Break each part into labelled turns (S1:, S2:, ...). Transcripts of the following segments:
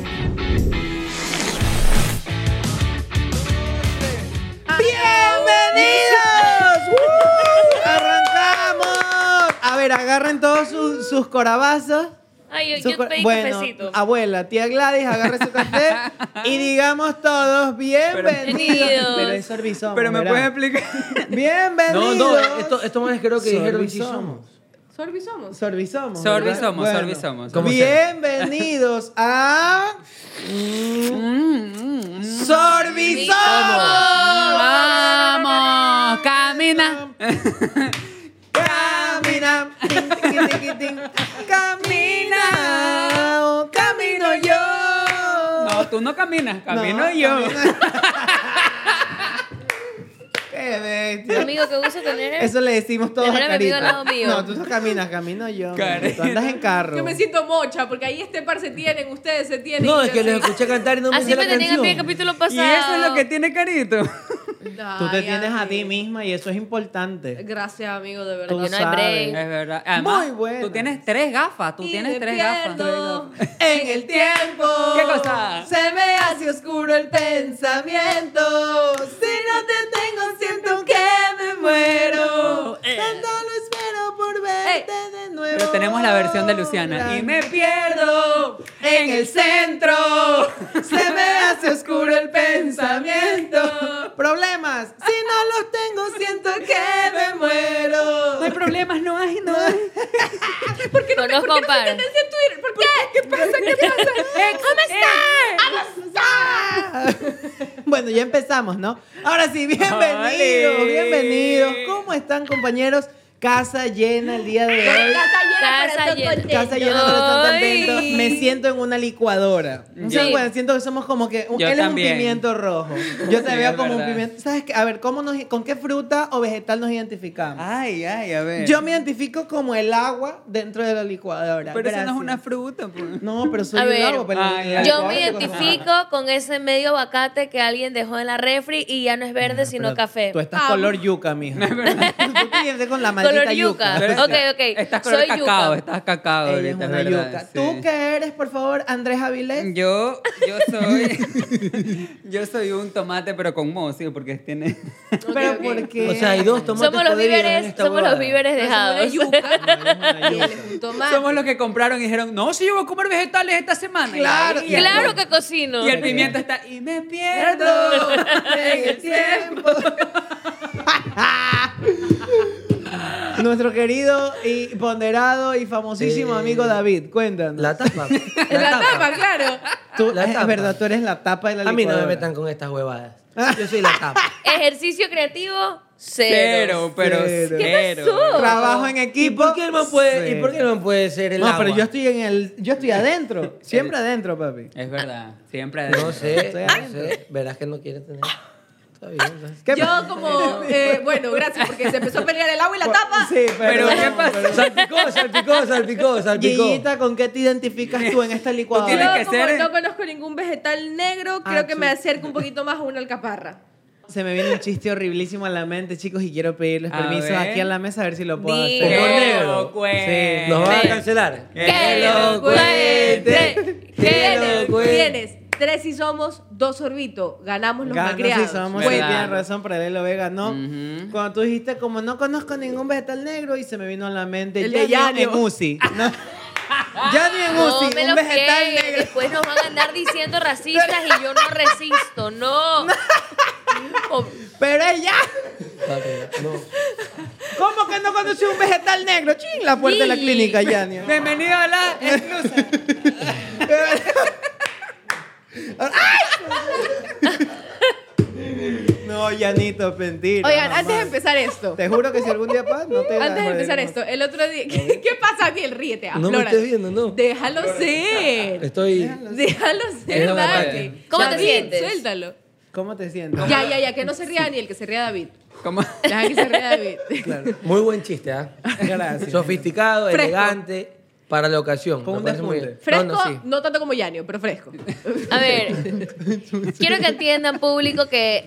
S1: agarren todos sus, sus corabazas.
S2: Ay, yo,
S1: Su
S2: yo
S1: cor-
S2: pedí
S1: bueno, ah.
S2: cafecito.
S1: abuela, tía Gladys, agarre su café y digamos todos bienvenidos.
S2: Bienvenidos.
S1: Pero es servizón.
S3: Pero me
S1: ¿verdad?
S3: puedes explicar.
S4: No,
S1: Bienvenidos.
S4: no, esto- estos manes creo que dijeron sí
S1: Sorbisomos.
S4: somos.
S5: Sorbisomos.
S1: Sorbisomos.
S3: Sorbi
S1: ¿verdad?
S3: somos, sorbi somos.
S4: ¿Cómo
S1: Bienvenidos a Sorbisomos.
S3: Vamos, camina.
S1: Camina, tin, tiqui, tiqui, tin. camina, oh, camino yo.
S3: No, tú no caminas, camino
S1: No,
S3: yo.
S1: camino- Qué bestia.
S2: Amigo, qué gusto tener.
S1: Eso le decimos todos
S2: Ahora
S1: a
S2: me pido
S1: Carita.
S2: al lado mío.
S1: No, tú no caminas, camino yo.
S3: Carita.
S1: Tú andas en carro.
S5: Yo me siento mocha porque ahí este par se tienen, ustedes se tienen.
S4: No,
S5: y
S4: es
S5: yo
S4: que les
S5: así.
S4: escuché cantar y no me
S2: Así
S4: hice
S2: me
S4: la
S2: tenían a mí el
S4: canción.
S2: capítulo
S3: Y
S2: pasado.
S3: eso es lo que tiene Carito.
S1: Tú te
S5: Ay,
S1: tienes a ti
S5: amigo.
S1: misma y eso es importante.
S5: Gracias, amigo, de verdad.
S1: Tú
S2: Porque no hay
S1: sabes.
S3: Es
S2: break.
S3: verdad. Además,
S1: Muy buena.
S3: Tú tienes tres gafas, tú
S5: Y
S3: tienes
S5: me
S3: tres gafas.
S5: pierdo
S1: En el tiempo.
S3: ¿Qué cosa?
S1: Se me hace oscuro el pensamiento. Si no te tengo, siento que me muero. Tanto lo espero por verte de nuevo.
S3: Eh. Pero tenemos la versión de Luciana.
S1: Grande.
S3: Y me pierdo
S1: en el centro. Se me hace oscuro el pensamiento. Problemas, si no los tengo, siento que me muero.
S3: No hay problemas, no hay, no hay.
S5: ¿Por qué no
S2: Conozco
S5: ¿por qué no
S2: par.
S5: soy tendencia en Twitter? ¿Por qué? ¿Qué pasa? ¿Qué pasa? ¿Cómo estás?
S1: Bueno, ya empezamos, ¿no? Ahora sí, bienvenidos,
S3: ¡Ole!
S1: bienvenidos. ¿Cómo están, compañeros? Casa llena el día de hoy.
S2: Casa llena.
S1: Casa llena, pero están
S2: Ay.
S1: contentos. Me siento en una licuadora. ¿Se dan
S2: Sí.
S1: cuenta? Siento que somos como que. un-
S3: Yo
S1: él es
S3: también.
S1: un pimiento rojo. Yo te
S3: Sí,
S1: veo
S3: es
S1: como un
S3: verdad.
S1: pimiento. ¿Sabes qué? A ver, ¿cómo nos, ¿con qué fruta o vegetal nos identificamos?
S3: Ay, ay, Ah, a ver.
S1: Yo me identifico como el agua dentro de la licuadora.
S3: Pero eso no es
S1: Gracias.
S3: una fruta. Ah, pues.
S1: No, pero soy
S2: A
S1: el
S2: ver,
S1: agua. pero
S3: ay,
S1: la
S3: ay,
S2: Yo
S1: licuadora
S2: me
S1: es otra cosa.
S2: identifico con ese medio aguacate que alguien dejó en la refri y ya no es verde, sino
S1: Pero
S2: café.
S1: Tú estás
S5: Ah,
S1: color yuca, mija. tú te identificas con la maldita
S2: Color yuca.
S3: Pero-
S2: Ok, ok.
S3: Estás color
S2: Soy
S3: cacao,
S2: yuca.
S3: estás cacao
S1: Ella es
S3: ahorita,
S1: una
S3: es verdad,
S1: yuca.
S3: sí.
S1: ¿Tú qué eres, por favor, Andrés Avilés?
S3: Yo, yo soy, yo soy un tomate pero con moho, sí, porque tiene.
S1: pero porque...
S4: O sea, hay dos tomates
S2: Somos los
S4: podridos en
S2: víveres,
S4: esta
S2: somos los
S4: huevada.
S2: víveres dejados.
S5: Y él es un tomate.
S3: Somos los que compraron y dijeron, no, si yo voy a comer vegetales esta semana.
S1: Claro.
S3: y, ahí-
S2: Claro que cocino.
S3: y el pimiento está, y me pierdo.
S1: en el tiempo. Nuestro querido y ponderado y famosísimo
S4: Eh,
S1: amigo David, cuéntanos.
S4: La tapa.
S5: Es la tapa, claro.
S1: Tú-
S4: la
S1: es
S4: tapa.
S1: verdad, tú eres la tapa de la
S4: A mí no me
S1: licuadora.
S4: metan con estas huevadas. Yo soy la tapa.
S2: Ejercicio creativo, cero.
S3: Cero, pero
S1: Cero.
S3: cero.
S2: ¿Qué pasó?
S1: Trabajo en
S4: ¿Y
S1: equipo.
S4: por qué el man puede,
S1: Sí.
S4: ¿y por qué el man puede ser el
S1: No,
S4: agua?
S1: pero yo estoy en el yo estoy adentro, siempre adentro, papi.
S3: Es verdad, siempre.
S4: No
S3: adentro.
S4: sé,
S1: Estoy
S4: no
S1: adentro.
S4: sé. Verás que no quiere tener. Está bien. entonces.
S1: ¿Qué
S5: Yo
S1: pasa?
S5: como, eh, bueno, gracias porque se empezó a pelear el agua y la tapa.
S1: Sí, pero,
S3: Pero, ¿qué pasa?
S4: Salpicó, salpicó, salpicó, salpicó.
S1: Gillita, ¿con qué te identificas tú en esta licuadora?
S3: Tiene
S5: Yo
S3: que
S5: como
S3: ser- ¿eh?
S5: no conozco ningún vegetal negro,
S1: Ah,
S5: creo que
S1: sí.
S5: me acerco un poquito más a una alcaparra.
S1: Se me viene un chiste horriblísimo a la mente, chicos, y quiero pedirles
S3: A
S1: permiso
S3: ver.
S1: aquí en la mesa a ver si lo puedo
S2: Di-
S1: hacer.
S2: Humor
S3: Qué
S4: negro.
S3: elocuente.
S4: Nos van a cancelar.
S2: Que lo cuente,
S5: Tienes,
S2: que
S4: lo cuente.
S5: tienes tres y somos dos orbito. Ganamos los
S1: Gano si
S5: malcriados.
S1: somos,
S3: Bueno.
S1: sí, tienes Pues, razón, Paralelo Vega, ¿no? Cuando tú dijiste, como no conozco ningún vegetal negro, y se me vino a la mente,
S5: El de
S1: ya ni en
S5: Yanio.
S1: UCI. ¿no? ya ni en
S2: No
S1: UCI,
S2: me
S1: un
S2: lo
S1: vegetal
S2: creen.
S1: negro.
S2: Después nos van a andar diciendo racistas y yo no resisto. No. O-
S1: Pero ella,
S4: Papi, no.
S1: ¿cómo que no conocí un vegetal negro? Ching, la puerta de la
S2: Sí.
S1: clínica, Yanio.
S3: Bienvenido a la exclusa.
S1: No, Yanito, mentira.
S5: Oigan,
S1: jamás.
S5: antes de empezar esto.
S1: Te juro que si algún día pasa, no te
S5: Antes de empezar
S1: joderemos.
S5: esto, el otro día. ¿Qué, qué pasa, Daniel? Ríete.
S4: No me
S5: aflóralo.
S4: estés viendo, no.
S5: Déjalo ser.
S4: Estoy.
S5: Déjalo ser,
S4: Déjame
S5: Dani.
S2: ¿Cómo te
S5: David,
S2: sientes?
S5: Suéltalo.
S1: ¿Cómo te sientes?
S5: Ya, ya, ya. Que no se ría Daniel, que se ría David.
S3: ¿Cómo?
S5: Deja que se ría David.
S4: Muy buen chiste, ¿ah?
S1: Gracias.
S4: Sofisticado,
S5: Fresco.
S4: elegante, para la ocasión.
S1: Con
S4: Me
S1: un
S4: parece muy bien.
S1: despunte.
S5: Fresco,
S4: No,
S5: no,
S4: no, sí.
S5: tanto como Yanio, pero fresco.
S2: A ver, quiero que entiendan público que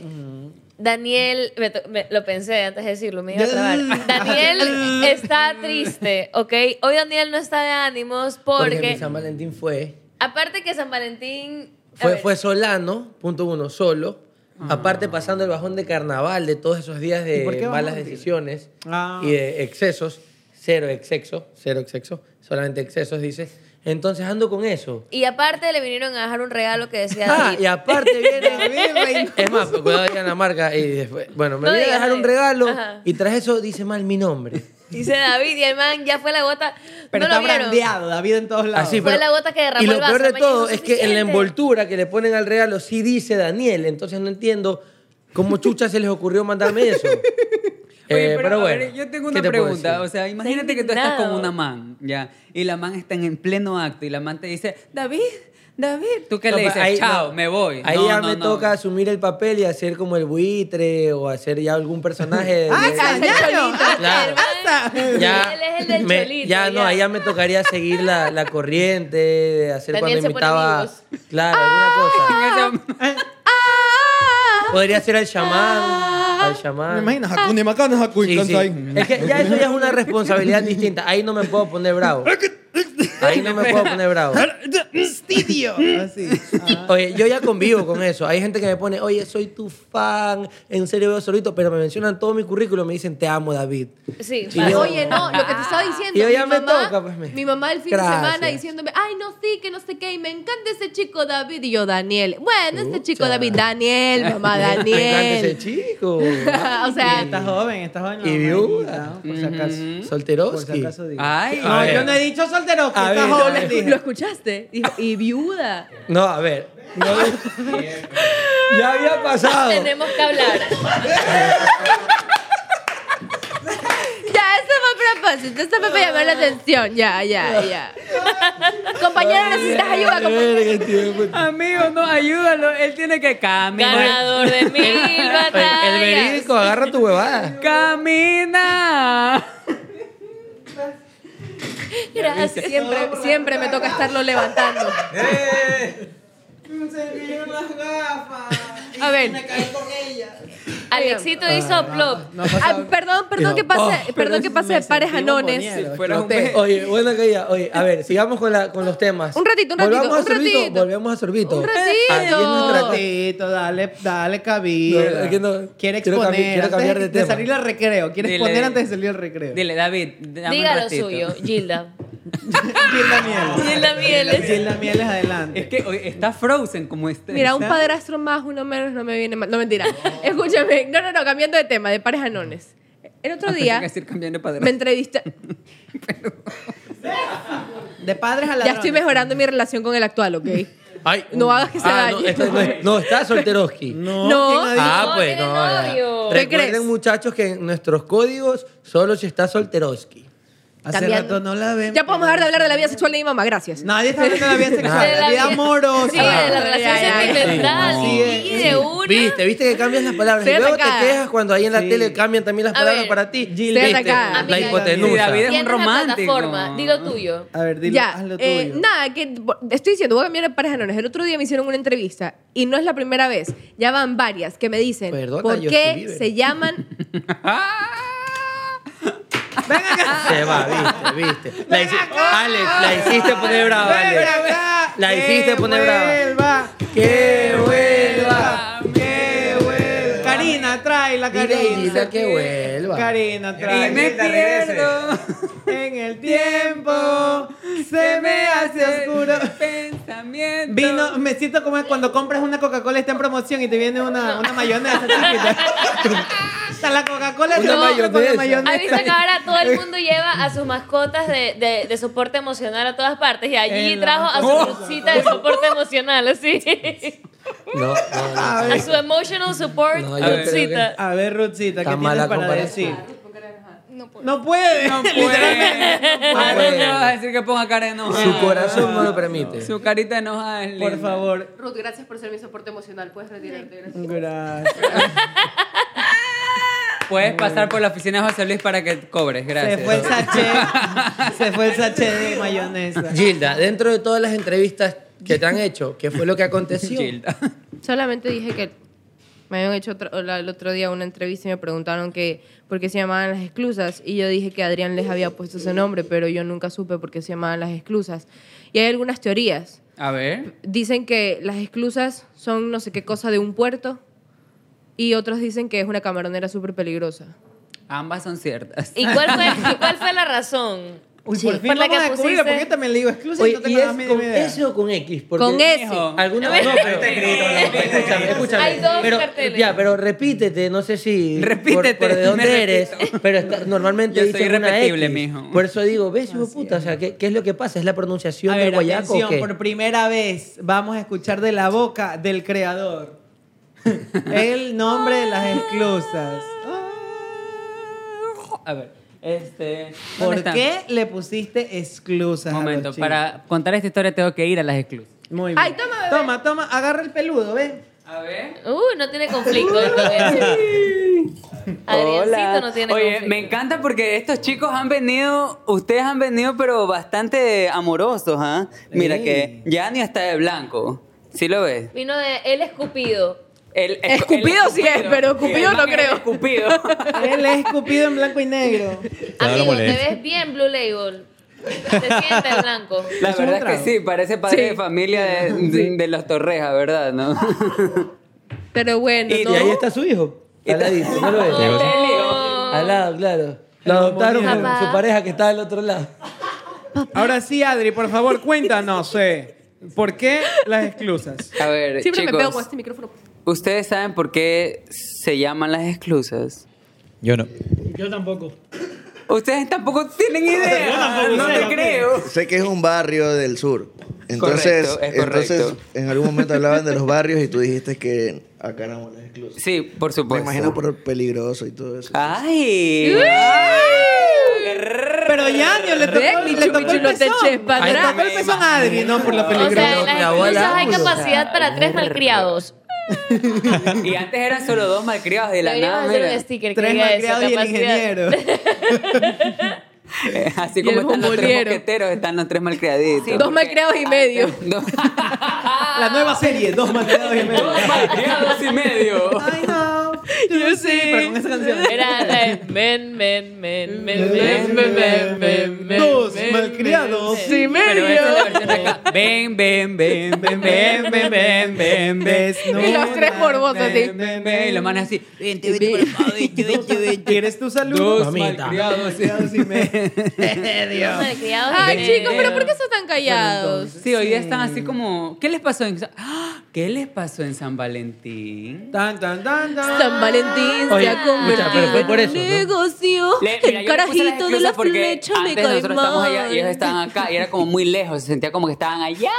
S2: Daniel, me to- me- lo pensé antes de decirlo, me iba a trabar. Daniel está triste, ¿ok? Hoy Daniel no está de ánimos
S4: Porque,
S2: porque,
S4: mi San Valentín fue.
S2: aparte que San Valentín... a
S4: Fue,
S2: ver,
S4: fue solano, punto uno, solo. Aparte, pasando el bajón de carnaval, de todos esos días
S1: ¿Y por qué
S4: de
S1: bajón,
S4: malas
S1: tío?
S4: decisiones
S1: Ah.
S4: y de excesos, se cero exceso, cero exceso, solamente excesos, dice. Entonces ando con eso.
S2: Y aparte le vinieron a dejar un regalo que decía
S4: Ah,
S2: David.
S4: y aparte viene...
S1: Birra
S4: Es más, pues, cuidado digan la marca y después... Bueno, me
S2: No
S4: voy a
S2: digas,
S4: dejar
S2: no
S4: un
S2: digas.
S4: regalo
S2: Ajá.
S4: y tras eso dice mal mi nombre.
S2: Dice David y el man ya fue la gota.
S1: Pero
S2: no
S1: está
S2: lo vieron.
S1: brandeado, David en todos lados.
S4: Así,
S2: Fue
S4: pero-
S2: la gota que derramó
S4: Y lo
S2: el vaso,
S4: peor de
S2: mañana
S4: todo
S2: es
S4: es que en la
S2: suficiente.
S4: envoltura que le ponen al regalo sí dice Daniel, entonces no entiendo cómo chucha se les ocurrió mandarme eso.
S3: Oye,
S4: Eh, pero,
S3: a ver,
S4: bueno,
S3: yo tengo
S4: ¿qué
S3: una
S4: te puedo
S3: pregunta.
S4: decir?
S3: O sea, imagínate que tú estás con
S2: indignado.
S3: una man, ya, y la man está en, en pleno acto y la man te dice, David, David. ¿Tú qué
S4: No,
S3: le
S4: pero
S3: dices?
S4: ahí-
S3: Chao,
S4: no,
S3: me voy.
S4: Ahí
S3: No,
S4: ya
S3: no,
S4: me
S3: no.
S4: toca asumir el papel y hacer como el buitre o hacer ya algún personaje. de-
S1: ¡Ah,
S2: Ah, es el
S1: Claro.
S2: cholito,
S4: Claro.
S2: el man.
S4: ya,
S2: Él es el del
S4: me-
S2: cholito.
S4: ya, no, ahí ya me tocaría seguir la, la corriente, de hacer
S2: Daniel
S4: cuando
S2: se pone
S4: invitaba.
S2: amigos.
S4: Claro, alguna cosa.
S3: En ese momento-
S4: Podría ser al chamán. Al chamán.
S6: Me imagino,
S5: Ah.
S6: Hakuna Makana,
S4: Sí,
S6: Hakuna
S4: sí. Es que ya eso ya es una responsabilidad distinta. Ahí no me puedo poner bravo. Ahí no me puedo poner bravo.
S1: Fastidio. Así. Ah.
S4: Oye, yo ya convivo con eso. Hay gente que me pone, oye, soy tu fan, en serio veo solito, pero me mencionan todo mi currículum y me dicen, te amo, David.
S2: Sí,
S4: Sí,
S2: pasa.
S4: yo-
S5: Oye, no, lo que te estaba diciendo.
S4: Y yo ya
S5: mi
S4: me
S5: mamá,
S4: toca, pues, me-
S5: Mi mamá el fin de
S4: Gracias.
S5: semana diciéndome, ay, no, sí, que no sé qué, y me encanta ese chico David. Y yo, Daniel. Bueno, este chico
S4: Pucha.
S5: David, Daniel, mamá, Daniel.
S4: Me encanta ese chico.
S5: o
S1: Y
S5: sea,
S1: está joven, está joven. la
S4: Y
S1: mamanita,
S4: viuda.
S1: Por si acaso. ¿Mm? Por si
S4: Solteroski.
S1: acaso digo.
S3: Ay,
S1: No, yo no he dicho soltero, que
S4: A
S1: está
S4: ver, a
S1: joven.
S4: ver.
S1: dije.
S5: ¿lo escuchaste? Dijo, y viuda.
S4: No, a ver. No- ya había pasado.
S2: Tenemos que hablar.
S5: Ya, eso fue a propósito, esto fue para llamar la atención. Ya, ya, ya. Compañero, necesitas ayuda, compañero.
S4: Verga, tío, pues, puta.
S3: Amigo, no, ayúdalo. Él tiene que caminar.
S2: Ganador de mil
S4: Oye, El
S2: batallas.
S4: verídico, agarra tu huevada.
S3: Camina.
S2: Gracias.
S5: Siempre, siempre me toca estarlo levantando.
S1: Se vieron ¡Eh! las gafas. Y
S5: A ver.
S1: Me caí con ella.
S2: Alexito hizo plop.
S1: No ha pasado. oh,
S5: Ah, perdón, perdón que pase, perdón que pase de pares
S1: sentí bomboniera,
S5: anones.
S1: lo
S3: fuera un
S1: exploté.
S3: pe-
S4: Oye, buena caída. Oye, a ver, sigamos con, la, con los temas.
S5: Un ratito, un
S4: Volvamos
S5: ratito,
S4: a
S5: un
S4: sorbito,
S5: ratito.
S4: Volvemos a sorbito.
S5: Un
S4: Aquí es nuestra
S5: ratito.
S4: te-
S1: Ratito, dale, dale cabida.
S4: No, es que no,
S1: quiere
S4: quiero
S1: exponer.
S4: cambi- quiero
S1: antes
S4: cambiar de tema.
S1: salir al recreo. Quiere
S3: Dile-
S1: exponer antes de salir al recreo.
S3: Dile, David, dame
S2: Diga
S3: un
S2: lo
S3: ratito.
S2: suyo, Gilda.
S1: Gilda Mieles.
S2: Gilda Mieles.
S1: Gilda Mieles, adelante.
S3: Es que oye, está frozen como este.
S5: Mira, un
S3: está-
S5: padrastro más, uno menos, no me viene mal. No, mentira. Escúchame. No, no, no, cambiando de tema, de pares anones. El otro
S3: Ah, pensé
S5: día
S3: que decir cambiando de padre.
S5: me entrevista.
S1: De padres a la
S5: Ya estoy mejorando mi relación con el actual, ¿ok?
S4: Ay,
S5: No hagas que se
S4: ah,
S5: dañe.
S4: No, este- no- no, está Solteroski.
S1: No.
S5: No.
S1: ¿quién ha dicho?
S4: Ah,
S2: No,
S4: pues
S2: tiene
S4: no. ya.
S2: novio.
S5: ¿Qué
S4: Recuerden,
S5: crees?
S4: muchachos, que en nuestros códigos solo si está Solteroski.
S1: Hace
S5: cambiando.
S1: rato no la ven.
S5: Ya podemos dejar de hablar de la vida sexual de mi mamá, gracias.
S1: Nadie está hablando de la vida sexual,
S2: De
S1: de
S2: la
S1: la vida
S2: vida-
S1: amorosa.
S2: Sí, de la relación
S5: Ay, ay, ay.
S2: sentimental.
S1: Sí,
S2: Y de una.
S4: Viste, viste que cambian las palabras.
S5: Estoy
S4: y luego
S5: atacada.
S4: te quejas cuando ahí en la
S1: Sí.
S4: tele cambian también las
S2: A
S4: palabras
S2: ver,
S4: para ti.
S1: Estoy
S4: Viste,
S5: atacada.
S4: La
S2: Amiga,
S4: hipotenusa.
S3: Sí, David es un
S2: Tienes la
S3: romántico.
S2: plataforma. Dilo tuyo.
S1: A ver, dilo,
S5: ya,
S1: haz lo
S5: eh,
S1: tuyo.
S5: nada, que bo- estoy diciendo, voy a cambiar de pares anones. El otro día me hicieron una entrevista y no es la primera vez. Ya van varias que me dicen,
S4: Perdona,
S5: ¿por
S4: Justin
S5: qué
S4: Bieber.
S5: se llaman Ah.
S4: Se va, viste, viste. La hici- Alex, la hiciste poner brava,
S1: Ven
S4: Alex.
S1: acá,
S4: La
S1: que
S4: hiciste poner brava.
S1: vuelva,
S4: ¡Que
S1: vuelva, que vuelva. Karina, trae la
S4: Dile a
S1: Karina.
S4: Isa que vuelva.
S1: Karina,
S3: Y me
S1: trae.
S3: pierdo.
S1: En el tiempo se me hace oscuro.
S3: Pensamiento.
S1: Vino, me siento como cuando compras una Coca-Cola está en promoción y te viene una, una mayonesa chiquita. Está la Coca-Cola
S4: Una
S1: se compra con
S4: mayonesa.
S2: ¿Has visto que ahora todo el mundo lleva a sus mascotas de, de- de soporte emocional a todas partes? Y allí
S1: En la-
S2: trajo a su cita de soporte emocional, así.
S4: No, no, no.
S1: A
S2: A
S1: ver,
S2: su emotional support
S4: No, yo creo que-
S2: cita.
S1: a ver, Rutsita,
S4: Está
S1: ¿qué tienes
S4: mala
S1: para
S4: comparación.
S1: decir? No puede.
S3: No puede.
S4: No
S3: Ah, no
S4: puede.
S3: me vas a decir que ponga cara enojada.
S4: Su corazón no lo permite.
S3: Su carita enojada es linda.
S1: Por favor.
S5: Ruth, gracias por ser mi soporte emocional. Puedes retirarte.
S1: Gracias.
S3: Puedes pasar por la oficina de José Luis para que cobres,
S1: Se
S3: gracias.
S1: fue el sachet. Se fue el sachet de mayonesa.
S4: Gilda, dentro de todas las entrevistas que te han hecho, ¿qué fue lo que aconteció?
S3: Gilda.
S5: Solamente dije que me habían hecho otro- hola, el otro día una entrevista y me preguntaron que por qué se llamaban las exclusas y yo dije que Adrián les había puesto ese nombre, pero yo nunca supe por qué se llamaban las exclusas. Y hay algunas teorías.
S3: A ver.
S5: Dicen que las exclusas son no sé qué cosa de un puerto y otros dicen que es una camaronera súper peligrosa.
S3: Ambas son ciertas.
S2: ¿Y cuál fue, y cuál fue la razón?
S1: Uy,
S2: Sí,
S1: por fin
S2: por
S1: vamos
S2: la que
S1: a descubrirlo,
S2: pusiste.
S1: porque yo también le digo exclusive
S4: Oye,
S1: y no
S4: ¿y
S1: tengo
S4: es
S1: más mínima
S4: con
S1: idea.
S4: S o con X? Porque-
S5: Con E. S.
S3: Mijo.
S4: Alguna, no, pero escúchame, escúchame.
S2: Hay dos
S4: pero,
S2: carteles.
S4: Ya, pero repítete, no sé si
S3: Repítete,
S4: por, por de
S3: me
S4: dónde eres,
S3: repito.
S4: pero está- normalmente
S3: Yo
S4: dicen
S3: soy
S4: una
S3: repetible,
S4: X.
S3: mijo.
S4: Por eso digo, ves,
S1: Ah,
S4: hijo de puta, o sea, ¿qué, qué es lo que pasa? ¿Es la pronunciación
S1: A
S4: del
S1: ver,
S4: guayaco o
S1: atención,
S4: qué?
S1: por primera vez vamos a escuchar de la boca del creador el nombre de las exclusas.
S3: A ver, este. ¿dónde
S1: ¿Por
S3: están?
S1: qué le pusiste exclusas? a
S3: Un
S1: los
S3: momento,
S1: chicos?
S3: para contar esta historia tengo que ir a las exclusas.
S1: Muy bien.
S5: Ay, toma, bebé.
S1: Toma, toma, agarra el peludo, ven.
S3: A ver.
S2: Uh, no tiene conflicto. con eso. Adriancito no tiene
S3: Oye,
S2: conflicto.
S3: me encanta porque estos chicos han venido, ustedes han venido, pero bastante amorosos, ¿ah? Mira
S1: Sí.
S3: que Yanni está de blanco. ¿Sí lo ves?
S2: Vino de él escupido.
S3: El,
S5: Escupido sí es, pero Cupido
S3: escupido
S5: no creo.
S3: Escupido.
S1: Él es escupido en blanco y negro.
S6: Claro,
S2: Amigo, te
S6: molesto.
S2: ves bien Blue Label. Te sientes blanco.
S3: La
S1: ¿Es un
S3: verdad es
S1: trago?
S3: que sí, parece padre
S5: Sí.
S3: de familia de, de- de los Torrejas, ¿verdad? ¿No?
S5: Pero bueno,
S3: Y-
S4: Y ahí
S5: no.
S4: está su hijo, al ladito, ¿no lo ves?
S6: Diego, sí.
S4: Al lado, claro. Lo adoptaron con
S2: Papá.
S4: su pareja que está del otro lado.
S1: Ahora sí, Adri, por favor, cuéntanos. eh, ¿Por qué las exclusas?
S3: A ver,
S5: Siempre me
S3: chicos,
S5: pego con este micrófono.
S3: ¿ustedes saben por qué se llaman las exclusas?
S6: Yo no.
S7: Yo tampoco.
S3: Ustedes tampoco tienen idea. no te creo.
S8: Sé que es un barrio del sur. Entonces,
S3: Correcto, es correcto.
S8: entonces en algún momento hablaban de los barrios y tú dijiste que acá éramos las exclusas.
S3: Sí, Ah, por
S8: Me
S3: supuesto.
S8: imagino por peligroso y todo eso.
S3: Ay.
S1: Pero ya, yo le tocó,
S5: Ve, mi
S1: le tocó el
S5: chupichulo te eches
S1: pezón.
S5: para
S1: Le
S5: atrás.
S1: tocó el pezón a Adri, no por la
S2: O
S1: peligrosa.
S2: sea, en
S4: La
S2: las
S4: bola
S2: exclusas hay
S4: ángulo.
S2: capacidad para tres malcriados.
S3: Y antes eran solo dos malcriados de la
S2: Deberíamos
S3: nada.
S2: hacer
S3: mira.
S2: un sticker que
S1: Tres
S2: diga eso.
S1: malcriados y el
S2: capacidad.
S1: ingeniero.
S3: Eh, Así
S5: Y
S3: como
S5: el
S3: están los tres
S5: bomboliero.
S3: mosqueteros, están los tres malcriaditos.
S5: Sí, dos
S3: Porque
S5: malcriados y medio.
S3: antes- Dos
S1: La nueva serie, dos malcriados y medio.
S3: Ah. dos malcriados y medio.
S1: Ay, no.
S5: Yo
S1: Sí, pero con esa canción.
S2: Ah, Era la de men, men, men, men, men, men, men, men, men,
S1: Dos
S2: men,
S1: malcriados.
S2: men,
S5: Sí,
S2: men.
S3: Pero esa es la
S5: medio.
S3: versión acá. Ven, ven, ven, ven, ven, ven, ven, ven, ven.
S5: Y los tres morbosos así.
S3: Ven, ven, ven. Y los manes así. Vente, vente, por favor, vente, vente, vente.
S1: ¿Quieres tu salud?
S3: Dos
S4: Mamita.
S3: malcriados
S1: malcriados y medio.
S2: Dos malcriados.
S5: Ay,
S2: Eh,
S5: chicos, pero ¿por qué son tan callados?
S3: Sí, hoy día están así como, ¿qué les pasó en San, ¡Ah! ¿qué les pasó en San Valentín?
S1: Tan, tan, tan, tan.
S5: San Valentín
S4: Oye,
S5: se ha
S4: escucha, pero
S5: convertido
S4: fue por
S5: en
S4: eso,
S5: un
S4: ¿no?
S5: negocio.
S3: Le-
S5: el
S3: mira, yo le puse las
S5: carajito de la
S3: exclusas porque
S5: flecha me
S3: antes
S5: cae
S3: nosotros estábamos
S5: mal.
S3: allá y ellos estaban acá y era como muy lejos, se sentía como que estaban allá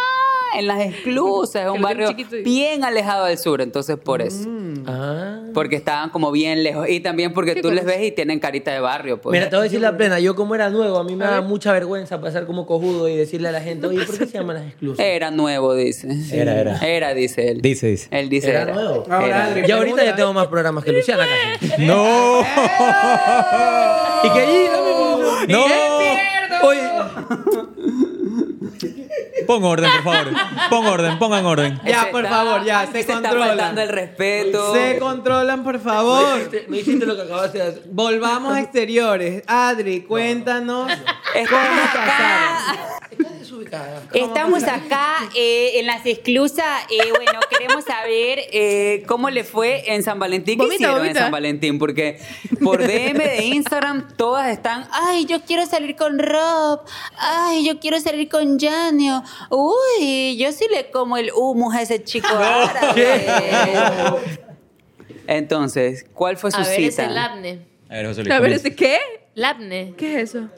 S3: en las exclusas, es
S5: Que
S3: un
S5: lo tienen
S3: barrio
S5: chiquito y-
S3: bien alejado del sur, entonces por eso,
S4: Ah.
S3: porque estaban como bien lejos y también porque tú les ves y tienen carita de barrio, pues.
S4: Mira, te voy a decir la plena. Yo, como era nuevo, a mí me daba mucha vergüenza pasar como cojudo y decirle a la gente, oye, ¿por qué se llaman las exclusas?
S3: Era nuevo, dice.
S6: Era, era.
S3: Era, dice él.
S6: Dice, dice.
S3: Él dice
S4: Era
S3: era.
S4: nuevo.
S1: Ahora,
S3: Era.
S1: Adri,
S4: Ya ahorita
S1: pregunta.
S4: ya tengo más programas que Luciana casi.
S6: ¡No!
S4: Y que ahí, dame-
S6: ¡No!
S4: Oye,
S6: Pon orden, por favor. Pon orden, pongan orden.
S1: Ya,
S3: Se
S1: por
S3: está-
S1: favor, ya, se
S3: está
S1: controlan.
S3: faltando el respeto.
S1: Se controlan, por favor.
S4: este, me hiciste lo que acabaste de hacer.
S1: Volvamos a exteriores. Adri, cuéntanos cómo pasaron.
S9: Estamos acá eh, en las exclusas. eh, bueno, queremos saber.
S3: Eh, ¿Cómo le fue en San Valentín? ¿Qué
S5: Vomita,
S3: hicieron en
S5: vomita.
S3: San Valentín? Porque por DM de Instagram todas están.
S9: Ay, yo quiero salir con Rob. Ay, yo quiero salir con Janio. Uy, yo sí le como el humus a ese chico árabe.
S3: Entonces, ¿cuál fue su
S2: A ver, ese
S3: cita?
S2: labne.
S6: A ver, José Luis.
S5: A ver,
S6: comienza.
S5: ¿ese qué?
S2: Labne.
S5: ¿Qué es eso?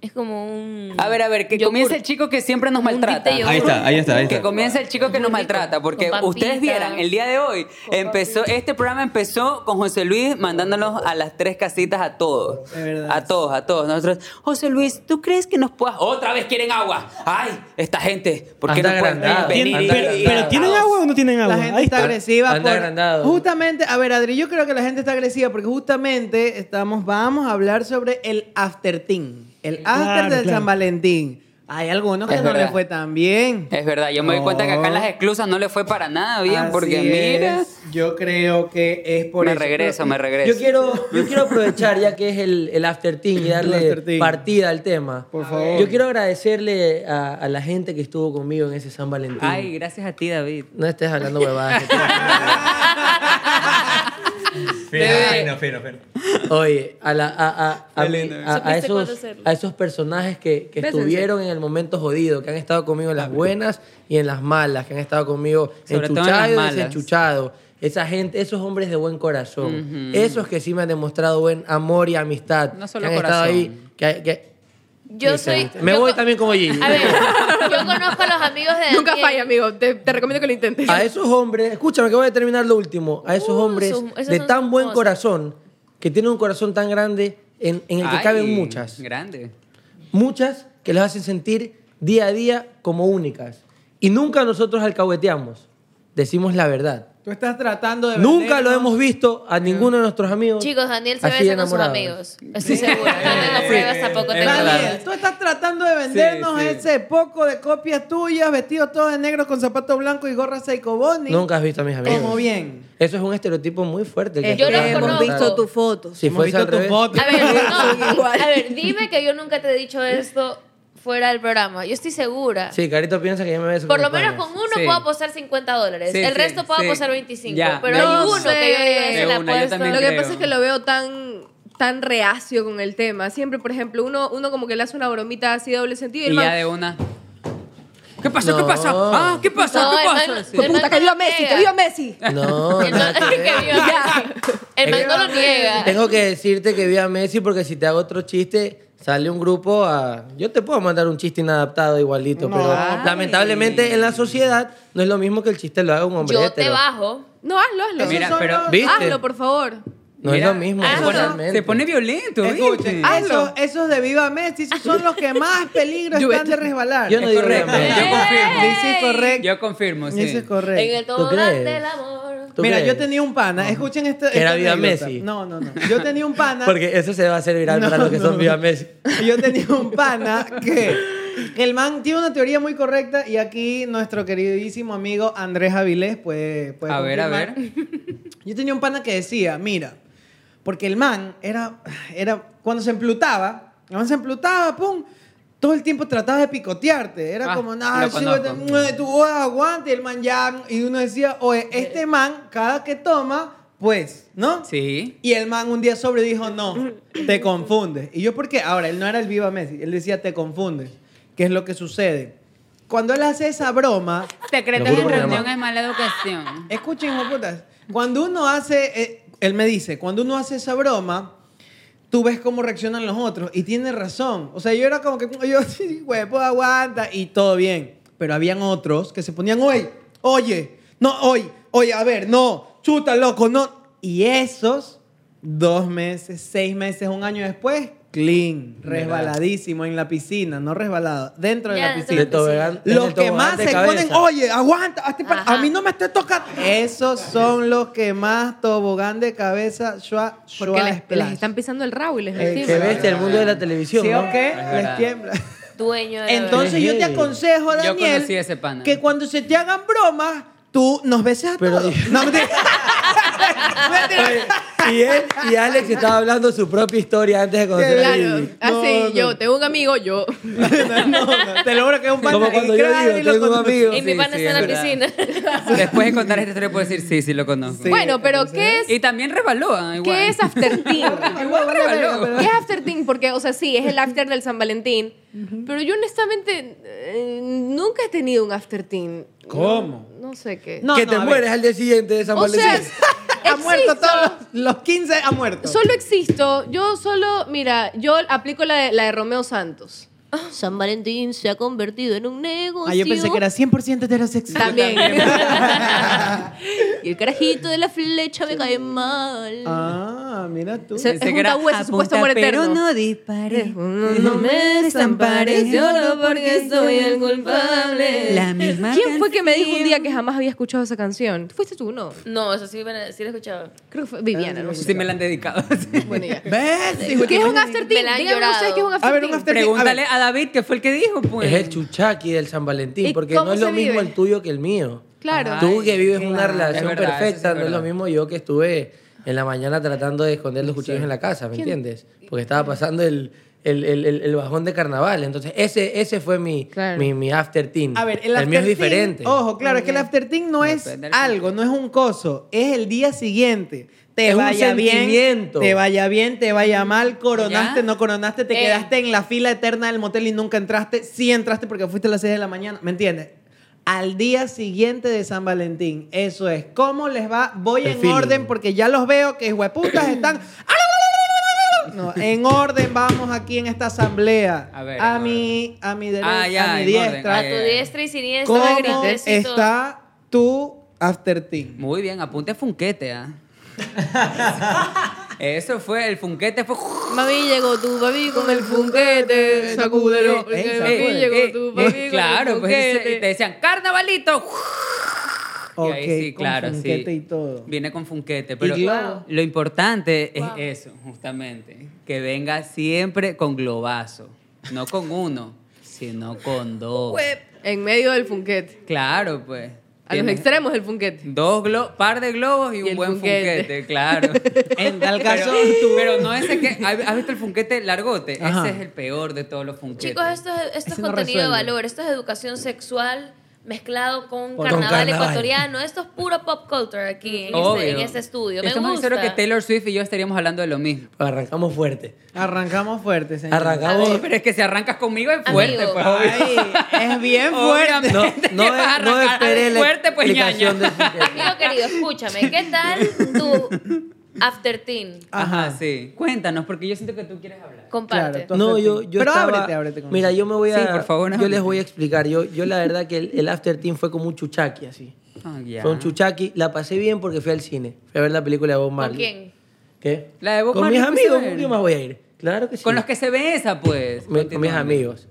S2: Es como un.
S3: A ver, a ver, que
S2: Yogur.
S3: comience el chico que siempre nos maltrata.
S2: dite yogur.
S6: Ahí está, ahí está, ahí
S3: Que
S6: está.
S3: comience el chico que nos maltrata, porque
S2: con papitas.
S3: ustedes vieran, el día de hoy empezó, este programa empezó con José Luis mandándonos a las tres casitas a todos.
S1: Es verdad.
S3: A todos, a todos. Nosotros, José Luis, ¿tú crees que nos puedas? Otra vez quieren agua. Ay, esta gente, ¿por qué
S4: Anda
S3: no pueden
S4: agrandado,
S3: venir?
S4: anda
S7: pero,
S4: agrandado.
S7: pero ¿tienen agua o no tienen agua?
S1: La gente
S7: Ahí
S1: está
S7: está.
S1: agresiva.
S4: anda
S1: por-
S4: agrandado.
S1: Justamente, a ver, Adri, yo creo que la gente está agresiva porque justamente estamos, vamos a hablar sobre el after teen, el after
S7: Claro,
S1: del
S7: claro.
S1: San Valentín. Hay algunos que
S3: Es
S1: no
S3: verdad.
S1: les fue tan bien.
S3: Es verdad, yo me doy cuenta que acá en las exclusas no le fue para nada bien, porque
S1: Así
S3: mira.
S1: es. Yo creo que es por
S3: me
S1: eso.
S3: regreso, me regreso.
S4: Yo quiero, yo quiero aprovechar, ya que es el, el after team, y
S1: El after
S4: darle
S1: teen.
S4: partida al tema.
S1: Por favor.
S4: Yo quiero agradecerle a, a la gente que estuvo conmigo en ese San Valentín.
S3: Ay, gracias a ti, David.
S4: No estés hablando huevadas.
S1: Bebé,
S6: Fino, fino, fino.
S4: Oye, a, la- a- a- a-
S3: Qué lindo.
S4: a- a
S2: Supiste cuándo
S4: esos,
S2: hacerlo.
S4: a esos personajes que, que
S5: Bésense.
S4: estuvieron en el momento jodido, que han estado conmigo en las buenas y en las malas, que han estado conmigo
S3: Sobre todo en las
S4: enchuchado y
S3: malas.
S4: desenchuchado. Esa gente, esos hombres de buen corazón, esos que sí me han demostrado buen amor y amistad,
S3: No solo
S4: que han estado
S3: corazón.
S4: ahí, que, que-
S2: Yo
S4: que
S2: soy.
S4: se- me
S2: yo
S4: voy
S2: co-
S4: también como Gigi.
S2: A ver, yo conozco a los amigos de Daniel.
S5: Nunca falla, amigo. Te, te recomiendo que lo intentes.
S9: Ah,
S4: A esos hombres, escúchame que voy a terminar lo último, a esos
S2: Uh,
S4: hombres
S2: sus- esas
S4: de
S2: son
S4: tan
S2: sus
S4: buen
S2: cosas.
S4: corazón, que tienen un corazón tan grande en, en el que
S3: Ay,
S4: caben muchas.
S3: Grande.
S4: Muchas que las hacen sentir día a día como únicas. Y nunca nosotros alcahueteamos, decimos la verdad.
S1: Tú estás tratando de.
S4: Nunca lo
S1: vendernos.
S4: hemos visto a ninguno de nuestros amigos.
S2: Chicos, Daniel se
S4: así
S2: besa con sus
S4: enamorados.
S2: amigos. Estoy segura. No tengo
S3: Sí.
S2: pruebas tampoco.
S3: Es
S2: Tengo
S3: verdad.
S2: dudas.
S1: Daniel, tú estás tratando de vendernos
S3: Sí, sí.
S1: ese poco de copias tuyas, vestidos todos de negro con zapatos blancos y gorras Seiko Boni.
S4: Nunca has visto a mis amigos.
S1: Como bien.
S4: Eso es un estereotipo muy fuerte.
S5: Eh,
S4: que
S2: Es Eh, Yo
S4: te
S2: los
S4: voy a
S2: conozco.
S9: hemos
S4: contar.
S9: visto tus fotos.
S4: Si
S1: Hemos
S4: fuese
S1: visto
S4: al
S1: tus
S4: revés,
S1: fotos.
S2: A ver,
S9: Son
S2: no,
S9: igual.
S2: a ver, dime que yo nunca te he dicho esto fuera del programa. Yo estoy segura.
S4: Sí, Carito piensa que ya me beso
S2: Por
S4: con
S2: lo
S4: mis
S2: menos
S4: panas.
S2: con uno
S3: Sí.
S2: puedo aposar 50 dólares.
S3: Sí,
S2: el
S3: sí,
S2: resto puedo
S3: sí.
S2: aposar 25.
S3: Ya,
S2: pero
S3: de
S2: hay
S3: una.
S2: uno que yo diga
S5: De
S2: se la
S3: una, yo
S2: apuesto.
S3: también
S5: Lo que
S3: creo.
S5: pasa es que lo veo tan tan reacio con el tema. Siempre, por ejemplo, uno, uno como que le hace una bromita así de doble sentido y el
S3: Y
S5: man,
S3: ya de una. ¿Qué pasó?
S4: No.
S3: ¿Qué pasó? ¿Ah? ¿Qué pasó?
S2: No,
S3: ¿Qué
S2: el man-
S3: pasó? Sí.
S2: el man
S5: puta, que
S2: no
S5: viva
S2: lo
S5: Messi,
S2: niega.
S5: que viva Messi.
S4: No,
S2: El man-
S4: nada que ver.
S2: que viva Messi. El man no lo niega.
S4: Tengo que decirte que vi a Messi porque si te hago otro chiste, sale un grupo a... Yo te puedo mandar un chiste inadaptado igualito, pero lamentablemente en la sociedad no es lo mismo que el chiste lo haga un hombre
S2: Yo te
S4: hétero.
S2: bajo.
S5: No, hazlo, hazlo.
S3: Mira,
S1: Esos son
S3: pero-
S1: los-
S4: ¿Viste?
S5: Hazlo, por favor.
S4: No
S3: Mira,
S4: es lo mismo.
S2: ah,
S3: Se pone-
S4: totalmente.
S3: se pone violento. ¿viste?
S1: Escuchen, esos, esos de Viva Messi esos son los que más peligro están de resbalar.
S4: Yo no digo
S3: correcto.
S4: nada más.
S3: Yo confirmo.
S1: Dice correcto.
S3: Yo confirmo, sí.
S1: Eso es correcto.
S2: En el tobogán
S4: crees?
S2: del amor.
S4: ¿Tú
S1: Mira,
S4: crees?
S1: yo tenía un pana. Escuchen este.
S4: Que era
S1: esta
S4: Viva
S1: anécdota.
S4: Messi.
S1: No, no, no. Yo tenía un pana.
S4: Porque eso se va a hacer viral
S1: No,
S4: para los que
S1: no.
S4: son Viva Messi.
S1: Yo tenía un pana que el man tiene una teoría muy correcta y aquí nuestro queridísimo amigo Andrés Avilés puede, puede
S3: A ver, a
S1: confirmar.
S3: ver.
S1: Yo tenía un pana que decía, mira, porque el man era, era cuando se emplutaba, el man se emplutaba, pum, todo el tiempo trataba de picotearte. Era
S3: Ah,
S1: como, nada,
S3: lo conozco.
S1: tú oh, aguante, y el man ya, y uno decía, oye, este man, cada que toma, pues, ¿no?
S3: Sí.
S1: Y el man un día sobre dijo, no, te confundes. Y yo, ¿por qué? Ahora, él no era el Viva Messi. Él decía, te confundes. ¿Qué es lo que sucede? Cuando él hace esa broma,
S4: Lo
S3: Secretos
S4: juro
S3: en
S4: por mi
S3: reunión
S4: mamá.
S3: es mala educación.
S1: escuchen, putas, cuando uno hace, eh, él me dice, cuando uno hace esa broma, tú ves cómo reaccionan los otros. Y tiene razón. O sea, yo era como que, yo, huevo, aguanta, y todo bien. Pero habían otros que se ponían, oye, oye, no, oye, oye, a ver, no, chuta, loco, no. Y esos, dos meses, seis meses, un año después, clean, resbaladísimo en la piscina, no resbalado, dentro de
S2: Ya,
S1: la
S2: dentro
S1: piscina.
S4: De tobogán- en el
S1: Los que
S4: tobogán
S1: más
S4: de
S1: se
S4: cabeza.
S1: ponen, oye, aguanta, hazte para-
S2: Ajá.
S1: a mí no me estés tocando. Esos son los que más tobogán de cabeza, shua,
S5: Porque
S1: shua,
S5: les, les están pisando el rabo y les
S1: Eh,
S5: lastima.
S4: Qué bestia el mundo de la televisión,
S1: ¿Sí
S4: ¿no?
S1: o qué? Les
S3: verdad.
S1: tiembla.
S2: Dueño de la
S1: Entonces yo te
S4: heavy.
S1: aconsejo,
S3: Yo
S1: Daniel,
S3: conocí a ese pana.
S1: que cuando se te hagan bromas, tú nos beses a
S4: Pero-
S1: todos. No, mentira. Mentira.
S4: Y él y Alex estaba hablando su propia historia antes de conocer a
S5: Claro,
S4: Gigi.
S5: así
S1: No, no.
S5: yo tengo un amigo, yo.
S1: no, no, te lo juro que es un pana.
S4: Como cuando yo
S1: Claro, y
S4: digo,
S1: lo
S4: tengo un
S1: conozco.
S4: amigo.
S2: verdad. Y mi
S3: Sí,
S2: pana
S3: sí,
S2: está en
S3: es
S2: la
S3: verdad.
S2: piscina.
S3: Después de contar esta historia puedo decir, sí, sí lo conozco.
S1: Sí,
S5: bueno, pero ¿qué es,
S3: Y también revaló, ah, igual.
S5: ¿qué es after teen?
S1: Ay, huevo, vale, verga, pero-
S5: ¿Qué es after teen? Porque, o sea, sí, es el after del San Valentín. Pero yo honestamente eh, nunca he tenido un after teen.
S1: ¿Cómo?
S5: No, no sé qué.
S1: No,
S4: que
S1: no,
S4: te
S1: a ver.
S4: mueres al día siguiente de San
S5: o sea,
S4: Valentín.
S1: Ha muerto
S5: existo.
S1: todos los, los 15, ha muerto.
S5: Solo existo, yo solo, mira, yo aplico la de, la de Romeo Santos. San Valentín se ha convertido en un negocio.
S1: Ah, yo pensé que era 100% heterosexual.
S5: También. y el carajito de la flecha me cae mal.
S1: Ah, mira tú.
S5: Se-
S3: Pensé
S5: es un
S3: que era
S5: tabú, ese supuesto amor
S3: apunta,
S5: eterno.
S3: pero
S5: no dispares, no me desampares, solo porque soy el culpable.
S9: La misma
S5: ¿Quién fue que me dijo un día que jamás había escuchado esa canción? ¿Fuiste tú? No.
S2: No, eso sí, me- sí lo he escuchado.
S5: Creo que fue Viviana, no sé.
S3: Sí me la han dedicado.
S5: Bueno, ya.
S1: ¿Ves? hijo de
S5: ¿Qué es
S1: tu-
S5: un after
S2: Me
S5: teen?
S2: la han
S5: Díganme
S2: llorado.
S5: ustedes qué es un after
S1: A ver, un
S5: teen.
S1: after teen. A
S3: Pregúntale
S1: ver,
S3: a David qué fue el que dijo, pues.
S4: Es el chuchaqui del San Valentín,
S5: ¿Y
S4: porque
S5: cómo
S4: no es lo
S5: se
S4: mismo
S5: vive?
S4: el tuyo que el mío.
S5: Claro.
S4: Tú que vives
S1: Ay,
S4: una
S1: claro.
S4: relación
S3: Es verdad, eso sí
S4: perfecta,
S3: es
S4: no es lo
S3: verdad.
S4: mismo yo que estuve en la mañana tratando de esconder los cuchillos en la casa, ¿me entiendes? Porque estaba pasando el, el, el- el- el bajón de carnaval. Entonces, ese, ese fue mi,
S5: Claro.
S4: mi, mi after teen.
S1: a ver, el, after
S4: mío es
S1: teen-
S4: diferente.
S1: Ojo, claro, es que el after teen no es
S3: Depende del
S1: algo, no es un coso, es el día siguiente. te
S4: Es un
S1: vaya bien,
S4: sentimiento.
S1: te vaya bien, te vaya mal, coronaste,
S2: ¿Ya?
S1: no coronaste, te
S2: Eh.
S1: quedaste en la fila eterna del motel y nunca entraste, sí entraste porque fuiste a las 6 de la mañana, ¿me entiendes? Al día siguiente de San Valentín, eso es, ¿cómo les va? Voy
S4: El
S1: en
S4: feeling.
S1: orden porque ya los veo que hueputas están... No, en orden vamos aquí en esta asamblea.
S3: A ver,
S1: a
S3: en
S1: mi, a mi derecha,
S3: Ah,
S1: a
S3: ya,
S1: mi
S3: en orden.
S1: diestra.
S3: Ah,
S2: A tu diestra y siniestra.
S1: ¿Cómo
S2: grites y todo.
S1: está tu after tea?
S3: Muy bien, apunte funquete, ¿ah? Eso fue, el funquete fue...
S5: Mami llegó tú, papi con el funquete, sacúdelo.
S1: Ey,
S3: eh,
S5: porque
S1: sacude.
S5: Mami llegó tú, papi con el
S3: claro, pues
S5: funquete.
S3: y te decían, carnavalito. Y ahí sí,
S1: con
S3: claro,
S1: funquete
S3: sí.
S1: y todo.
S3: Viene con funquete, pero
S1: globo.
S3: lo importante es eso, justamente, que venga siempre con globazo, no con uno, sino con dos.
S5: En medio del funquete.
S3: Claro, pues.
S5: A los
S3: Tienes
S5: extremos del funquete.
S3: Dos glo- par de globos y, un
S5: el
S3: buen funquete,
S5: funquete.
S3: claro.
S1: En tal caso,
S3: pero,
S1: tú-
S3: pero no ese que. ¿Has visto el funquete largote?
S1: Ajá.
S3: Ese es el peor de todos los funquetes.
S2: Chicos, esto es, esto es
S1: Ese no
S2: contenido de
S1: resuelve.
S2: valor, esto es educación sexual mezclado con
S4: Con
S2: carnaval,
S4: carnaval.
S2: ecuatoriano, esto es puro pop culture aquí en,
S3: Obvio.
S2: este, en este estudio. Me
S3: Esto es más
S2: gusta.
S3: sincero que Taylor Swift y yo estaríamos hablando de lo mismo.
S4: Arrancamos fuerte.
S1: Arrancamos fuerte, señor.
S4: Arrancamos.
S3: Pero es que si arrancas conmigo es fuerte,
S2: Amigo.
S3: pues. obvio.
S1: Ay, es bien
S3: Obviamente.
S1: fuerte.
S4: No, no,
S3: Te vas a
S4: no
S3: arrancar.
S4: esperé la
S3: Fuerte, pues,
S4: explicación
S3: ñaña.
S4: del funquete.
S2: Amigo querido, escúchame, ¿qué tal tu after teen?
S3: Ajá,
S1: Ajá.
S3: sí. Cuéntanos, porque yo siento que tú quieres hablar.
S2: Comparte.
S1: Claro,
S4: No,
S1: Entonces,
S4: yo,
S1: sí.
S4: yo
S1: Pero
S4: estaba-
S1: ábrete, ábrete con
S4: Mira,
S1: eso.
S4: yo me voy a...
S3: Sí, por favor,
S4: yo
S3: ábrete.
S4: les voy a explicar. Yo, yo la verdad que el, el after team fue como un chuchaqui, así.
S3: Ah, ya.
S4: Fue un chuchaqui. La pasé bien porque fui al cine. Fui a ver la película de Bob
S2: ¿Con
S4: Marley.
S2: quién?
S4: ¿Qué?
S3: La de Bob
S4: Con
S3: Marley
S4: mis
S3: fuiste a
S4: amigos.
S3: ver.
S4: ¿Con quién más voy a ir? Claro que sí.
S3: Con los que se besa, pues.
S4: Me- con mis
S3: Continuamos.
S4: amigos.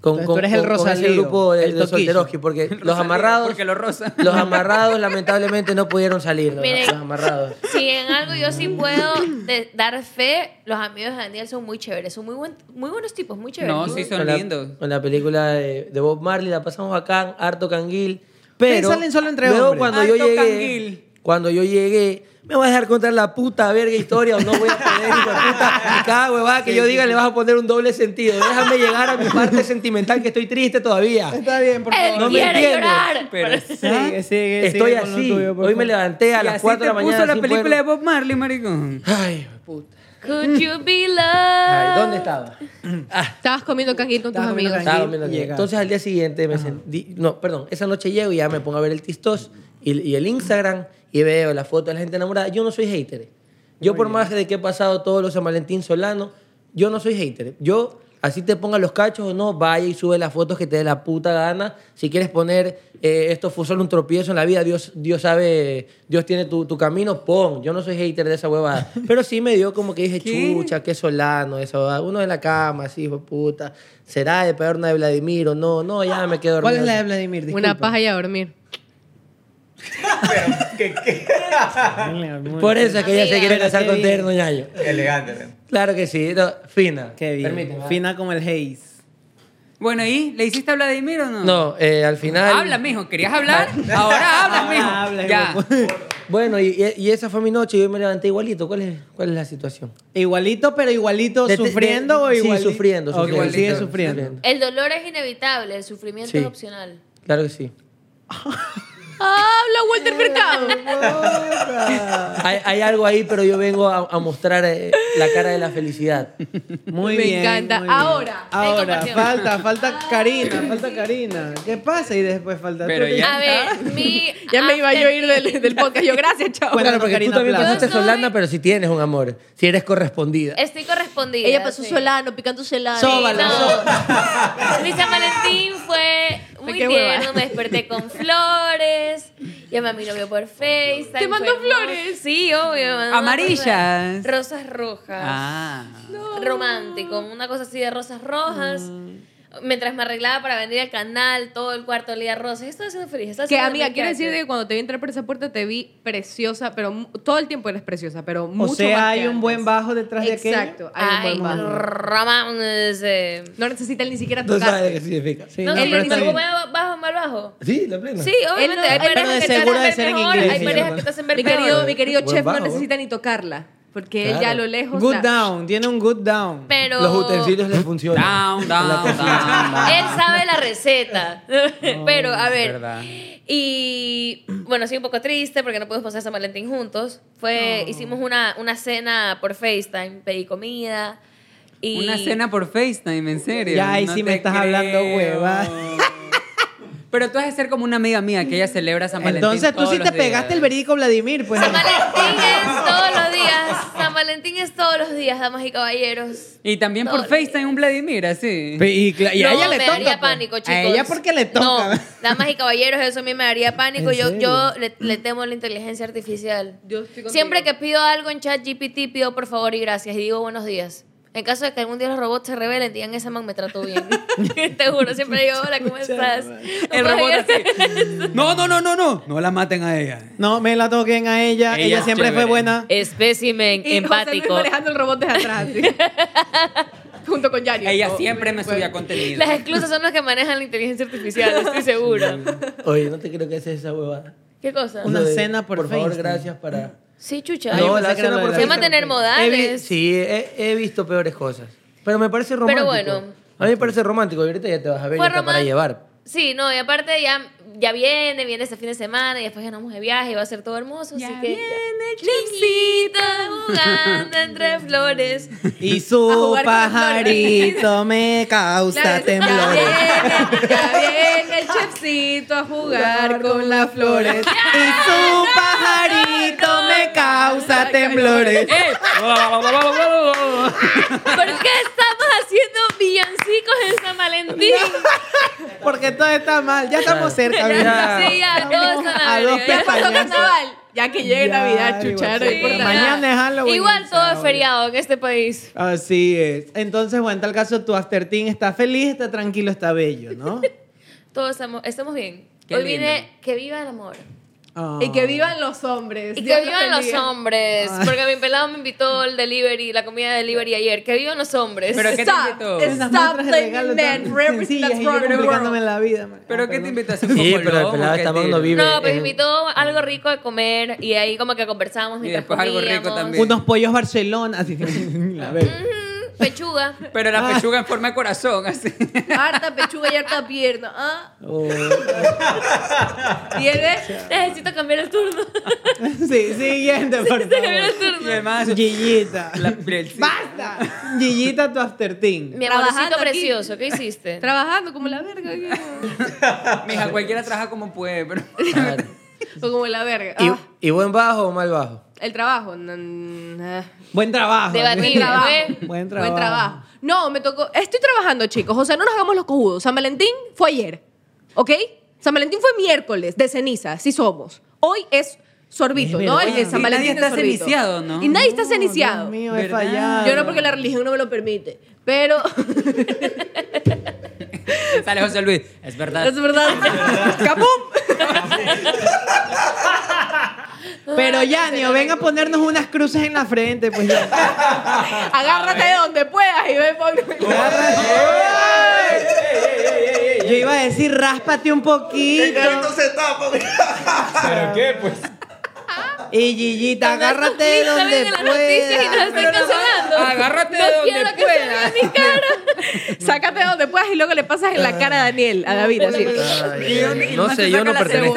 S4: Con,
S1: Entonces,
S4: con-
S1: tú eres el
S4: con- con ese
S1: Rosalío,
S4: grupo de,
S1: el
S4: de
S1: Toquillo.
S4: solteroski, porque los
S3: Rosalío,
S4: amarrados,
S3: porque lo rosa.
S4: los amarrados lamentablemente no pudieron salir, los,
S2: Miren.
S4: los amarrados.
S2: Si en algo yo sí puedo de- dar fe, los amigos de Daniel son muy chéveres, son muy, buen- muy buenos tipos, muy chéveres.
S3: No,
S2: Muy-
S3: sí, son
S4: con la,
S3: lindos.
S4: Con la película de, de Bob Marley la pasamos acá, harto canguil. Pero
S1: Ustedes salen solo entre
S4: luego
S1: hombres.
S4: cuando yo
S3: Harto
S4: llegué,
S3: canguil.
S4: cuando yo llegué, me vas a dejar contar la puta verga historia o no voy a poder hijo de puta. Y cada huevada que yo diga le vas a poner un doble sentido. Déjame llegar a mi parte sentimental que estoy triste todavía.
S1: Está bien, por
S2: Él
S1: favor.
S4: No me
S2: quiere
S4: entiendes.
S2: llorar.
S3: Pero-
S1: Sigue, sigue,
S4: Estoy
S1: sigue con lo
S4: así.
S1: tuyo, por
S4: Hoy me
S1: favor.
S4: levanté a
S3: Y
S4: las
S3: así
S4: 4 de la
S3: te puso
S4: mañana.
S3: la
S4: sin
S3: película
S4: poder-
S3: de Bob Marley, maricón.
S4: Ay, puta.
S2: Could you be loved?
S4: Ay, ¿dónde estaba?
S5: Estabas comiendo canguil con tus
S1: Estabas comiendo
S5: amigos.
S1: canguil.
S4: Estaba comiendo
S1: llega.
S4: Entonces al día siguiente me sen- di- No, perdón. Esa noche llego y ya me pongo a ver el TikTok y, y el Instagram y veo la foto de la gente enamorada. Yo no soy hater. Yo por más de que he pasado todos los San Valentín Solano, yo no soy hater. Yo, así te ponga los cachos o no, vaya y sube las fotos que te dé la puta gana. Si quieres poner eh, esto fue solo un tropiezo en la vida, Dios, Dios sabe, Dios tiene tu, tu camino, pon. Yo no soy hater de esa huevada. Pero sí me dio como que dije, chucha, qué solano, esa huevada. Uno en la cama, así, hijo de puta. ¿Será de pegar una de Vladimir o no? No, ya me quedo dormido.
S1: ¿Cuál es la de Vladimir? Disculpa.
S5: Una paja y a dormir.
S4: Por eso es que ella se
S2: Amiga.
S4: quiere casar
S1: Pero
S4: con
S1: qué bien.
S4: Terno Ñaño.
S6: Elegante.
S4: Claro que sí, no, fina.
S1: Qué bien.
S4: Permíteme. ah.
S1: Fina como el Haze.
S3: Bueno, ¿y? ¿Le hiciste a Vladimir o no?
S4: No, eh, al final...
S3: Habla, mijo. ¿Querías hablar? Ahora hablas, mijo.
S1: habla,
S3: ya.
S1: hijo
S4: Bueno, y, y- y esa fue mi noche, yo me levanté igualito. ¿Cuál es, cuál es la situación?
S1: Igualito, pero igualito,
S4: De- de-
S1: sufriendo o
S4: sí,
S1: igualito.
S4: sufriendo,
S1: Ok,
S4: sufriendo.
S1: sigue
S4: Igualito.
S1: sufriendo.
S4: Sufriendo.
S2: El dolor es inevitable, el sufrimiento
S4: Sí.
S2: es opcional.
S4: Claro que sí.
S5: ¡Habla Walter Mercado!
S4: Hay, hay algo ahí, pero yo vengo a, a mostrar eh, la cara de la felicidad.
S1: Muy
S5: Me
S1: bien.
S5: encanta.
S1: muy bien.
S5: Ahora,
S2: hay
S1: Ahora,
S2: compasión.
S1: falta, falta Karina, falta Karina. ¿Qué pasa? Y después falta
S3: Pero
S1: tú.
S3: ya-
S2: A ver, mi.
S5: Ya me iba yo a ir
S2: after teen.
S5: del, del podcast. Yo, gracias, chao.
S1: Bueno,
S4: Claro, porque
S1: Karina
S4: tú también
S1: Plaza.
S4: pasaste
S2: Yo soy-
S4: solana, pero si tienes un amor, si eres correspondida.
S2: Estoy correspondida.
S5: Ella pasó
S2: sí.
S5: solano, picando solano.
S1: Sóbala,
S2: No.
S1: sóbala.
S2: Mi San Valentín fue muy
S5: qué
S2: tierno,
S5: hueva.
S2: me desperté con flores, llamé a mi novio por FaceTime.
S5: ¿Te mandó
S2: fue hermoso.
S5: flores?
S2: Sí, obvio. me mandó
S3: Amarillas.
S2: Rosas rojas.
S3: Ah.
S2: Romántico, una cosa así de rosas rojas. Mientras me arreglaba para venir al canal, todo el cuarto olía a rosas. Estaba siendo feliz. estaba
S5: Que
S2: haciendo
S5: amiga,
S2: lo
S5: quiero
S2: hace.
S5: decirte que cuando te vi entrar por esa puerta te vi preciosa, pero mu- todo el tiempo eres preciosa, pero
S1: O
S5: mucho más
S1: sea,
S5: que
S1: hay un
S5: antes.
S1: buen bajo detrás de aquello.
S5: Exacto, hay
S2: Ay,
S5: un buen bajo.
S2: romance.
S5: No necesita él ni siquiera
S4: No
S5: tocar.
S4: sabes qué significa. Sí,
S2: No,
S1: no, eh,
S2: sé,
S1: pero está
S2: ¿cómo
S1: bien.
S2: bajo, bajo, mal bajo?
S4: la plena.
S2: Sí, obviamente.
S5: no-
S2: hay
S5: pero
S2: parejas
S1: de
S2: que te
S1: seguro
S2: hacen
S1: de
S2: ver
S1: ser en
S2: mejor,
S1: inglés,
S2: hay
S1: sí,
S2: parejas
S1: hermano.
S2: que te hacen ver
S5: Mi
S2: peor.
S5: querido, mi querido
S4: Buen
S5: chef
S4: bajo,
S5: no necesita ni tocarla. Porque él
S4: Claro.
S5: ya a lo lejos...
S1: Good
S5: la-
S1: down, tiene un good down.
S2: Pero
S4: Los utensilios les funcionan.
S2: Ah.
S3: Down, down,
S4: La cocina.
S3: down, down.
S2: él sabe la receta. Pero, a ver.
S3: verdad.
S2: Y bueno, sí, un poco triste porque no pudimos pasar San Valentín juntos. Fue, hicimos una, una cena por FaceTime, pedí comida. Y
S3: Una cena por FaceTime, en serio.
S1: Ya, ahí sí
S3: te
S1: me estás hablando hueva.
S3: Pero tú has de ser como una amiga mía que ella celebra San Valentín.
S1: Entonces tú
S3: todos
S1: sí
S3: los
S1: te pegaste
S3: días.
S1: el verídico Vladimir, pues.
S2: San Valentín es todos los días. San Valentín es todos los días, damas y caballeros.
S3: Y también por
S2: Todos.
S3: FaceTime un Vladimir, así.
S1: Y, cla- y a
S2: No,
S1: ella le
S2: me
S1: toca.
S2: daría
S1: pues.
S2: pánico, chicos.
S1: A ella porque le toca.
S2: No, damas y caballeros, eso a mí me daría pánico.
S1: ¿En
S2: Yo,
S1: serio?
S2: yo le, le temo la inteligencia artificial.
S5: Yo estoy contigo.
S2: Siempre que pido algo en chat GPT, pido por favor y gracias y digo buenos días. En caso de que algún día los robots se rebelen, digan, esa man me trató bien. Te juro, siempre digo, hola, ¿cómo estás?
S3: El robot así. No, no, no, no, no. No la maten a ella.
S1: No, me la toquen a ella. Ella,
S3: Ella es
S1: siempre fue
S3: chévere.
S1: buena.
S2: Espécimen
S5: Y José Luis
S2: empático.
S5: manejando el robot desde atrás. así. Junto con Yari.
S3: Ella
S5: Oh,
S3: siempre me
S5: bueno.
S3: subía contenido.
S2: Las exclusas son las que manejan la inteligencia artificial, estoy segura.
S4: Oye, no te creo que haces esa huevada.
S2: ¿Qué cosa?
S1: Una
S4: Lo de,
S1: cena por
S4: favor,
S1: FaceTime.
S4: gracias para...
S2: Sí, chucha.
S1: Ah, yo
S4: No,
S1: pensé
S4: la
S1: que era
S4: cena
S1: lo de
S4: por
S1: la-
S2: Se llama
S4: FaceTime.
S2: tener
S4: He vi-
S2: modales.
S4: sí, he, he visto peores cosas. Pero me parece romántico.
S2: bueno.
S4: A mí me parece romántico. Y ahorita ya te vas a ver
S2: Fue
S4: ya está para
S2: román-
S4: llevar.
S2: Sí, no, y aparte ya, ya viene, viene este fin de semana y después ya nos vamos de viaje y va a ser todo hermoso. así que Chiquita jugando entre flores.
S1: Y
S5: A
S1: su
S5: jugar con las
S1: pajarito me
S5: Claro,
S1: causa
S5: ya viene,
S1: temblores.
S5: ya viene el chefcito a jugar con las flores.
S1: Y su pajarito me causa temblores.
S2: ¿Por qué estamos haciendo villancicos en San Valentín?
S1: Porque todo está mal. Ya estamos cerca, mira.
S2: Sí, ya, todos están
S1: A dos
S5: Ya pasó
S1: Payaso.
S5: carnaval. Ya que llegue
S1: Ya,
S5: Navidad,
S1: igual,
S5: chuchar. no
S1: sí.
S5: importa nada.
S1: Mañana es Halloween.
S2: Igual todo es feriado en este país.
S1: Así es. Entonces, bueno, en tal caso, tu after teen está feliz, está tranquilo, está bello, ¿no?
S2: Todos estamos, estamos bien.
S3: Qué
S2: Hoy
S3: lindo.
S2: vine, que viva el amor.
S1: Ah.
S5: Y que vivan los hombres.
S2: Y que
S5: Dios
S2: vivan los
S5: bendiga. Ah.
S2: hombres. Porque mi pelado me invitó el delivery, la comida de delivery ayer. Que vivan los hombres.
S3: Pero qué te
S5: Stop.
S3: invitó.
S5: Es-
S1: Esas
S5: Stop
S1: muestras de
S5: playing
S1: regalo
S5: men,
S1: tan
S5: represent
S1: sencillas y
S5: the
S1: yo
S5: front world.
S1: complicándome la vida. man.
S3: Pero
S1: Ah,
S3: qué te
S1: perdón.
S3: invitó a hacer
S4: Sí, pero el pelado está no vive. eh.
S2: No, pues
S4: en-
S2: invitó algo rico de comer y ahí como que conversamos
S3: Y
S2: mientras
S3: después algo rico
S2: comíamos.
S3: también.
S1: Unos pollos Barcelona. Así, la verga.
S2: Mm, pechuga.
S3: Pero la pechuga en forma de corazón, así.
S5: Harta pechuga y harta pierna. ¿Ah?
S1: Oh.
S5: ¿Tienes?
S2: Necesito cambiar el turno.
S1: Sí, siguiente, por
S2: cambiar
S1: favor.
S2: el turno.
S3: Y además,
S1: Gillita.
S3: la piel.
S1: ¡Basta! Gillita, tu after teen.
S2: Mi amorcito
S5: Trabajando aquí.
S2: precioso, ¿qué hiciste?
S5: Trabajando como la verga. ¿qué?
S3: Mija, cualquiera trabaja como puede, pero.
S2: Mm.
S4: Claro.
S5: O como la verga.
S4: ¿Y,
S5: Ah,
S4: y buen bajo o mal bajo?
S5: el trabajo. Mm, ah.
S1: Buen trabajo.
S2: Debatible.
S5: Buen trabajo.
S2: ¿eh?
S1: Buen trabajo.
S5: Buen trabajo. No, me tocó. Estoy trabajando, chicos. O sea, no nos hagamos los cojudos. San Valentín fue ayer. ¿Ok? San Valentín fue miércoles de ceniza, sí somos. Hoy es sorbito,
S1: Es
S5: ¿no?
S1: verdad.
S5: El de San
S3: Y nadie
S5: Valentín
S3: está
S5: es sorbito.
S3: ceniciado, ¿no?
S5: Y nadie está
S1: No,
S5: ceniciado.
S1: Dios mío, he
S3: ¿Verdad?
S1: fallado.
S5: Yo no porque la religión no me lo permite. Pero.
S3: Sale José Luis. Es verdad.
S5: es verdad. ¡Capum!
S1: Pero Yanio, ven a ponernos unas cruces en la frente, pues ya.
S5: Agárrate de donde puedas y ve por.
S1: Yo iba a decir, ráspate un poquito.
S8: se tapa.
S6: ¿Pero qué? Pues.
S1: Y Gillita, agárrate de
S2: Clip también
S1: donde
S2: en las noticias y nos
S1: puedas.
S2: están cancelando.
S3: agárrate de
S2: No
S3: donde
S2: quiero que se vea
S3: puedas.
S2: mi cara.
S5: Sácate de donde puedas y luego le pasas en la cara a Daniel, a David, así.
S4: Ah. No sé, yo no pertenezco.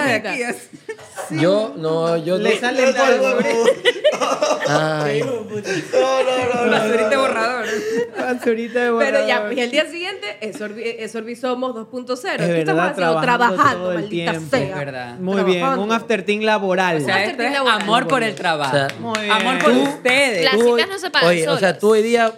S4: Yo, no, yo
S1: Le
S4: no-
S1: sale
S3: pues,
S1: el polvo.
S4: Ay,
S3: Basurita borrador.
S1: Basurita de
S5: Pero ya,
S1: borrador.
S5: pues y el día siguiente es, Orbi- es Orbisomos 2.0.
S1: Es
S5: ¿Qué estamos
S1: verdad, trabajando
S5: haciendo? Trabajando,
S1: todo el
S5: maldita
S1: tiempo.
S5: sea.
S3: Es verdad.
S1: Muy bien,
S5: trabajando.
S1: un after teen laboral.
S3: O sea, esto es amor por el trabajo.
S4: O sea,
S1: Muy bien.
S3: Amor por
S1: Tú-
S3: ustedes.
S2: Las citas no se pagan
S4: oye, o sea,
S2: solas.
S4: tú hoy día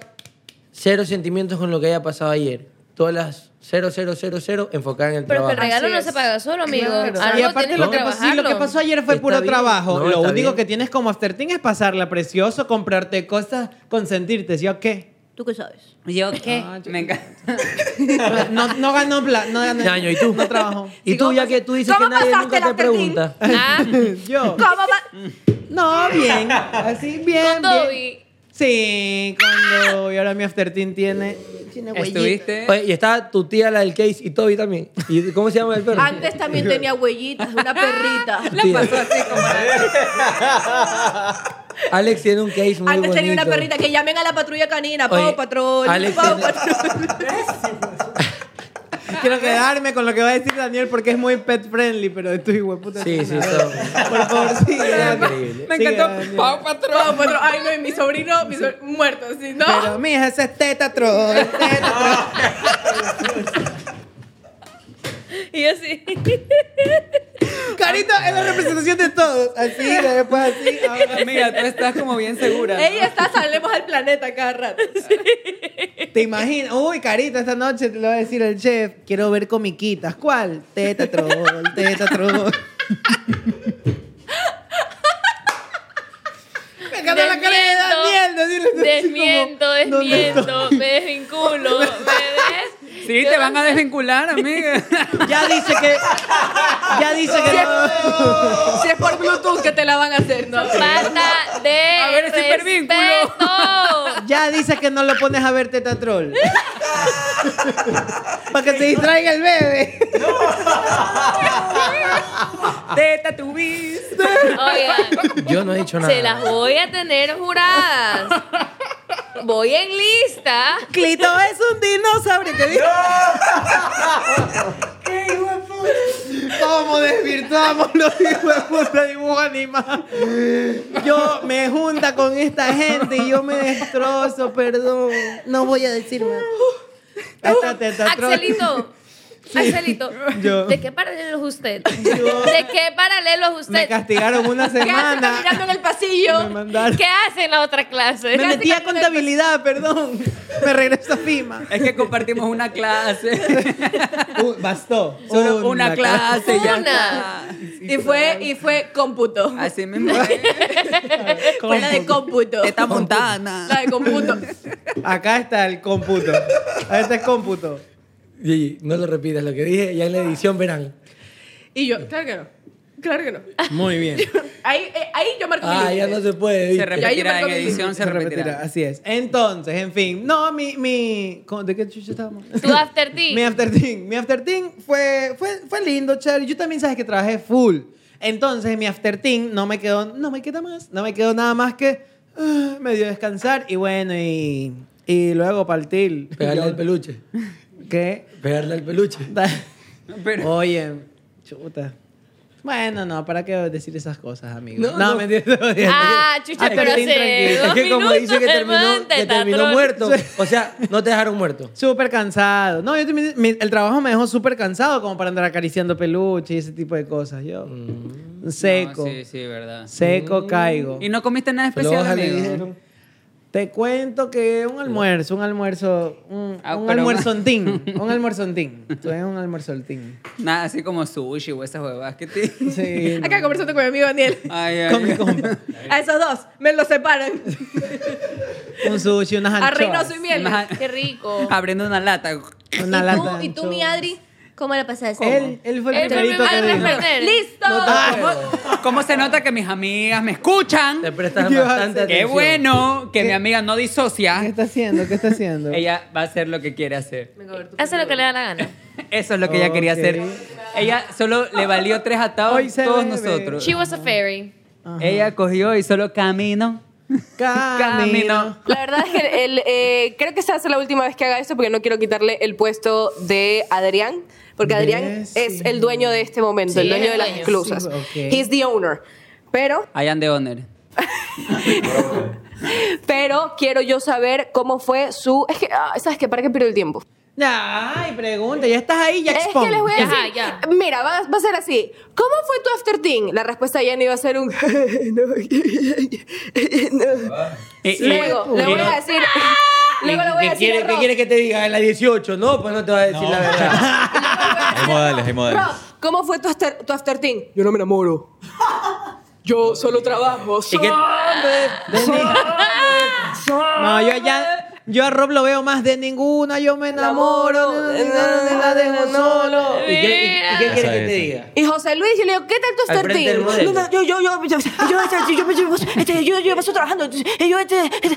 S4: cero sentimientos con lo que haya pasado ayer. Todas las cero, cero, cero, cero enfocadas en el
S2: Pero que el
S4: trabajo.
S2: regalo
S5: Así
S2: no
S5: es.
S2: se paga solo, amigo.
S5: Claro.
S1: y
S2: Algo
S1: aparte
S2: tienes
S1: lo
S2: que
S1: que, pasó, sí, lo que
S2: trabajarlo.
S1: pasó ayer fue
S4: Está
S1: puro
S4: bien.
S1: trabajo.
S4: No,
S1: lo
S4: está
S1: único
S4: bien.
S1: que tienes como after teen es pasarla precioso, comprarte cosas, consentirte, ¿sí o qué?
S5: ¿Tú qué sabes?
S3: ¿Yo qué?
S1: Ah, yo-
S3: Me encanta.
S1: No, no ganó pla- no ganó.
S4: Ñaño, ¿y tú?
S1: No trabajó.
S4: Y tú, ya que tú dices
S5: ¿Cómo
S4: que nadie
S5: pasaste
S4: nunca
S5: el
S4: te
S5: after teen?
S4: pregunta.
S2: Ah,
S1: Yo.
S5: ¿Cómo va?
S1: No, bien. Así bien. bien.
S2: con Toby.
S1: Sí, cuando y ahora mi after teen tiene tiene huellita.
S3: Estuviste.
S4: Oye, y está tu tía, la del case, y Toby también. ¿Y cómo se llama el perro?
S5: Antes también tenía huellitas, una perrita.
S4: Tía.
S3: Pasó así como.
S4: Alex tiene un case
S10: Antes
S4: muy bonito.
S10: tenía una perrita que llamen a la patrulla canina. Pau,
S4: Oye,
S10: patrón.
S4: Alex
S10: Pau,
S4: tiene-
S10: patrón.
S1: Quiero quedarme con lo que va a decir Daniel porque es muy pet friendly, pero esto es puta.
S4: Sí, sí, son.
S1: Por favor, sí.
S4: increíble.
S10: Me
S1: Sigue,
S10: encantó.
S1: Daniel.
S10: Pau, patrón. Pau, patrón. Ay, no, y mi sobrino, mi sobrino muerto. así, no.
S1: Pero mija, ese es tetatro.
S2: Y yo así.
S1: Carita es la representación de todos. Así, después así. ahora.
S3: Amiga, tú estás como bien segura.
S10: Ella está, salemos al planeta cada rato.
S1: Te imaginas, uy, carita, esta noche te lo va a decir el chef, quiero ver comiquitas. ¿Cuál? Teta troll, teta troll. Me encanta la cara de Daniel. Daniel está así como,
S2: Desmiento,
S1: ¿dónde estoy?
S2: desmiento, me desvinculo, me des.
S3: Sí, te van a desvincular, amiga.
S1: Ya dice que. Ya dice que. no.
S10: Si es por Bluetooth que te la van a hacer, no.
S2: Falta de
S3: A ver ese hipervínculo.
S2: respeto.
S1: Ya dice que no lo pones a ver teta troll. Para que se distraiga el bebé.
S3: Teta, tu bis.
S2: Oigan,
S4: Yo no he dicho nada.
S2: se las voy a tener juradas. Voy en lista.
S1: Clito es un dinosaurio. ¿Qué dijo? ¿Cómo desvirtuamos los hijos de puta dibujo animal? Yo me junta con esta gente y yo me destrozo, perdón. No voy a decir más. Ahí está, te- te-
S2: Axelito. Axelito,
S1: Yo.
S2: ¿de qué paralelo es usted? ¿De qué paralelo es
S1: Me
S2: usted?
S1: castigaron una
S10: ¿Qué haces caminando
S1: semana.
S10: en el pasillo?
S1: Me mandaron.
S2: ¿Qué hace en la otra clase?
S1: Me metí a contabilidad, perdón. Me regreso a FIMA.
S3: Es que compartimos una clase.
S1: Uh, bastó.
S3: Solo una clase. Ya
S2: Una.
S3: está.
S10: Y fue, y fue cómputo.
S3: Así mismo. es.
S10: Fue la de cómputo.
S3: Teta montana.
S10: La de cómputo.
S1: Acá está el cómputo. Ahí está el cómputo.
S4: Gigi, no lo repitas lo que dije, ya en la edición verán.
S10: Y yo, claro que no. Claro que no.
S1: Muy bien.
S10: Ahí, eh, ahí yo marco mi
S4: Ah, ya
S10: límite.
S4: no se puede.
S3: Se
S4: ¿viste?
S10: Ya yo
S3: repetirá
S10: marco
S3: en
S10: mi
S3: edición, se
S1: Se repetirá,
S3: repetirá.
S1: así es. Entonces, en fin. No, mi. mi ¿cómo- ¿De qué chucha estábamos?
S2: Tu after tea.
S1: Mi after teen. Mi after teen fue, fue, fue lindo, chévere. Yo también sabes que trabajé full. Entonces, mi after teen no me quedó, no me queda más. No me quedó nada más que ah, medio descansar y bueno, y, y luego partir.
S4: Pegarle
S1: Yo-
S4: al peluche.
S1: ¿Qué?
S4: Pegarle al peluche.
S3: Pero-
S1: Oye, chuta. Bueno, no, ¿para qué decir esas cosas, amigo?
S4: No,
S1: No,
S4: no.
S1: me entiendo.
S2: Ah, chucha,
S1: Ay,
S2: pero
S1: Martín,
S2: hace
S1: tranquilo.
S2: dos
S4: Es que como
S2: minutos
S4: dice que
S2: el
S4: terminó,
S2: man
S4: que
S2: te
S4: terminó
S2: tatró.
S4: muerto. O sea, no te dejaron muerto.
S1: Súper cansado. No, yo también- mi- el trabajo me dejó súper cansado como para andar acariciando peluche y ese tipo de cosas. Yo,
S10: Mm.
S1: seco,
S3: No, sí, sí, verdad.
S1: seco caigo.
S3: Y no comiste nada especial,
S4: Floja le
S3: amigo.
S4: dijeron.
S1: Te cuento que un almuerzo, un almuerzo, un,
S3: Ah,
S1: un
S3: pero-
S1: almuerzontín, un almuerzontín. Tuve un almuerzontín.
S3: Nada, así como sushi o esas huevas que te...
S1: Sí.
S10: Acá conversando con mi amigo Daniel.
S3: Ay, ay,
S1: Con mi
S3: ay.
S1: compa.
S10: A esos dos, me los separan.
S1: Un sushi, unas
S10: A
S1: anchoas.
S10: Reynoso y Miel.
S3: Ajá.
S2: Qué rico.
S3: Abriendo una lata.
S1: Una
S10: ¿Y
S1: lata
S10: tú,
S1: de
S10: y tú, mi
S1: anchoas.
S10: Adri, ¿cómo la pasaste?
S1: Él, él fue el
S2: Él fue el
S1: primerito
S10: Ah,
S1: que
S2: primero en
S1: dijo.
S2: responder.
S10: ¡Listo!
S1: No te puedo.
S3: ¿Cómo se nota que mis amigas me escuchan?
S4: Te prestas
S1: Yo
S4: bastante
S1: sé.
S3: Qué
S4: atención.
S3: bueno que
S1: ¿Qué?
S3: mi amiga no
S1: ¿Qué
S3: disocia.
S1: está haciendo? ¿Qué está haciendo?
S3: Ella va a hacer lo que quiere hacer.
S2: Hace lo que le da la gana.
S3: Eso es lo que ella quería
S1: Ok.
S3: hacer. Ella solo le valió tres atados
S1: Hoy
S3: a
S1: se
S3: todos
S1: bebe.
S3: nosotros.
S2: She was a fairy.
S1: Ajá.
S3: Ella cogió y solo camino.
S1: Camino.
S5: La verdad es que el, eh, creo que se hace la última vez que haga esto porque no quiero quitarle el puesto de Adrián, porque Adrián
S1: Bessie.
S5: es el dueño de este momento,
S2: Sí,
S5: el dueño
S2: es
S5: de
S2: el
S5: las
S2: dueño.
S5: esclusas.
S1: Sí, ok.
S5: He's the owner. Pero,
S3: I am the honor.
S5: pero quiero yo saber cómo fue su. Es que, ah, ¿sabes qué? ¿Para qué pierdo el tiempo?
S1: Ay, pregunta, ya estás ahí, ya
S10: Eh.
S5: Es
S1: expon.
S5: que les voy a
S2: Ya,
S5: decir,
S2: ya.
S5: mira, va, va a ser así. ¿Cómo fue tu after teen? La respuesta ya no iba a ser un. no, no.
S3: Y- y-
S5: Luego, le voy a decir.
S1: Ah.
S5: Luego le voy a
S4: ¿Qué
S5: decir.
S4: quieres,
S5: a
S4: qué
S5: Rob.
S4: quieres que te diga? En la 18, no, pues no te va a decir la verdad.
S6: Hay modales, hay modales.
S5: Rob, ¿cómo fue tu after, tu after teen? Yo no me enamoro. Yo solo trabajo.
S4: ¿Y qué-
S1: No, yo ya. Yo a Rob lo veo más de ninguna, yo me enamoro,
S5: Enamoro,
S1: de nada, de la dejo solo.
S4: ¿Y qué, y- y qué quieres que te diga?
S5: Y José Luis, yo le digo, ¿qué tal tu
S4: Al frente del
S5: after
S4: modelo.
S5: teen? No, no, yo, yo, yo, yo, yo, yo, yo, yo, este, yo, yo paso trabajando. este, yo, este, este.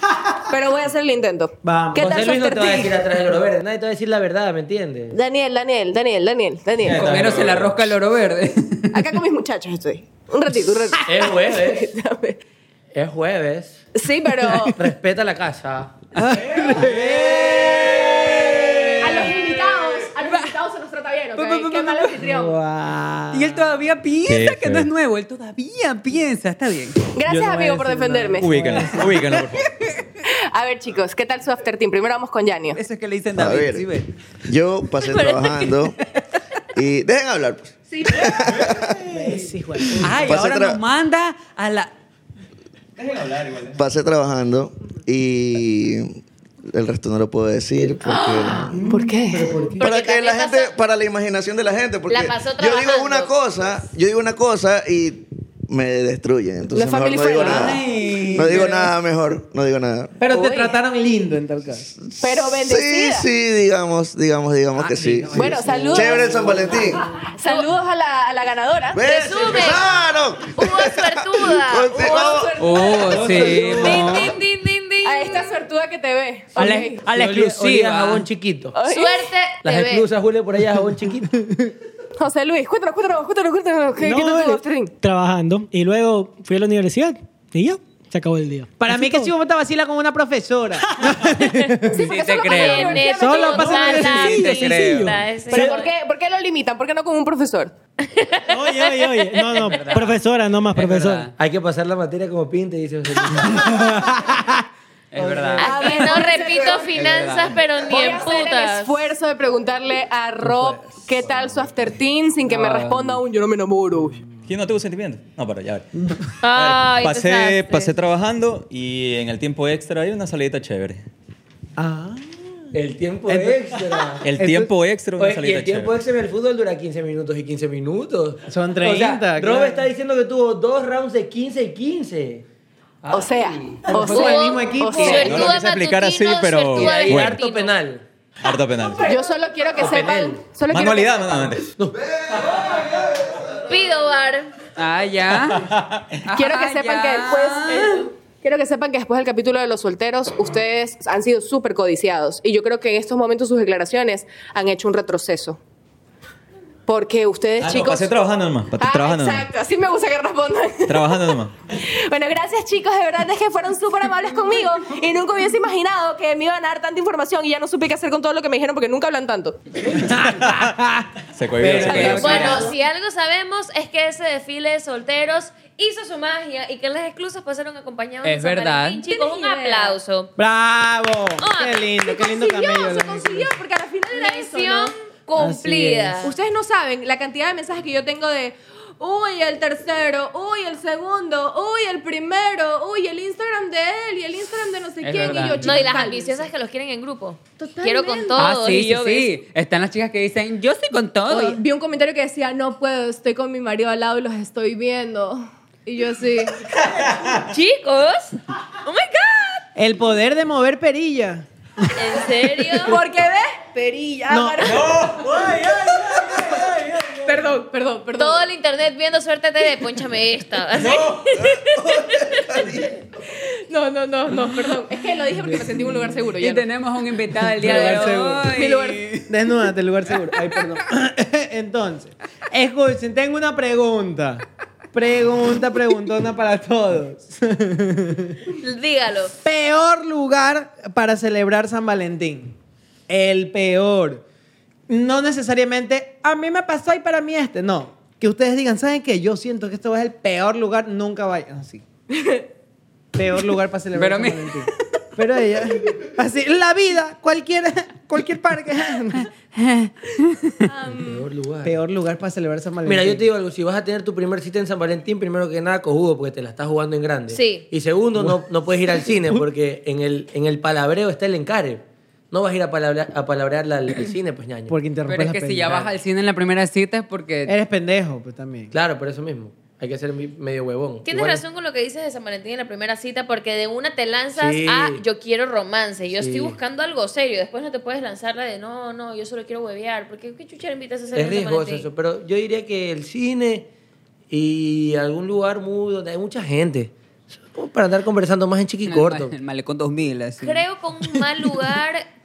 S5: Pero voy a hacer el intento.
S1: Vamos.
S5: ¿Qué tal
S4: José
S5: su
S4: Luis no te
S5: after
S4: va a decir
S5: teen?
S4: atrás del oro verde, nadie te va a decir la verdad, ¿me entiendes?
S5: Daniel, Daniel, Daniel, Daniel, Daniel.
S3: Comieron se la rosca el oro verde.
S5: Acá con mis muchachos estoy. Un ratito, un ratito.
S4: Es bueno, ¿eh?
S5: Dame.
S4: Es jueves.
S5: Sí, pero.
S4: Respeta la casa.
S6: Eh,
S5: A los invitados, a los invitados se nos trata bien, ¿ok? Qué mal anfitrión.
S3: Y él todavía piensa
S6: Qué
S3: que no es
S6: feo.
S3: nuevo. Él todavía piensa. Está bien.
S5: Gracias, amigo, por defenderme.
S6: Ubícanlo, ubícanlo, por favor.
S5: A ver, chicos, ¿qué tal su after team? Primero vamos con Yanio.
S3: Eso es que le dicen
S8: A
S3: David.
S8: ver.
S3: ¿sí ve?
S8: Yo pasé trabajando y... Dejen hablar, pues.
S3: Ay,
S8: Pasé
S3: ahora
S8: tra-
S3: nos manda a la.
S8: Pasé trabajando y... El resto no lo puedo decir
S3: Ah.
S8: porque...
S5: ¿Por qué?
S8: Para que
S2: también
S8: la gente,
S2: pasó-
S8: para la imaginación de la gente, porque
S2: La pasó
S8: yo digo
S2: trabajando.
S8: una cosa, yo digo una cosa y me destruyen. Entonces
S5: La
S8: mejor
S5: family
S8: no digo
S5: friend.
S8: nada.
S3: Ay,
S8: no digo
S3: pero-
S8: nada mejor, no digo nada.
S1: Pero te
S5: Uy.
S1: trataron lindo en tal caso.
S5: Pero
S8: Sí,
S5: bendecida.
S8: sí, digamos, digamos, digamos que sí. sí.
S5: Bueno, saludos.
S8: Chévere el San Valentín.
S5: Saludos a la, a la ganadora.
S8: ¿Ves?
S2: Presume.
S8: ¡Empezaron!
S2: Hubo suertuda.
S8: Conte-
S5: Oh,
S8: vamos.
S5: suerte-
S3: Oh, sí.
S2: Din,
S3: mo.
S2: din, din, din, din.
S5: A esta suertuda que te ve.
S3: A la,
S5: Ok.
S3: a la
S4: Olía- olía
S3: exclusiva.
S4: jabón chiquito.
S5: Ay.
S2: Suerte
S4: Las
S2: te ve.
S4: exclusas, Julio, por allá jabón chiquito.
S5: José Luis, cuéntanos, cuéntanos, cuéntanos, cuéntanos. ¿Qué,
S7: No,
S5: qué tal tu
S7: vale,
S5: after team?
S7: Trabajando. Y luego fui a la universidad. Y ya, se acabó el día.
S1: Para
S7: Así
S1: mí que
S7: todo.
S1: si vos te vacila con una profesora.
S5: Sí,
S3: Sí te creo.
S2: Tienes
S7: Solo
S2: todas
S7: pasa en
S2: las
S7: sencillo, sencillo.
S2: facultades.
S5: Pero ¿por qué, ¿por qué lo limitan? ¿Por qué no con un profesor?
S7: Oye, oye, oye. No, no, profesora, no más
S3: Es
S7: profesora.
S3: verdad.
S4: Hay que pasar la materia como pinte, dice José Luis.
S3: Es verdad.
S2: A ver, no repito finanzas, pero ni
S5: Voy a
S2: en
S5: hacer el
S2: putas.
S5: esfuerzo de preguntarle a Rob qué tal su after teen sin que me responda un yo no me enamoro.
S6: ¿Quién no tuvo sentimiento? No, pero ya. a ver. A
S2: Ay,
S6: ver, pasé,
S2: desastre.
S6: pasé trabajando y en el tiempo extra hay una salidita chévere.
S1: ah.
S4: El tiempo extra.
S6: El tiempo extra una
S4: Oye, y
S6: salidita
S4: el tiempo
S6: chévere.
S4: extra en el fútbol dura 15 minutos y 15 minutos.
S1: Son
S4: O sea,
S1: 30,
S4: Rob
S1: claro.
S4: está diciendo que tuvo dos rounds de 15 y 15.
S5: O sea, o
S1: Fue con el mismo
S5: sea,
S1: equipo.
S5: o sea.
S6: No lo quise explicar así,
S2: matutino,
S6: pero
S2: suertuda
S6: bueno.
S4: Y
S2: vespertina.
S4: harto penal.
S6: Harta penal.
S5: yo solo quiero que sepan. Solo quiero que-
S6: Manualidad, no, no, mentira.
S2: Pido bar.
S3: Ah, ya.
S5: Quiero que
S3: Ah,
S5: sepan que
S3: ya.
S5: después. eh, Quiero que sepan que después del capítulo de los solteros, ustedes han sido súper codiciados. Y yo creo que en estos momentos sus declaraciones han hecho un retroceso. Porque ustedes,
S6: Ah, no,
S5: chicos.
S6: pasé trabajando nomás, pasé
S5: Ah,
S6: trabajando nomás.
S5: Exacto, así me gusta que respondan.
S6: Trabajando nomás.
S5: Bueno, gracias chicos, de verdad es que fueron súper amables conmigo y nunca hubiese imaginado que me iban a dar tanta información y ya no supe qué hacer con todo lo que me dijeron porque nunca hablan tanto.
S6: Ah, Se cohibió, se cohibió.
S3: Pero
S2: Bueno,
S3: mira.
S2: si algo sabemos es que ese desfile de solteros hizo su magia y que las exclusas pasaron acompañados
S3: Es
S2: de San
S3: verdad.
S2: Valentín, chicos, un aplauso.
S1: ¡Bravo!
S5: Ah,
S1: ¡Qué lindo,
S5: Se
S1: qué lindo
S5: consiguió,
S1: camello!
S5: Se consiguió, porque al final era eso, ¿no?
S2: Misión cumplida.
S5: Ustedes no saben la cantidad de mensajes que yo tengo de uy, el tercero, uy, el segundo, uy, el primero, uy, el Instagram de él y el Instagram de no sé
S3: Es
S5: quién
S3: verdad.
S5: y yo
S2: No, y
S5: chicos,
S2: las
S5: cálmense.
S2: ambiciosas que los quieren en grupo.
S5: Totalmente.
S2: Quiero con todo.
S3: Ah, sí,
S2: y
S3: sí,
S2: yo, ¿ves?
S3: sí. Están las chicas que dicen, yo sí con todo.
S5: Oye, vi un comentario que decía, no puedo, estoy con mi marido al lado y los estoy viendo. Y yo así.
S2: Chicos, oh my
S1: El poder de mover perilla.
S2: god. ¿En serio?
S5: Porque ves, perilla.
S1: No.
S5: Álvaro. Perdón, perdón, perdón.
S2: Todo el internet viendo suerte TV, ponchame esta.
S5: No, no, no, no, perdón. Es que lo dije porque me sentí en un lugar seguro.
S3: Y
S5: Ya no.
S3: tenemos un invitado el día
S1: Mi lugar
S3: de
S1: seguro.
S3: hoy.
S5: Mi lugar-
S1: Desnúdate, lugar seguro. Ay, perdón. Entonces, escuchen, tengo una pregunta. Pregunta, preguntona para todos.
S2: Dígalo.
S1: Peor lugar para celebrar San Valentín. El peor. No necesariamente a mí me pasó y para mí este. No. Que ustedes digan, ¿saben qué? Yo siento que esto es el peor lugar. Nunca vayan así. Peor lugar para celebrar
S3: Pero
S1: San
S3: mi-
S1: Valentín. Pero ella, así, la vida, cualquier, cualquier parque.
S4: Peor lugar.
S1: Peor lugar para celebrar San Valentín.
S4: Mira, yo te digo algo, si vas a tener tu primer cita en San Valentín, primero que nada cojudo, porque te la estás jugando en grande.
S2: Sí.
S4: Y segundo, no, no puedes ir al cine, porque en el, en el palabreo está el encare. No vas a ir a, palabrear, a palabrearla al, al cine, pues ñaño.
S1: Porque interrumpes
S3: Pero
S1: la
S3: es que si
S1: película.
S3: ya vas al cine en la primera cita es porque...
S1: Eres pendejo, pues también.
S4: Claro, por eso mismo. Hay que ser mi- medio huevón.
S2: Tienes
S4: Igual-
S2: razón con lo que dices de San Valentín en la primera cita, porque de una te lanzas
S4: Sí.
S2: a yo quiero romance, yo
S4: Sí.
S2: estoy buscando algo serio. Después no te puedes lanzar la de no, no, yo solo quiero huevear. Porque qué chucha le invitas a hacer
S4: Es
S2: en San
S4: riesgoso
S2: Valentín?
S4: eso, pero yo diría que el cine y algún lugar muy donde hay mucha gente. Eso es como para andar conversando más en chiqui
S3: El
S4: corto.
S3: ma- El malecón 2000, así.
S2: Creo con un mal lugar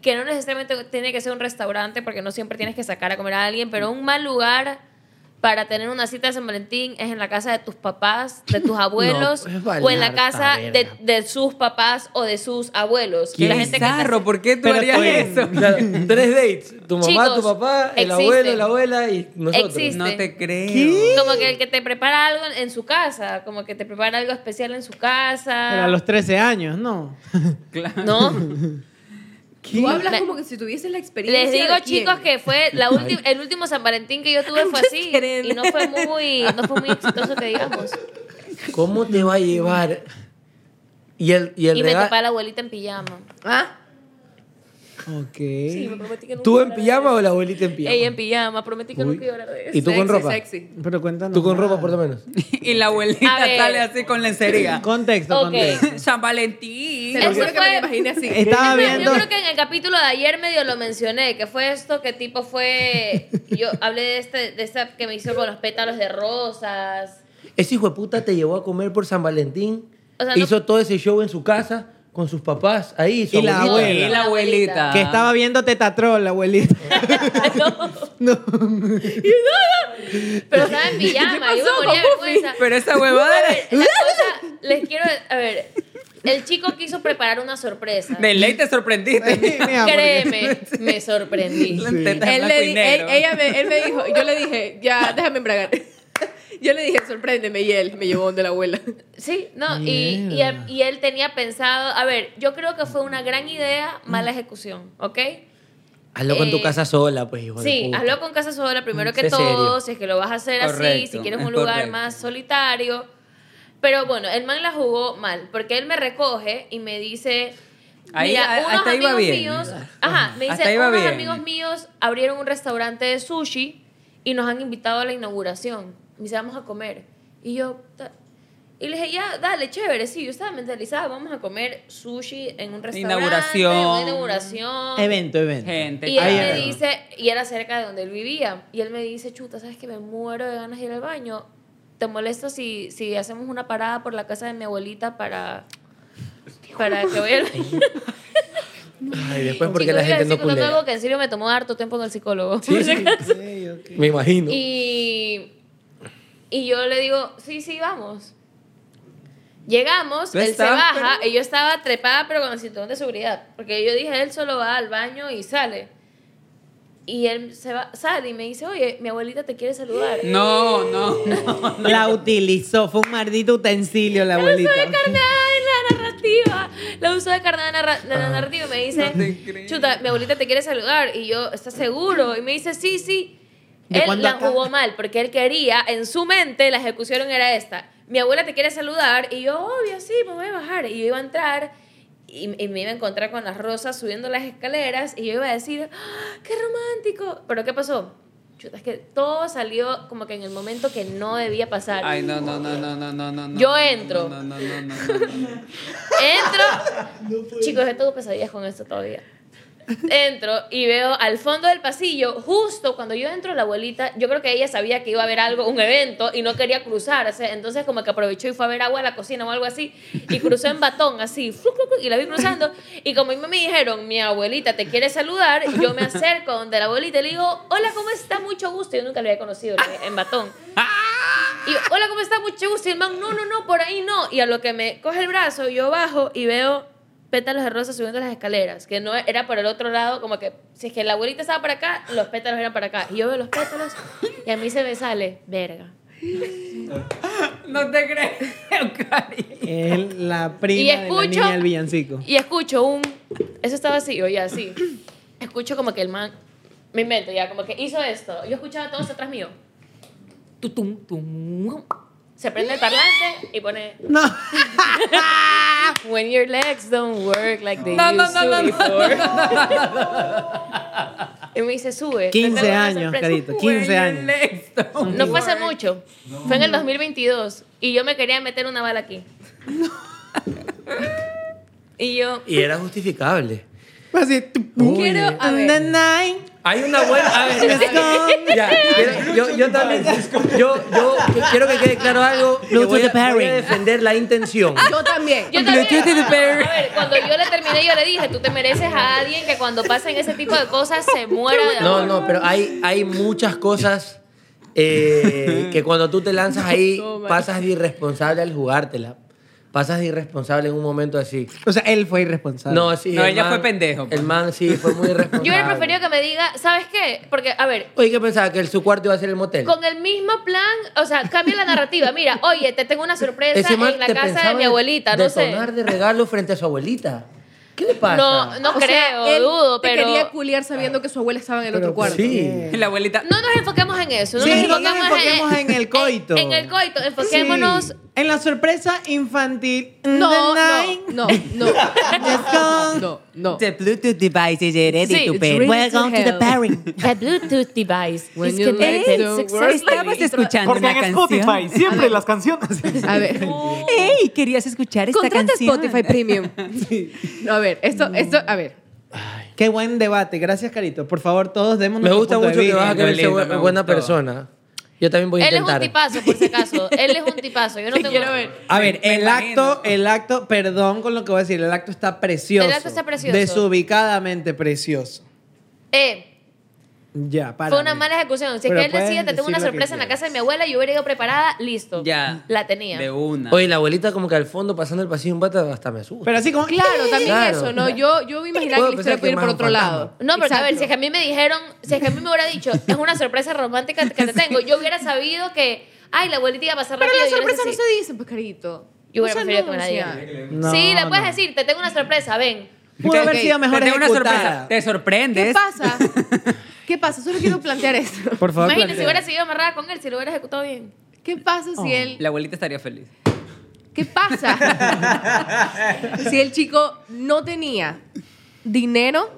S2: que no necesariamente tiene que ser un restaurante porque no siempre tienes que sacar a comer a alguien, pero un mal lugar para tener una cita de San Valentín es en la casa de tus papás, de tus abuelos,
S4: pues, vale
S2: o en la
S4: harta
S2: casa de,
S4: verga.
S2: de sus papás o de sus abuelos.
S3: Qué
S2: la gente que está-
S3: bizarro, ¿por qué tú harías eso?
S4: Claro, tres dates. Tu mamá,
S2: Chicos,
S4: tu papá, el
S2: existe.
S4: abuelo, la abuela y nosotros.
S2: Existe.
S3: No te creo.
S2: Como que el que te prepara algo en su casa, como que te prepara algo especial en su casa.
S1: Pero a los 13 años, no.
S3: Claro.
S2: No,
S5: Tú hablas
S2: Me-
S5: como que si tuvieses la experiencia.
S2: les digo
S5: de quién.
S2: chicos que fue la ulti- el último San Valentín que yo tuve fue así y no fue muy no fue muy exitoso que digamos.
S4: ¿Cómo te va a llevar? Y el, y el
S2: Y me
S4: regalo-
S2: topé a la abuelita en pijama.
S5: ¿Ah?
S1: Ok.
S2: Sí, me prometí que nunca
S4: ¿Tú
S2: iba a
S4: en
S2: hablar de
S4: pijama o la abuelita en
S2: eso.
S4: pijama?
S2: Ella en pijama, prometí que nunca iba a hablar de eso.
S4: ¿Y tú con
S5: Sexy,
S4: ropa?
S5: Sexy.
S1: Pero cuéntanos.
S4: ¿Tú con
S1: más.
S4: ropa por lo menos?
S3: Y la abuelita
S2: A ver.
S3: sale así con lencería.
S1: Contexto,
S2: Ok.
S1: contexto.
S3: San Valentín.
S5: Te lo
S2: Eso
S5: juro que me
S2: fue-
S5: lo imaginé así.
S1: Estaba
S2: Yo creo-
S1: viendo.
S2: Yo creo que en el capítulo de ayer medio lo mencioné, que fue esto que tipo fue. Yo hablé de, este, de esta que me hizo con los pétalos de rosas.
S4: Ese hijo de puta te llevó a comer por San Valentín.
S2: O sea, no-
S4: hizo todo ese show en su casa con sus papás ahí. su
S1: Y la
S4: abuelita.
S1: abuela.
S3: Y la abuelita.
S1: Que estaba viendo Tetatrol, la abuelita. no.
S2: Pero estaba en pijama, yo me moría de vergüenza.
S3: Pero esa huevada
S2: A
S3: era-
S2: ver, la cosa, les quiero. A ver, el chico quiso preparar una sorpresa.
S3: De ley te sorprendiste.
S1: Mira, porque-
S2: Créeme, me sorprendí.
S3: Las tetas
S5: Él,
S3: blanco
S5: le
S3: y
S5: di-
S3: negro.
S5: él- ella me, él me dijo, yo le dije, ya, déjame embragar. Yo le dije, sorpréndeme, y él me llevó donde la abuela.
S2: Sí, no, y, y,
S1: Mierda.
S2: y él tenía pensado. A ver, yo creo que fue una gran idea, mala ejecución, ¿ok?
S4: Hazlo con tu
S2: Eh,
S4: casa sola, pues, hijo de
S2: Sí,
S4: puta.
S2: hazlo con casa sola primero que
S4: Sé
S2: todo,
S4: serio.
S2: si es que lo vas a hacer así,
S3: Mm, Correcto,
S2: si quieres
S3: es
S2: un lugar
S3: correcto.
S2: más solitario. Pero bueno, el man la jugó mal, porque él me recoge y me dice,
S3: Ahí-
S2: mira,
S3: a-
S2: unos
S3: hasta ahí
S2: amigos
S3: va bien.
S2: míos, ajá, me
S3: Hasta
S2: dice,
S3: ahí va
S2: unos
S3: bien.
S2: amigos míos abrieron un restaurante de sushi y nos han invitado a la inauguración. Me dice, vamos a comer. Y yo, ta- y le dije, ya, dale, chévere, sí, yo estaba mentalizada, vamos a comer sushi en un restaurante. Una
S3: Inauguración.
S2: inauguración.
S1: Evento, evento.
S3: Gente.
S2: Y él
S1: Ahí
S2: me
S1: era.
S2: dice, y era cerca de donde él vivía, y él me dice, chuta, ¿sabes que me muero de ganas de ir al baño? ¿Te molesta si, si hacemos una parada por la casa de mi abuelita para, para que vaya al baño?
S4: Ay, después porque
S2: Chicos,
S4: la
S2: iba a
S4: gente no
S2: decir contando
S4: culea.
S2: algo que en serio me tomó harto tiempo en el psicólogo.
S4: Sí, sí. Me imagino.
S2: Y, y yo le digo, sí, sí, vamos. Llegamos,
S3: Tú
S2: él se
S3: estabas,
S2: baja,
S3: pero-
S2: y yo estaba trepada, pero con el cinturón de seguridad. Porque yo dije, él solo va al baño y sale. Y él se va, sale y me dice, oye, mi abuelita te quiere saludar.
S3: No, no, no.
S1: La utilizó, fue un maldito utensilio la
S2: La usó
S1: abuelita.
S2: de carnada en la narrativa. La usó de carnada en la, ra- en la narrativa. y Me dice,
S3: No te creo.
S2: chuta, mi abuelita te quiere saludar. Y yo, ¿estás seguro? Y me dice, sí, sí.
S1: ¿De
S2: Él
S1: cuándo
S2: la
S1: acá?
S2: jugó mal porque él quería, en su mente, la ejecución era esta. Mi abuela te quiere saludar. Y yo, obvio, sí, me voy a bajar. Y yo iba a entrar. Y, y me iba a encontrar con las rosas subiendo las escaleras. Y yo iba a decir, ¡Ah, ¡qué romántico! Pero ¿qué pasó? Chuta, es que todo salió como que en el momento que no debía pasar.
S3: Ay, no, no, no, no, no, no, no. no.
S2: Yo entro.
S3: No, no, no, no, no, no, no.
S2: Entro. Chicos, he tenido pesadillas con esto todavía. Entro y veo al fondo del pasillo, justo cuando yo entro, la abuelita, yo creo que ella sabía que iba a haber algo, un evento, y no quería cruzarse. Entonces, como que aprovechó y fue a ver agua a la cocina o algo así, y cruzó en batón, así, flu, flu, flu, y la vi cruzando. Y como a mí me dijeron, mi abuelita te quiere saludar, yo me acerco donde la abuelita y le digo, hola, ¿cómo está? Mucho gusto. Yo nunca la había conocido le dije, en batón. Y yo, hola, ¿cómo está? Mucho gusto. Y el man, no, no, no, por ahí no. Y a lo que me coge el brazo, yo bajo y veo pétalos de rosa subiendo las escaleras, que no era por el otro lado, como que si es que la abuelita estaba para acá, los pétalos eran para acá. Y yo veo los pétalos y a mí se me sale, verga.
S3: No te creo, Cari.
S1: Es la prima
S2: Y
S1: de la
S2: escucho-
S1: niña del villancico.
S2: Y escucho un. Eso estaba así, oye, así. Escucho como que el man. Me invento ya, como que hizo esto. Yo escuchaba todos atrás mío. Tutum, tum. Se prende el parlante y pone.
S1: No.
S2: When your legs don't work like they
S3: No, no,
S2: used
S3: no,
S2: to
S3: no, no,
S2: before. y me dice,
S1: 15
S2: sube. Te tengo una
S1: años,
S2: sorpresa.
S1: Carito. 15 años.
S2: No fue hace mucho. Fue en el 2022. Y yo me quería meter una bala aquí. y yo...
S4: Y era justificable.
S1: Así, tu-
S5: Quiero, a ver.
S1: The night.
S4: Hay una buena. A ver, ya, quiero- yo, yo también. Yo, yo quiero que quede claro algo. que
S1: No to
S4: voy,
S1: the
S4: a, voy a
S1: pairing.
S4: defender la intención.
S5: Yo también.
S2: Yo también, a ver, cuando yo le terminé, yo le dije, tú te mereces a alguien que cuando pasen ese tipo de cosas se muera de
S4: No,
S2: amor.
S4: no, pero hay, hay muchas cosas eh, que cuando tú te lanzas ahí, pasas de irresponsable al jugártela. Pasas de irresponsable en un momento así.
S1: O sea, él fue irresponsable.
S4: No, sí.
S3: No,
S4: el
S3: ella
S4: man-
S3: fue pendejo. pues.
S4: El man sí fue muy irresponsable.
S2: Yo hubiera preferido que me diga, ¿sabes qué? Porque, a ver,
S4: Oye, ¿qué pensaba? ¿Que el- su cuarto iba a ser el motel?
S2: con el mismo plan, o sea, cambia la narrativa. Mira, oye, te tengo una sorpresa
S4: Ese man
S2: en la
S4: te
S2: casa
S4: pensaba
S2: de mi abuelita, no sé.
S4: detonar de regalo frente a su abuelita. ¿Qué le pasa?
S2: No, no
S5: O
S2: creo,
S5: sea, él
S2: dudo,
S5: te
S2: pero.
S5: quería culiar sabiendo que su abuela estaba en el otro cuarto.
S4: pues Sí.
S3: La abuelita.
S2: No nos enfoquemos en eso. No
S1: Sí, no
S2: nos
S1: nos
S2: enfoquemos,
S1: enfoquemos en el coito.
S2: En el coito, enfoquémonos.
S1: Sí. En la sorpresa infantil.
S5: No,
S1: The
S5: no, no, no.
S1: night.
S5: No, no.
S3: The Bluetooth device is ready
S5: Sí,
S3: to
S5: it's
S3: pair.
S5: ready Welcome to to the hell.
S3: pairing.
S2: The Bluetooth device
S5: When
S2: is
S5: you let
S2: connected
S5: the world
S2: successfully.
S3: Estabas escuchando
S7: Porque
S3: una
S7: en
S3: canción.
S7: Spotify siempre las canciones.
S5: A ver.
S3: ¡Ey! Querías escuchar esta
S5: Contrata
S3: canción.
S5: Spotify Premium. No, a ver, esto, esto, a ver.
S1: Qué buen debate. Gracias, Carito. Por favor, todos démonos
S4: Me
S1: su
S4: gusta
S1: punto de
S4: mucho que
S1: vista.
S4: vas a querer ser
S3: Lindo,
S4: bu-
S3: me
S4: buena
S3: gustó.
S4: persona. Yo también voy a
S2: Él es un
S4: intentar.
S2: tipazo, por si acaso. Él es un tipazo. Yo no tengo.
S5: quiero ver.
S1: A ver,
S3: Me
S1: el
S3: imagino.
S1: acto, el acto, perdón con lo que voy a decir, el acto está precioso.
S2: El acto está precioso.
S1: Desubicadamente precioso.
S2: Eh,
S1: Ya, para.
S2: fue una
S1: mí.
S2: mala ejecución. Si es
S1: Pero
S2: que él
S1: puedes
S2: decía, te
S1: decir
S2: tengo una
S1: lo que
S2: sorpresa en la
S1: quieras.
S2: casa de mi abuela, yo hubiera ido preparada, listo.
S3: Ya.
S2: La tenía.
S3: De una.
S4: Oye, la abuelita como que al fondo pasando el pasillo en bata hasta me asusta.
S1: Pero así como.
S5: Claro, también
S4: Claro.
S5: eso, ¿no? Yo, yo me imaginaba
S4: Puedo
S5: que la historia
S4: pensar que
S5: puede ir
S4: más
S5: por
S4: un
S5: otro
S4: fantasma.
S5: lado.
S2: No, porque a ver,
S5: Exacto.
S2: si es que a mí me dijeron, si es que a mí me hubiera dicho, es una sorpresa romántica que te tengo, yo hubiera sabido que, ay, la abuelita iba a pasar
S5: Pero
S2: rápido.
S5: la
S2: y yo
S5: sorpresa
S2: sé
S5: no
S2: si-
S5: se dice, pues, carito.
S2: Yo
S5: No
S2: hubiera
S5: se
S2: preferido que me la
S5: anuncia.
S2: digan.
S1: No,
S2: sí, le puedes
S1: no.
S2: decir, te tengo una sorpresa, ven.
S1: Pudo
S3: Te-
S1: haber
S5: ok.
S1: sido mejor
S3: Te tengo una sorpresa.
S1: ejecutada.
S3: Te sorprendes.
S5: ¿Qué pasa? ¿Qué pasa? Solo quiero plantear esto.
S1: Por favor,
S2: Imagínate, si
S1: plantea.
S2: hubiera seguido amarrada con él, si lo hubiera ejecutado bien.
S5: ¿Qué pasa si él
S3: La abuelita estaría feliz.
S5: ¿Qué pasa? si el chico no tenía dinero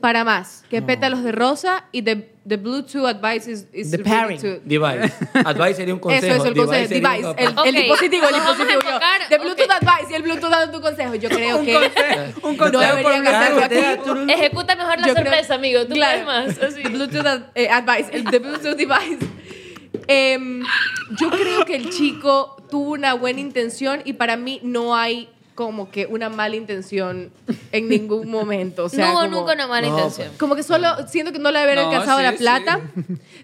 S5: para más que pétalos de rosa y the, the Bluetooth advice is, is
S1: The
S5: ready
S1: pairing.
S5: to-
S4: Device. Advice sería un consejo.
S5: Eso es el consejo.
S4: sería un
S5: Device.
S4: papá.
S5: El,
S2: papel.
S5: el
S2: Ok,
S5: dispositivo, el
S2: nos vamos a
S5: dispositivo. yo.
S2: enfocar-
S5: The Bluetooth
S2: ok.
S5: advice y el Bluetooth dando tu consejo. Yo creo que.
S3: un
S5: no
S3: consejo por
S5: deberían
S4: cada
S5: hacerlo
S4: botella
S5: aquí.
S4: tú-
S2: Ejecuta mejor la
S5: Mm. Yo creo-
S2: sorpresa, amigo, tú
S5: Claro.
S2: puedes más. Así.
S5: The Bluetooth ad- eh, advice, el the Bluetooth device. Em, yo creo que el chico tuvo una buena intención y para mí no hay como que una mala intención en ningún momento. O sea,
S2: no hubo
S5: como,
S2: nunca una mala
S4: No, pues,
S2: intención.
S5: Como que solo siento que no le había
S3: No,
S5: alcanzado
S3: sí,
S5: la plata.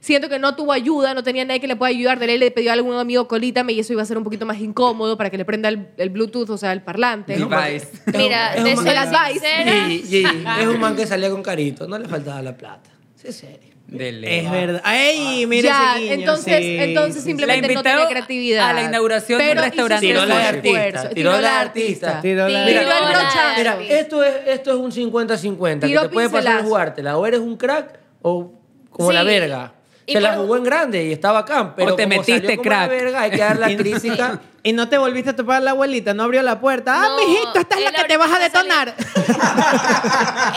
S5: Siento que no tuvo ayuda, no tenía nadie que le pueda ayudar. De ley le pidió a algún amigo colítame y eso iba a ser un poquito más incómodo para que le prenda el, el Bluetooth, o sea, el parlante.
S3: Device.
S2: Mira,
S4: es
S2: te
S4: un
S2: soy
S5: mal advice.
S2: sincera.
S4: Y- y- y- Es un man que salía con carito. No le faltaba la plata. Sí, serio.
S3: De ley.
S1: Es verdad.
S3: Ah.
S1: ¡Ey! Mira
S5: ya,
S1: ese guiño,
S5: entonces,
S1: sí,
S5: entonces
S1: sí, sí.
S5: simplemente no
S3: invitó
S5: tenía creatividad.
S3: a la inauguración de un
S5: Pero hizo
S3: restaurante.
S5: su
S4: Tiró la de
S5: esfuerzo,
S4: artista. Tiró la de artista.
S1: Tiró la-
S5: Tiró
S2: Tiró
S5: el
S2: la-
S5: no chance.
S4: Mira, esto es, esto es un 50-50. Que
S5: Tiró
S4: te puede pasar
S5: pincelazo.
S4: jugártela. O eres un crack o como
S2: Sí.
S4: la verga.
S2: Y
S4: Se la
S2: por-
S4: jugó en grande y estaba acá, pero
S3: O te
S4: como
S3: metiste
S4: salió como la
S3: crack.
S4: verga, hay que dar la
S1: Y-
S4: crítica.
S1: Y no te volviste a topar a la abuelita, no abrió la puerta. Ah,
S2: No,
S1: mijito, esta es la
S2: él
S1: que te vas a
S2: ahorita está
S1: detonar.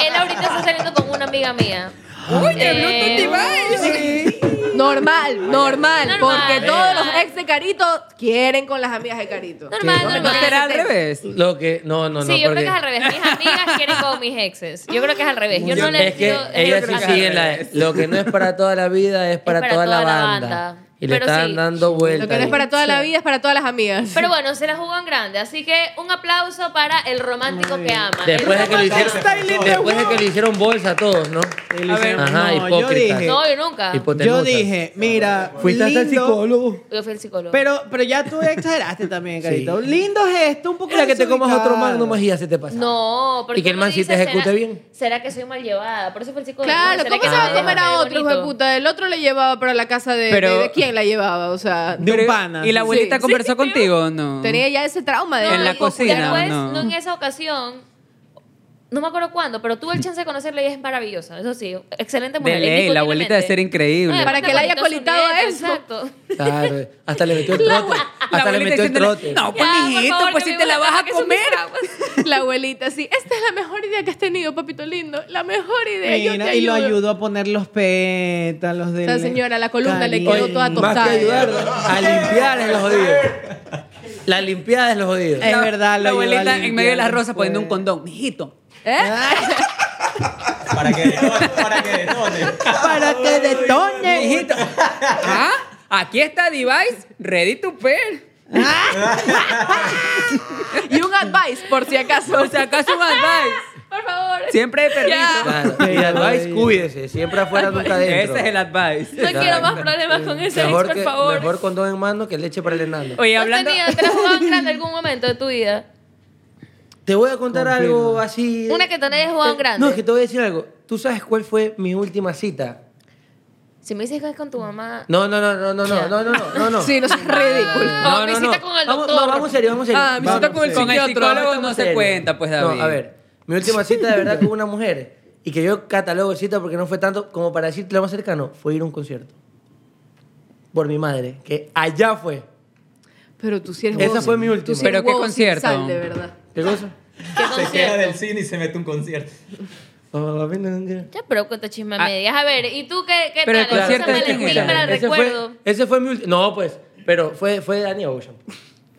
S2: Él ahorita está saliendo con una amiga mía. Eh,
S3: eh.
S5: Normal, normal,
S2: Normal.
S5: Porque todos los
S2: Normal.
S5: ex de Carito quieren con las amigas de Carito.
S2: Normal,
S4: ¿Qué?
S2: normal.
S3: ¿No
S5: Ah,
S3: será al revés?
S4: Lo que, no, no, no.
S2: sí, yo creo
S4: porque-
S2: que es al revés. Mis amigas quieren con mis exes. Yo creo que es al revés. Yo no le
S4: es que
S2: yo-
S4: ella
S2: yo
S4: sí
S2: creo que
S4: sigue
S2: es al
S4: la-
S2: revés.
S4: Lo que no es para toda la vida es para,
S2: para
S4: toda, la
S2: toda la
S4: banda.
S2: banda.
S4: Y le
S2: Pero
S4: están
S2: sí.
S4: dando vueltas.
S5: Lo que no es para toda la vida es para todas las amigas.
S2: Pero bueno, se la jugó en grande. Así que un aplauso para el romántico que ama.
S4: Después
S2: El
S4: de que lo hicieron,
S1: Styling de
S4: después de que le hicieron bolsa a todos, ¿no?
S1: Y le hicieron-
S4: Ajá,
S1: no, yo
S4: hipócrita.
S1: dije-
S2: No, yo nunca.
S4: pues-
S1: Yo dije, mira, lindo,
S2: Yo fui el psicólogo.
S1: Pero, pero ya tú exageraste también, carito. Lindo gesto, un poco
S4: Era que te comas otro
S1: desubicado.
S4: man nomás y ya se te pasa.
S2: no, porque
S4: Y que el
S2: uno
S4: man sí te
S2: dice,
S4: ejecute
S2: ¿será-
S4: bien.
S2: ¿Será que soy mal llevada? Por eso fue el psicólogo.
S5: Claro,
S2: ¿Será
S5: ¿cómo
S2: que
S5: se
S2: me
S5: va a
S2: dejan
S5: comer
S2: de
S5: a otro, hijo de
S2: bonito?
S5: puta? El otro le llevaba para la casa de,
S3: Pero-
S5: de- de quién la llevaba, o sea.
S1: De un pana.
S3: ¿Y la abuelita
S5: Sí.
S3: conversó contigo o no?
S5: Tenía ya ese trauma de
S2: No,
S3: en la
S2: y
S3: cocina,
S2: Después,
S3: no.
S2: no. en esa ocasión, no me acuerdo cuándo, pero tuve el chance de conocerla y es maravillosa. Eso sí,
S3: De
S2: excelente mujer.
S3: ley, la abuelita debe ser
S2: indiscutiblemente.
S3: increíble.
S2: Ay,
S5: Para
S2: aparte
S5: que le haya
S2: bonito su
S5: colitado
S2: nieto,
S5: eso.
S2: Exacto.
S4: Claro, hasta le metió el trote.
S3: La
S4: Hasta le
S3: abuelita
S4: metió el
S3: diciéndole,
S4: trote.
S3: No, pues,
S2: Ya, por
S3: mijito,
S2: favor,
S3: pues
S2: que
S3: si
S2: mi
S3: te la
S2: abuela
S3: vas a
S2: saque sus
S3: comer.
S2: traumas.
S5: La abuelita, sí. Esta es la mejor idea que has tenido, papito lindo. La mejor idea. yo
S1: Mira,
S5: te
S1: y lo
S5: ayudo.
S1: ayudó a poner los pétalos de
S5: Esa señora, la columna le quedó toda
S1: Cariño.
S4: Más que
S5: tostada.
S4: ayudar, a limpiar es lo jodido. La limpiada es lo jodido.
S1: Es verdad, lo ayudó
S3: La
S1: a
S3: abuelita en
S1: limpiar
S3: medio de las rosas
S1: después.
S3: poniendo un condón. Mijito,
S6: Para que detone, para que detone.
S1: Para que detone.
S3: mijito. ¿Ah? Aquí está Device, ready to pair.
S10: Ah.
S5: Y un advice, por si acaso.
S3: Por si acaso un advice.
S5: Por
S2: por favor.
S3: Siempre hay permiso.
S2: Ya.
S4: Claro. Y el advice, cuídese. Siempre afuera, nunca adentro.
S3: Ese es el advice.
S2: No quiero más problemas con ese ex,
S4: mejor
S2: por
S4: que-
S2: favor.
S4: Mejor condón en mano que leche para el enano.
S3: Oye,
S2: ¿Has
S3: hablando...
S2: tenido tres jugadas grandes en algún momento de tu vida?
S4: Te voy a contar algo así.
S2: Una que te hayas jugado grande.
S4: Eh, No, es que te voy a decir algo. ¿Tú sabes cuál fue mi última cita?
S2: Si me dices que es con tu mamá...
S4: No, no, no, no, no, no, no, no, no, no.
S10: Sí, no seas ridículo.
S2: Ah, mi cita con el
S4: Vamos,
S2: doctor.
S4: no, vamos en serio, vamos en serio.
S10: Ah, mi cita
S4: Vamos,
S10: con el
S3: Con el
S10: psiquiatra.
S3: psicólogo
S4: vamos
S3: no
S4: en
S3: se
S4: serio.
S3: cuenta, pues, David.
S4: No, a ver. Mi última cita de verdad con una mujer y que yo catalogo cita porque no fue tanto como para decirte lo más cercano, fue ir a un concierto. Por mi madre, que allá fue.
S10: Pero tú sí eres
S4: Esa
S10: wow,
S4: fue mi
S10: tú
S4: última.
S10: sí
S3: Pero
S10: eres
S3: qué
S10: wow, sin
S3: concierto.
S10: sal, de verdad.
S4: ¿Qué cosa?
S2: ¿Qué
S6: Se queda
S2: concierto?
S6: del cine y se mete un concierto.
S4: Oh, a mí no-
S2: Ya, pero cuenta chisme a
S3: Ah.
S2: medias. A ver, ¿y tú qué, qué
S3: Pero el
S2: tal? ¿Vas a
S3: concierto de
S2: San Valentín
S3: quién era?
S2: para el
S4: este ese
S2: recuerdo?
S4: Fue, ese fue mi último. No, pues, pero fue, fue Danny Ocean.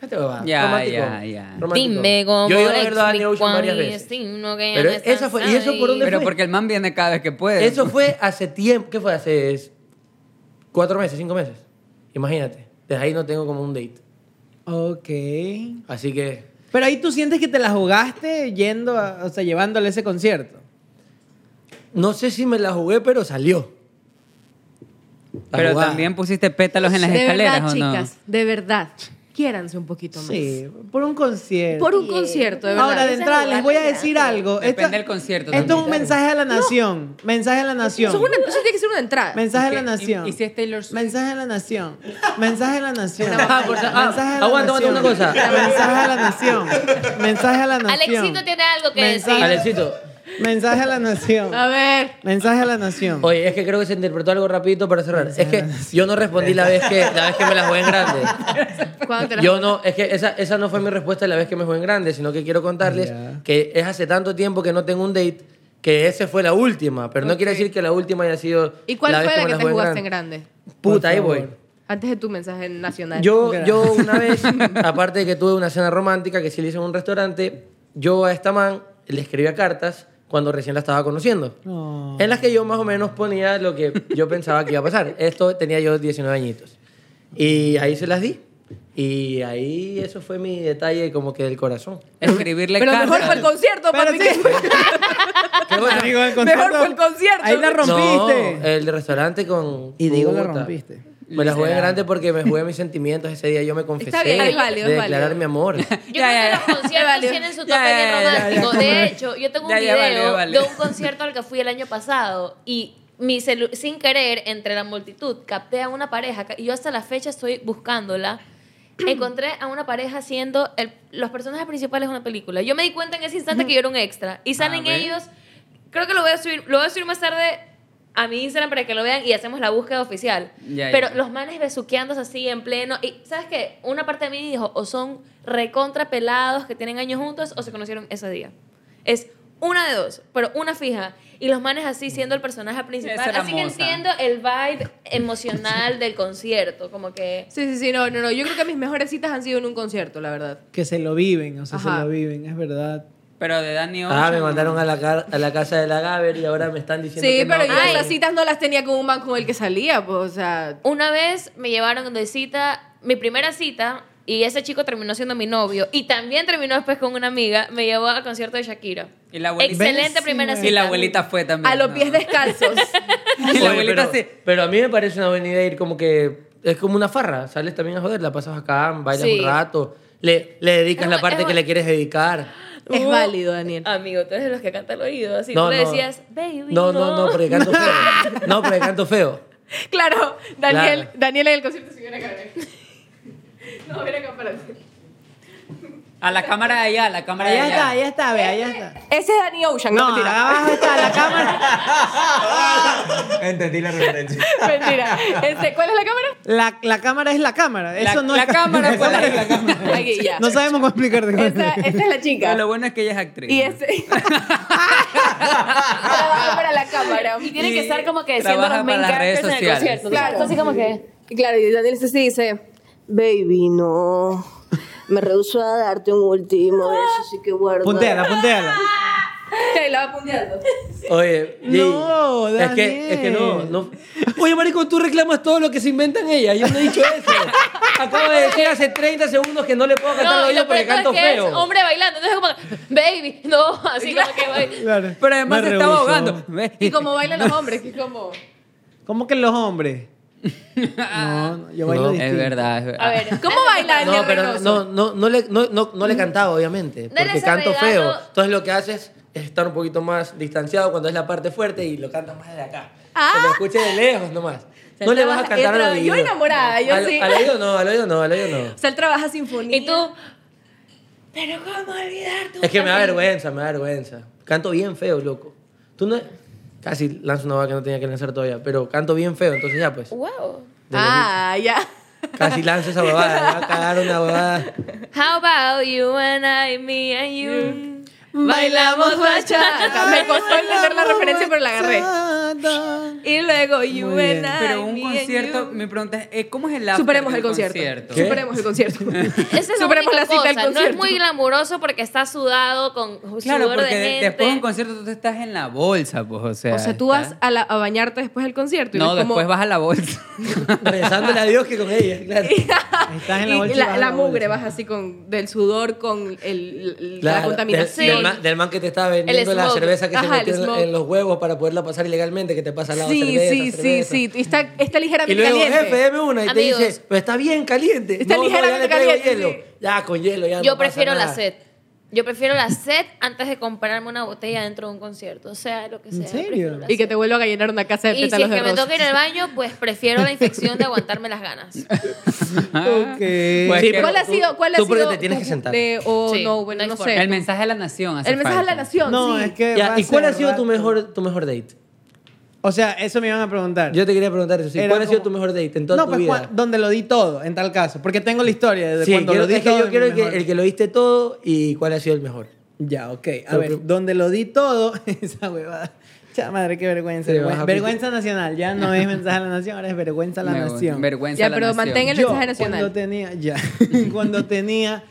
S4: Este huevada,
S3: Ya,
S4: romántico,
S3: ya, ya.
S4: romántico.
S2: Dime cómo
S4: Yo he ido a
S2: eres,
S4: ver a Danny
S2: mi
S4: Ocean varias
S2: cuán
S10: este
S4: veces.
S2: destino que
S4: Pero
S2: no estás
S4: esa fue- ¿y eso por dónde
S2: ahí.
S3: Pero
S4: fue?
S3: porque el man viene cada vez que puede.
S4: Eso fue hace tiempo. ¿Qué fue? Hace s- cuatro meses, cinco meses. Imagínate. Desde ahí no tengo como un date.
S1: Ok.
S4: Así que.
S1: Pero ahí tú sientes que te la jugaste yendo, a- o sea, llevándole ese concierto.
S4: No sé si me la jugué, pero salió. La
S3: Pero
S4: jugada.
S3: también pusiste pétalos en las
S10: de
S3: escaleras,
S10: verdad,
S3: ¿o no?
S10: chicas, de verdad, quiéranse un poquito más.
S1: Sí, por un concierto.
S10: Por un concierto, de verdad.
S1: Ahora, de
S2: Ese
S1: entrada, les
S2: lugar
S1: voy a
S2: grande.
S1: decir algo.
S3: Depende del concierto
S1: Esto es
S3: también.
S1: un mensaje a la nación. Mensaje a la
S10: Eso,
S1: nación.
S10: es una- eso tiene que ser una entrada.
S1: Mensaje a
S3: ¿Y
S1: la
S3: qué-
S1: nación.
S3: y- y si es Taylor Swift?
S1: Mensaje a la nación. Mensaje a la nación.
S4: Ah, por- ah,
S1: Mensaje a la
S4: aguanta, aguanta
S1: nación.
S4: una cosa.
S1: Mensaje a la nación. Mensaje a la nación.
S2: Alexito tiene algo que
S1: Mensaje-
S2: decir.
S4: Alexito.
S1: Mensaje a la nación.
S10: A ver.
S1: Mensaje a la nación.
S4: Oye, es que creo que se interpretó algo rapidito para cerrar. Es que yo no respondí la vez que, la vez que me la jugué en grande.
S10: ¿Cuándo te la-
S4: Yo no, es que esa, esa no fue mi respuesta la vez que me fue en grande, sino que quiero contarles que es hace tanto tiempo que no tengo un date que esa fue la última, pero no quiere decir que la última haya sido.
S10: ¿Y cuál
S4: vez
S10: fue la
S4: me
S10: que te
S4: jugué
S10: jugaste en grande?
S4: Puta, ahí
S1: Por
S4: voy.
S1: favor.
S10: Antes de tu mensaje nacional.
S4: Yo,
S1: Gracias.
S4: yo una vez, aparte de que tuve una cena romántica que sí le hice en un restaurante, yo a esta man le escribía cartas cuando recién la estaba conociendo.
S1: No.
S4: En las que yo más o menos ponía lo que yo pensaba que iba a pasar. Esto tenía yo 19 añitos. Y ahí se las di. Y ahí eso fue mi detalle como que del corazón.
S3: Escribirle
S10: Pero
S3: cartas.
S10: mejor fue el concierto,
S1: Pero
S10: papi.
S1: sí.
S10: que-
S1: ¡Ah,
S4: ¿Qué bueno?
S1: Amigo, el
S10: Mejor
S1: concierto-
S10: fue el concierto.
S1: Ahí la rompiste.
S4: No, el restaurante con...
S1: Y digo, la
S4: Puta.
S1: rompiste.
S4: Me la jugué grande porque me jugué mis sentimientos ese día. Yo me confesé
S10: bien, es válido,
S4: de
S10: es
S4: declarar
S10: válido.
S4: mi amor.
S2: Yo
S3: Ya,
S2: creo
S3: ya,
S2: que los
S3: ya.
S2: conciertos tienen su toque
S3: Ya, ya,
S2: bien
S3: ya, ya,
S2: romántico. De hecho, yo tengo un
S3: Ya, ya,
S2: video
S3: vale, vale.
S2: de un concierto al que fui el año pasado y mi celu- sin querer, entre la multitud, capté a una pareja ca- y yo hasta la fecha estoy buscándola. Encontré a una pareja haciendo el- los personajes principales de una película. Yo me di cuenta en ese instante que yo era un extra. Y salen
S3: ver.
S2: ellos, creo que lo voy a subir, lo voy a subir más tarde a mi Instagram para que lo vean y hacemos la búsqueda oficial.
S3: Ya, ya.
S2: Pero los manes besuqueándose así en pleno. Y sabes qué? una parte de mí dijo, o son recontra pelados que tienen años juntos o se conocieron ese día. Es una de dos, pero una fija. Y los manes así siendo el personaje
S3: Esa
S2: principal.
S3: era
S2: Así que
S3: Moza.
S2: entiendo el vibe emocional del concierto, como que...
S10: Sí, sí, sí, no, no, no. Yo creo que mis mejores citas han sido en un concierto, la verdad.
S1: Que se lo viven, o sea,
S10: Ajá.
S1: se lo viven, es verdad.
S3: Pero de Dani Ocean.
S4: Ah, me mandaron a la, ca- a la casa de la Gaber y ahora me están diciendo
S10: Sí,
S4: que no.
S10: pero yo
S4: que-
S10: esas citas no las tenía con un man con el que salía, pues, o sea.
S2: Una vez me llevaron de cita, mi primera cita, y ese chico terminó siendo mi novio. Y también terminó después con una amiga, me llevó al concierto de Shakira.
S3: Y la abuelita.
S2: Excelente
S1: Bellísimo.
S2: primera cita.
S3: Y la abuelita fue también.
S10: A los
S3: ¿no?
S10: pies descalzos.
S3: Y la
S4: Oye,
S3: abuelita
S4: pero,
S3: sí.
S4: pero a mí me parece una buena idea ir como que es como una farra, sales también a joder, la pasas acá, bailas
S2: Sí.
S4: un rato, le, le dedicas
S2: Es
S4: la
S2: bu-
S4: parte
S2: es
S4: que
S2: bu-
S4: le quieres dedicar.
S10: es válido, Daniel.
S2: Amigo, tú eres de los que canta al oído. Así
S4: No,
S2: tú le
S4: no.
S2: decías, baby.
S4: No, no, no, porque canto feo. No, porque canto feo.
S10: Claro, Daniel,
S4: Claro.
S10: Daniel en el concierto se viene acá. ¿eh? No, viene acá para ti.
S3: A la cámara de allá, a la cámara de
S1: Allá
S3: allá.
S1: está, allá está, ve, allá está.
S10: Ese es Danny Ocean, no,
S1: No,
S10: mentira.
S1: abajo está la cámara.
S6: Entendí la referencia.
S10: Mentira. Este, ¿Cuál es la cámara? pues.
S1: La, la cámara es la cámara.
S3: La-
S1: Eso no
S3: la
S1: es ca-
S3: cámara fue la-
S1: es cámara.
S10: Aquí, ya.
S1: No sabemos cómo explicarte.
S10: Esa, esta es la
S3: Pero
S10: chica.
S3: lo bueno es que ella es actriz.
S10: Y ese. Trabaja para la cámara.
S2: Y tiene que
S3: Y
S2: estar como que siendo
S3: trabaja
S2: los main
S3: para las redes
S2: characters en el
S3: sociales.
S2: concierto.
S10: Claro.
S2: Claro. Así como que...
S9: Y claro, y Daniel sí dice, baby, no, me rehuso a darte un último beso, así que guarda.
S1: Punteala, punteala.
S10: Sí, la va punteando.
S4: Oye, Jay,
S1: No,
S4: es que,
S1: Daniel.
S4: es que no, no. Oye, marico, tú reclamas todo lo que se inventan ellas. Yo no he dicho eso. acabo de decir hace 30 segundos que no le puedo cantar
S2: No,
S4: al
S2: y
S4: oído
S2: lo
S4: porque
S2: peor es
S4: canto
S2: que es
S4: feo.
S2: hombre bailando. Entonces es como, baby, no, así como que baila.
S1: Claro.
S3: Pero además
S1: Me
S3: se estaba
S1: rehusó.
S3: ahogando.
S10: Y como bailan los hombres, que es como...
S1: ¿Cómo que los hombres? No, no, yo bailo
S3: No, es
S1: distinto.
S3: verdad, es verdad.
S2: A ver,
S10: ¿Cómo baila
S4: No,
S10: el
S4: pero no, no, no, le, no, no, no le cantaba, obviamente,
S2: Dale
S4: porque
S2: ese
S4: canto feo.
S2: regalo.
S4: Entonces lo que haces es estar un poquito más distanciado cuando es la parte fuerte y lo cantas más de acá. Que lo escuches de lejos nomás.
S2: Se
S4: No le
S2: traba-
S4: vas a cantar al
S10: entra-
S4: oído.
S10: yo enamorada, yo
S4: Al-
S10: sí.
S4: Al oído no, al oído no, al oído no.
S10: O
S5: Ah,
S10: sea, él trabaja sinfonía.
S2: Y tú,
S4: Es que me da vergüenza, me da vergüenza. Canto bien feo, loco. Tú no... Casi lanzo una vaca que no tenía que lanzar todavía, pero canto bien feo, entonces ya pues.
S2: wow.
S4: de
S10: Ah, ya.
S4: lejito. Casi lanzo esa babada, me va a cagar una babada.
S2: How about you and I, me and you?
S10: Bailamos bachata. Me costó entender la referencia, pero la agarré.
S1: agarré.
S10: Y luego you
S1: Muy bien.
S10: and I,
S3: Pero un
S10: me and
S3: concierto,
S10: you.
S3: mi pregunta es, eh, ¿cómo es el after
S10: Superemos
S3: del
S10: el concierto.
S4: ¿Qué?
S10: Superemos el concierto.
S2: Esa es la
S10: Superemos
S2: única
S10: la cita del
S2: cosa. No es
S10: concierto.
S2: muy glamuroso porque está sudado con
S3: Claro,
S2: sudor de
S3: porque de-
S2: gente.
S3: después de un concierto tú te estás en la bolsa, pues, o sea.
S10: O sea, tú vas
S3: está-
S10: a, la- a bañarte después del concierto. Y
S3: No,
S10: ves como-
S3: después vas a la bolsa.
S4: Rezándole a Dios que con ella, claro.
S1: Estás en la
S10: y
S1: bolsa y
S10: la,
S1: vas a
S10: la
S1: la
S10: mugre
S1: bolsa.
S10: vas así con del sudor con el- el- la
S4: Claro,
S10: contaminación
S4: Del, del man, del man que te está vendiendo la
S2: smoke.
S4: cerveza que
S10: Ajá, el
S4: se metió
S10: smoke.
S4: en, en los huevos para poderla pasar ilegalmente, que te pasa al lado
S10: sí
S4: cerveza,
S10: sí sí
S4: cerveza.
S10: sí y está está
S4: Y
S10: ligeramente
S4: luego,
S10: caliente
S4: jefe, deme una. Y
S2: Amigos.
S4: te dice, pero está bien caliente.
S10: Está
S4: no, no,
S10: ligeramente
S4: ya le traigo
S10: caliente,
S4: hielo. Ya, con hielo, ya
S2: Yo
S4: no pasa
S2: prefiero la
S4: nada.
S2: sed. Yo prefiero la sed antes de comprarme una botella dentro de un concierto, sea lo que sea.
S1: ¿En serio?
S2: prefiero la
S10: y que
S2: sed.
S10: te vuelva a llenar una casa de
S2: Y si es
S10: pétalos de
S2: que me
S10: rosa
S2: toca ir al baño, pues prefiero la infección de aguantarme las ganas.
S1: Ok.
S3: Pues
S4: Sí,
S3: que-
S4: pero
S10: ¿Cuál ha
S4: tú-
S10: sido? ¿Cuál ha
S4: tú
S10: sido?
S4: porque te tienes que sentar.
S10: de- o
S2: Sí,
S10: no, bueno,
S2: no
S10: no
S2: hay forma.
S10: sé.
S3: El mensaje a la nación. hace
S10: El mensaje a la
S3: falta.
S10: nación.
S1: No,
S10: sí.
S1: es que.
S4: Ya,
S1: va
S4: ¿Y
S1: a
S4: cuál ha
S1: ser
S4: sido tu
S1: rato.
S4: mejor, tu mejor date?
S1: O sea, eso me iban a preguntar.
S4: Yo te quería preguntar eso. sí,
S1: Era
S4: ¿Cuál ha sido
S1: como-
S4: tu mejor date en toda
S1: no,
S4: tu
S1: pues,
S4: vida?
S1: cua- donde lo di todo, en tal caso. Porque tengo la historia de
S4: Sí,
S1: cuando
S4: quiero-
S1: lo di
S4: es que
S1: todo.
S4: yo
S1: y
S4: quiero
S1: mi
S4: el que,
S1: mejor.
S4: el que lo diste todo y cuál ha sido el mejor.
S1: Ya, ok. A
S4: Pero-
S1: ver, donde lo di todo, esa huevada. Cha madre, qué vergüenza.
S4: Te
S1: vergüenza.
S4: vas a
S1: vergüenza nacional. Ya no es mensaje a la nación, ahora es vergüenza a la
S3: Me-
S1: nación.
S3: Vergüenza
S10: Ya,
S3: a la
S10: pero
S3: nación.
S10: mantén el-
S1: Yo,
S10: mensaje nacional.
S1: Cuando tenía, ya, cuando tenía,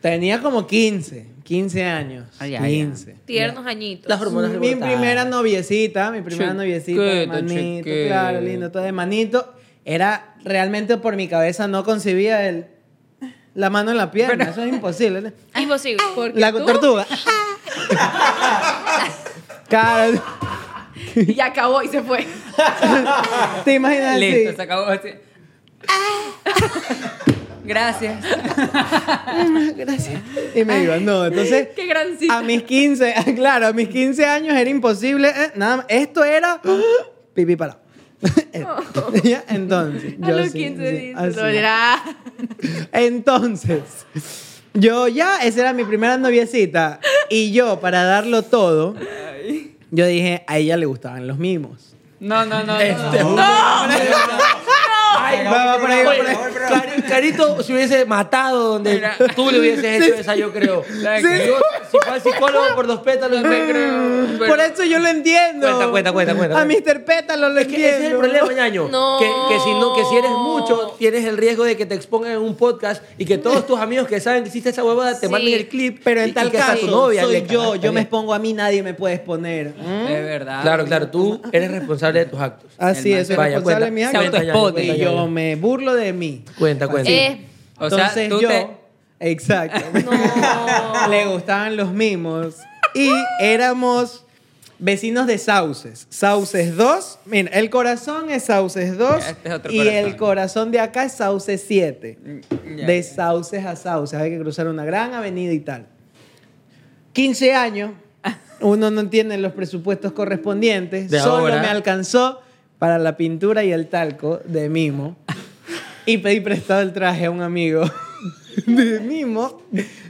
S1: tenía como 15, 15 años.
S3: Ay, ay, ay.
S1: 15.
S2: Tiernos añitos.
S4: Las hormonas
S1: Mi
S4: alborotadas.
S1: primera noviecita, mi primera
S3: Chiquito,
S1: noviecita de manito,
S3: chiquito.
S1: claro, lindo, todo de manito. Era realmente por mi cabeza, no concebía el, la mano en la pierna, eso es imposible. ¿no?
S2: Imposible.
S10: Porque
S1: La
S10: tú-
S1: tortuga. claro,
S10: Y ya acabó y se fue.
S1: te imaginas así.
S3: Listo, se acabó. así. Gracias.
S1: Gracias. Y me iba, no, entonces.
S10: Qué gran cita.
S1: A mis 15, claro, a mis 15 años era imposible. eh, nada, más. esto era pipí para. Eh, Ya, Entonces,
S10: a
S1: yo
S10: los
S1: sí,
S10: 15
S1: sí,
S10: dices,
S1: así.
S10: "Hola".
S1: Entonces, yo ya, esa era mi primera noviecita. Y yo, para darlo todo, yo dije, a ella le gustaban los mimos.
S3: No, no, no. no.
S4: Este,
S1: Ah. Ay, va, va, por ahí, va, por ahí.
S4: Cari- Carito se hubiese matado donde
S3: Mira.
S4: tú le hubieses hecho esa, yo creo. Yo, si fue al psicólogo por dos pétalos, me creo.
S3: Pero-
S1: Por eso yo lo entiendo.
S4: Cuenta, cuenta, cuenta, cuenta.
S1: A Mr. Pétalo lo
S4: Es que ese es el
S1: entiendo.
S4: problema, ñaño.
S2: No.
S4: Que, que si no, que si eres mucho, tienes el riesgo de que te expongan en un podcast y que todos tus amigos que saben que hiciste esa huevada te
S2: Sí.
S4: manden el este clip.
S1: Pero
S4: y-
S1: en
S4: y
S1: tal
S4: que hasta
S1: caso,
S4: tu novia le
S1: soy
S4: caga,
S1: yo,
S4: está
S1: yo me
S4: bien. Mm.
S1: expongo a mí, nadie me puede exponer.
S3: Es verdad.
S4: Claro, claro, tú eres responsable de tus actos.
S1: Así
S3: El
S1: es, soy
S4: Vaya,
S1: responsable de mis
S4: cuenta,
S1: actos.
S4: cuenta, ñaño,
S3: Autoexpone.
S1: Y
S4: cuenta, ñaño.
S1: yo me burlo de mí.
S4: Cuenta, cuenta.
S2: Eh,
S3: O sea,
S1: Entonces
S3: tú
S1: yo,
S3: te-
S1: exacto,
S2: no.
S1: le gustaban los mimos y éramos vecinos de Sauces. Sauces 2, mira, el corazón es Sauces 2
S3: Este es otro
S1: y
S3: corazón.
S1: el corazón de acá es Sauces 7.
S3: ya,
S1: de
S3: ya.
S1: Sauces a Sauces, hay que cruzar una gran avenida y tal. 15 años, uno no tiene los presupuestos correspondientes,
S4: De
S1: solo
S4: ahora.
S1: me alcanzó para la pintura y el talco de Mimo. Y pedí prestado el traje a un amigo de Mimo.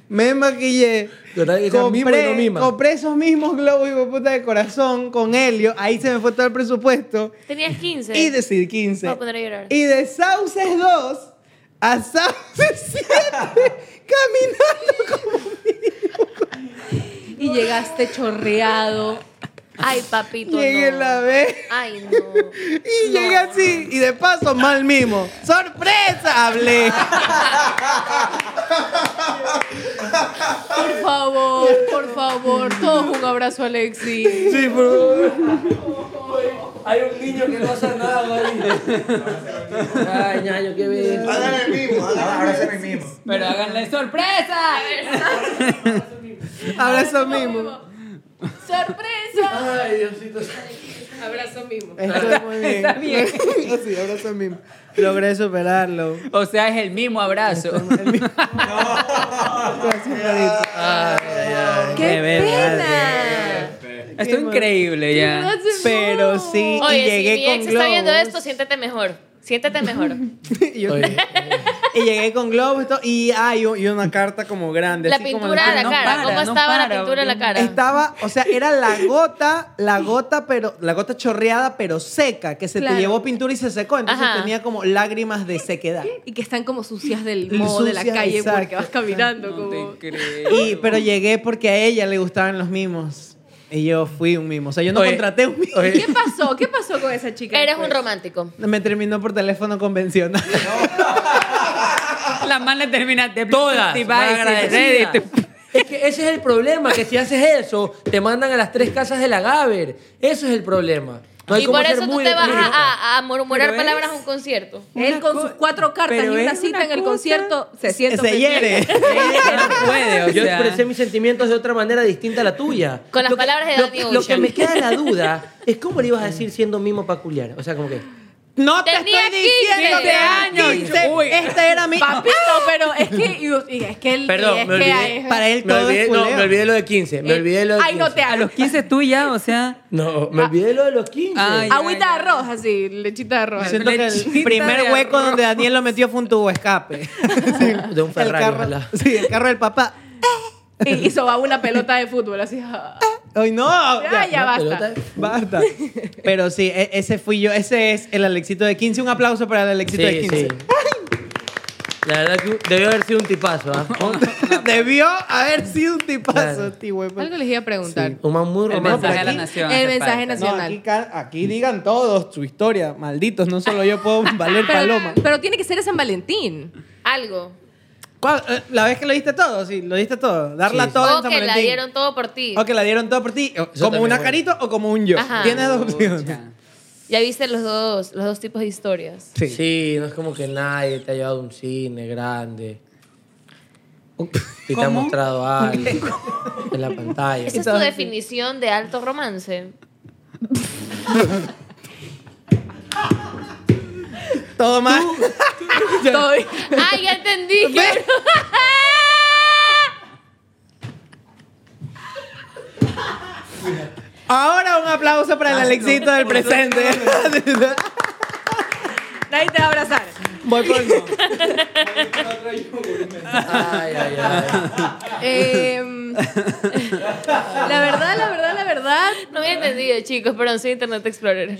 S1: Me maquillé.
S4: Total, que sea Mimo y no
S1: Compré,
S4: Mima.
S1: compré esos mismos globos y puta de corazón con helio. Ahí se me fue todo el presupuesto.
S2: Tenías 15.
S1: Y de sí, 15.
S2: Voy a poner a llorar.
S1: Y de Sauces 2 a Sauces 7 caminando como
S10: Y llegaste chorreado.
S2: Ay, papito.
S1: llegué
S2: no.
S1: la vez.
S2: Ay, no.
S1: Y llegué así. Y de paso, mal mimo. ¡Sorpresa! Hablé.
S10: Por favor, por favor. Todos un abrazo, Alexi.
S4: Sí, por favor. Hay un niño que no hace nada, güey. Ay, ñaño, qué bien.
S8: Hagan el mismo, hagan el mismo.
S3: Pero háganle sorpresa.
S1: Abrazo mismo.
S5: ¡Sorpresa!
S8: Ay, Diosito.
S5: Abrazo mismo.
S1: Estoy muy bien.
S3: Está bien.
S1: sí, abrazo mismo. Logré superarlo.
S3: O sea, es el mismo abrazo.
S1: Gracias, Marito.
S5: ¡Qué
S1: Qué
S5: pena!
S3: Esto es increíble ya.
S1: Pero sí, y
S2: Oye,
S1: llegué
S2: si mi
S1: con
S2: ex
S1: globos.
S2: está viendo esto, siéntete mejor. Siéntete mejor.
S1: Y yo-
S4: Oye.
S1: y llegué con globos y todo, y hay una carta como grande.
S2: La
S1: así como
S2: pintura de la
S3: No
S2: cara.
S3: para,
S2: ¿Cómo
S3: no
S2: estaba la
S3: para,
S2: pintura de la
S3: boludo.
S2: cara?
S1: Estaba, o sea, era la gota, la gota, pero la gota chorreada, pero seca, que se
S5: Claro.
S1: te llevó pintura y se secó. Entonces
S2: Ajá.
S1: tenía como lágrimas de sequedad.
S5: Y que están como sucias del
S1: Y
S5: modo de la
S1: sucias,
S5: calle porque
S1: exacto,
S5: vas caminando
S3: No
S5: como...
S3: te creo.
S1: Y, pero llegué porque a ella le gustaban los mimos. Y yo fui un mimo. O sea, yo no
S4: Oye,
S1: contraté un mimo.
S4: oye.
S5: ¿Qué pasó? ¿Qué pasó con esa chica?
S2: Eres un
S5: después?
S2: romántico.
S1: Me terminó por teléfono convencional.
S3: La mala termina de
S4: Todas.
S3: Devices,
S4: mal agradecidas.
S3: Reddit.
S4: Es que ese es el problema, que si haces eso, te mandan a las tres casas del Agaver. Eso es el problema. No hay
S2: y
S4: cómo
S2: por
S4: ser
S2: eso tú
S4: muy
S2: te vas a,
S4: explícita.
S2: a- a murmurar
S3: Pero
S2: palabras
S3: es-
S2: a un concierto.
S5: Él con sus cuatro cartas y
S3: pero
S5: una
S3: es
S5: cita
S3: una
S5: en el
S3: cosa-
S5: concierto se siente
S1: se
S5: ofendido.
S1: hiere.
S3: No puede, o
S4: Yo
S3: sea.
S4: expresé mis sentimientos de otra manera distinta a la tuya.
S2: Con las
S4: Lo que-
S2: palabras de
S4: lo-
S2: Danny
S4: Lo que
S2: Ocean.
S4: me queda la duda es cómo le ibas a decir siendo mimo peculiar. O sea, como que.
S1: No te
S2: Tenía
S1: estoy diciendo
S2: 15
S1: que años.
S3: años. Uy.
S1: Este era mi.
S5: Papito, pero es que... y- y es que él...
S4: Perdón,
S5: y es
S4: me
S5: que
S4: olvidé.
S5: es-
S1: Para él
S4: Me
S1: todo
S4: olvidé,
S1: es
S4: no,
S1: culeo.
S4: me olvidé lo de 15.
S2: Eh,
S4: Me olvidé lo de 15.
S5: Ay, no te
S3: A los 15 tú ya, o sea.
S4: No,
S2: Ah.
S4: me olvidé lo de los 15.
S3: Ay.
S5: Agüita de
S3: ya, ya.
S5: arroz, así, lechita de arroz.
S1: Siento que el
S3: Lechita
S1: primer
S3: de
S1: hueco
S3: arroz.
S1: donde Daniel lo metió fue un tubo escape.
S4: De un Ferrari,
S1: el carro,
S4: ojalá.
S1: sí, el carro del papá.
S5: Y, y sobaba una pelota de fútbol, así. ah.
S1: ¡Ay, no!
S5: Ya, ya
S4: Una
S5: basta.
S4: pelota.
S1: Basta. Pero sí, e- ese fui yo. Ese es el Alexito de 15. Un aplauso para el
S4: Sí,
S1: Alexito de 15.
S4: sí. La verdad que debió haber sido un tipazo, ¿ah?
S1: Debió haber sido un tipazo,
S4: Claro.
S1: tío, güey.
S5: Algo les iba a preguntar.
S4: Un man muy
S3: El
S4: romántico.
S3: mensaje a la
S1: aquí-
S3: nación.
S5: el
S3: hace
S5: mensaje
S3: falta.
S5: nacional.
S1: aquí, ca- aquí digan todos su historia, malditos. No solo yo puedo valer paloma.
S5: pero tiene que ser de San Valentín.
S2: Algo.
S1: ¿Cuál- eh, La vez que lo diste todo, sí, lo diste todo. Darla
S4: Sí.
S1: toda en
S2: O
S1: San
S2: que la
S1: Valentín.
S2: dieron todo por ti.
S1: O que la dieron todo por ti. o-
S4: Eso
S1: Como
S4: también
S1: una
S4: bueno.
S1: carita o como un yo.
S2: Ajá.
S1: Tienes dos opciones.
S3: Pucha.
S2: Ya viste los dos, los dos tipos de historias.
S4: Sí. no es como que nadie te ha llevado a un cine grande. Y te ha
S3: ¿Cómo?
S4: mostrado algo en la pantalla.
S2: ¿Esa es tu
S1: Entonces-
S2: definición de alto romance?
S1: Todo mal.
S5: Estoy-
S2: ¡Ay, ya entendí!
S1: Ve. Ahora un aplauso
S4: Ah,
S1: para el Alexito del presente.
S5: Nadie te va a abrazar.
S1: Voy por no.
S4: Ay, ay, ay.
S5: Eh, la verdad, la verdad, la verdad.
S2: No había entendido, chicos, pero soy Internet Explorer.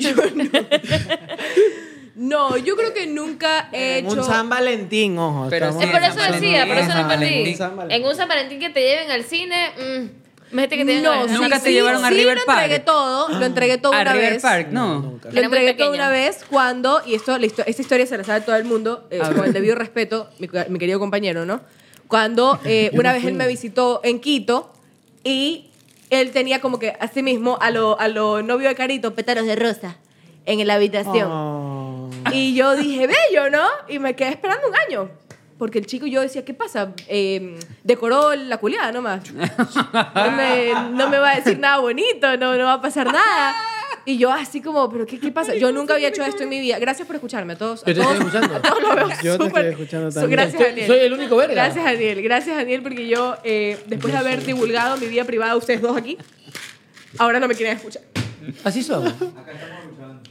S5: No, yo creo que nunca he hecho.
S1: Un San Valentín, ojo.
S3: Pero
S1: estamos-
S3: sí,
S2: Eh, por eso
S3: San
S2: decía, por eso
S3: Valentín.
S2: no entendí.
S1: Un San Valentín.
S2: En un San Valentín que te lleven al cine, mm, imagínate que te lleven
S5: No,
S2: al
S5: sí,
S3: Nunca te
S5: sí,
S3: llevaron a
S5: sí,
S3: River
S5: lo
S3: Park.
S5: entregué todo, lo entregué todo
S3: A
S5: una
S3: River
S5: vez.
S3: Park, no.
S5: Lo
S2: Era muy
S5: entregué toda
S2: pequeña.
S5: una vez cuando, y esto, la histo- esta historia se la sabe todo el mundo, eh, con el debido respeto, mi, cu- mi querido compañero, ¿no? Cuando eh, una vez él me visitó en Quito y él tenía como que a sí mismo, a lo, a lo novio de Carito, pétalos de rosa en la habitación.
S1: Oh.
S5: Y yo dije, bello, ¿no? Y me quedé esperando un año. Porque el chico y yo decía, ¿qué pasa? Eh, decoró la culiada nomás. No me, no me va a decir nada bonito, no, no va a pasar nada. Y yo así como, ¿pero qué, qué pasa? Yo nunca había hecho esto en mi vida. Gracias por escucharme a todos. a
S4: Yo te
S5: todos-
S4: estoy escuchando.
S5: a todos los veo
S1: Yo te
S5: súper-
S1: estoy escuchando
S5: su-
S1: también.
S5: Gracias,
S4: Estoy-
S5: Daniel.
S4: soy el único verga.
S5: Gracias, Daniel. Gracias, Daniel, porque yo, eh, después de haber divulgado mi vida privada, ustedes dos aquí, ahora no me quieren escuchar.
S4: Así son.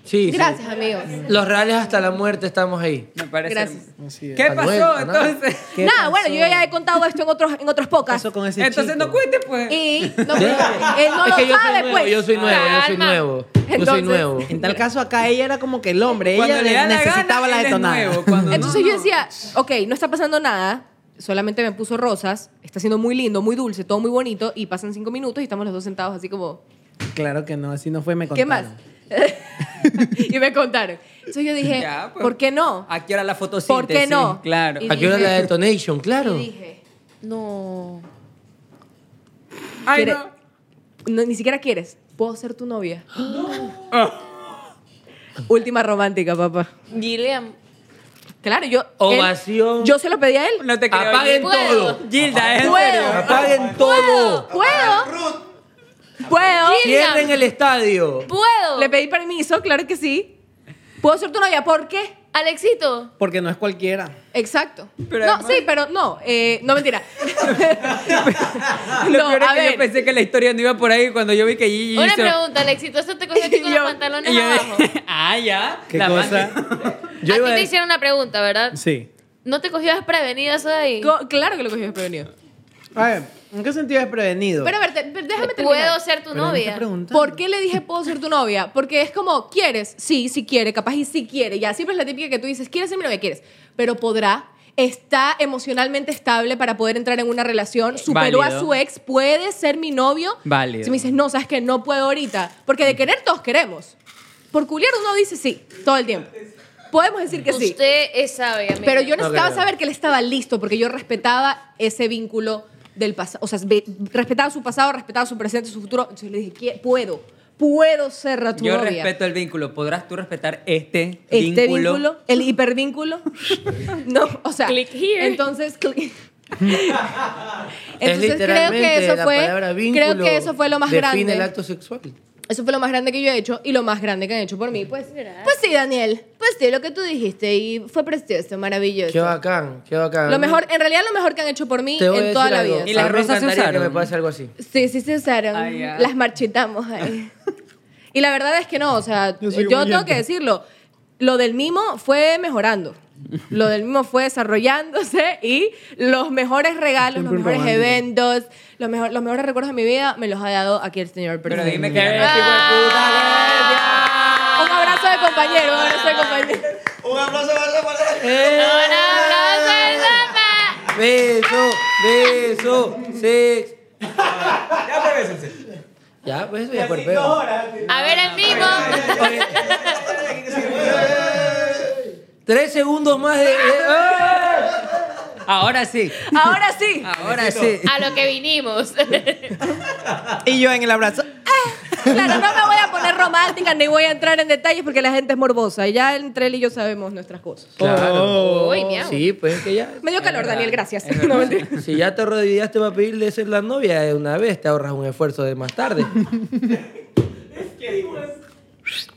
S4: Sí, sí.
S5: Gracias, amigos.
S4: Los reales hasta la muerte estamos ahí.
S3: Me parece.
S5: Gracias.
S1: Así es.
S3: ¿Qué
S4: Manuel,
S3: pasó
S4: a nada.
S3: entonces?
S1: ¿Qué
S5: Nada,
S1: pasó?
S5: bueno, yo ya he contado esto en otros, en otros
S1: ¿Qué
S5: podcasts.
S1: pasó con ese
S3: Entonces
S1: chico?
S3: no cuentes, pues.
S5: Y no,
S4: Sí.
S5: él no
S4: es
S5: lo
S4: que yo soy
S5: sabe,
S4: nuevo,
S5: pues.
S4: yo soy nuevo, yo soy
S2: Calma.
S4: nuevo. Yo soy
S5: Entonces-
S4: nuevo.
S1: En tal caso, acá ella era como que el hombre.
S3: Cuando
S1: ella
S3: le da la
S1: necesitaba
S3: gana,
S1: la
S3: él es
S1: detonada.
S3: nuevo. Cuando no,
S5: Entonces yo
S3: no.
S5: decía, ok, no está pasando nada, solamente me puso rosas, está siendo muy lindo, muy dulce, todo muy bonito, y pasan cinco minutos y estamos los dos sentados así como,
S1: Claro que no, así no fue, me
S5: ¿qué más?
S1: contaron.
S5: y me contaron. Entonces yo dije,
S3: Ya, pues.
S5: ¿por qué no?
S4: Ah,
S3: ¿A qué hora la fotosíntesis?
S5: ¿Por qué no?
S3: Claro.
S5: Y-
S4: Aquí era la detonation, claro.
S5: Y dije,
S2: No.
S3: Ay,
S5: ¿quiere-
S3: no.
S5: no, ni siquiera quieres, puedo ser tu novia. Última romántica, papá.
S2: Gillian.
S5: Claro, yo. él-
S4: Ovación.
S5: yo se lo pedí a él.
S3: No te creo.
S4: Apaguen
S3: Gilda.
S4: todo.
S3: Gilda, es en
S5: Puedo.
S3: serio.
S4: Apaguen todo.
S5: ¿Puedo? ¿Puedo?
S4: Cierren el estadio.
S2: ¡Puedo!
S5: Le pedí permiso, claro que sí. ¿Puedo ser tu novia? ¿Por qué?
S2: Alexito.
S1: Porque no es cualquiera.
S5: Exacto.
S3: Pero
S5: no,
S3: además-
S5: sí, pero no. eh, no, mentira.
S3: Lo
S5: no,
S3: peor es
S5: a
S3: que yo
S5: ver.
S3: pensé que la historia no iba por ahí cuando yo vi que Gigi
S2: Una
S3: hizo-
S2: pregunta, Alexito. ¿Eso te cogió a ti con
S5: Yo-
S2: los pantalones
S3: y yo-
S2: abajo?
S3: ah, ya.
S1: ¿Qué
S3: La
S1: cosa?
S3: man-
S4: Yo
S2: a
S4: iba
S2: ti
S4: a
S2: te
S4: decir-
S2: hicieron una pregunta, ¿verdad?
S7: Sí.
S2: ¿No te cogió desprevenida eso de ahí?
S5: Co- claro que lo cogí desprevenido.
S1: A ver, ¿en qué sentido es prevenido?
S5: Pero a ver, te- pero déjame terminar.
S2: ¿Puedo ser tu
S1: Pero no te
S2: novia?
S1: preguntan.
S5: ¿Por qué le dije puedo ser tu novia? Porque es como, ¿quieres? Sí, sí quiere, capaz y sí quiere. Ya, siempre es la típica que tú dices, ¿quieres ser mi novia? ¿Quieres? Pero podrá. Está emocionalmente estable para poder entrar en una relación. Superó
S3: Válido.
S5: a su ex. ¿Puede ser mi novio?
S3: Válido.
S5: Si me dices, no, sabes que no puedo ahorita. Porque de querer todos queremos. Por culiar uno dice sí, todo el tiempo. Podemos decir que sí.
S2: Usted es sabia, amiga.
S5: Pero yo
S4: No
S5: necesitaba
S4: creo.
S5: saber que él estaba listo porque yo respetaba ese vínculo del pasado. O sea, ve- respetaba su pasado, respetaba su presente, su futuro. Entonces le dije, "Qui- puedo, puedo ser a tu
S3: Yo
S5: novia.
S3: respeto el vínculo. ¿Podrás tú respetar este,
S5: este vínculo, el hipervínculo. no, o sea.
S2: Click here.
S5: Entonces, click. Entonces creo que
S4: literalmente
S5: eso
S4: la
S5: fue
S4: palabra
S5: creo
S4: vínculo
S5: que eso fue lo más
S4: define
S5: grande.
S4: el acto sexual.
S5: Eso fue lo más grande que yo he hecho y lo más grande que han hecho por mí, pues.
S2: ¿eh?
S5: Pues sí, Daniel. Pues sí, lo que tú dijiste y fue precioso, maravilloso.
S4: Qué bacán, qué bacán.
S5: Lo mejor, en realidad lo mejor que han hecho por mí
S4: Te voy a
S5: en toda
S4: decir
S5: la
S4: algo.
S5: vida.
S3: Y las
S4: A mí me
S3: rosas se
S4: encantaría
S3: usaron.
S4: que me pase algo así.
S5: Sí, sí se usaron.
S3: Ah, ya.
S5: Las marchitamos ahí. y la verdad es que no, o sea,
S1: Yo
S5: yo,
S1: soy
S5: tengo
S1: obediente.
S5: que decirlo. Lo del mimo fue mejorando. Lo del mimo fue desarrollándose y los mejores regalos,
S1: Siempre
S5: los mejores
S1: romántico.
S5: eventos, los, mejor- los mejores recuerdos de mi vida me los ha dado aquí el señor
S3: Pero
S5: presente.
S3: dime que eres
S2: Ah.
S3: hijo de
S5: Un
S3: puta.
S5: abrazo de compañero, un abrazo de compañero.
S8: Un aplauso para para
S2: ¡Un aplauso de Zapa!
S4: Beso, beso, sex. Ya, pues eso ya por peo.
S2: A ver, el mismo.
S4: Tres segundos más de. de- ¡Ah!
S3: Ahora sí.
S5: Ahora sí.
S3: Ahora sí.
S2: A lo que vinimos.
S1: Y yo en el abrazo.
S5: Claro, no me voy a poner romántica ni voy a entrar en detalles porque la gente es morbosa. Y ya entre él y yo sabemos nuestras cosas.
S4: Claro.
S2: Uy, miau.
S4: Oh. Sí, pues es que ya.
S5: Me dio calor,
S3: verdad,
S5: Daniel, gracias.
S3: es verdad.
S5: No, mentira.
S4: Si ya te rodeaste para pedirle ser la novia de una vez, te ahorras un esfuerzo de más tarde.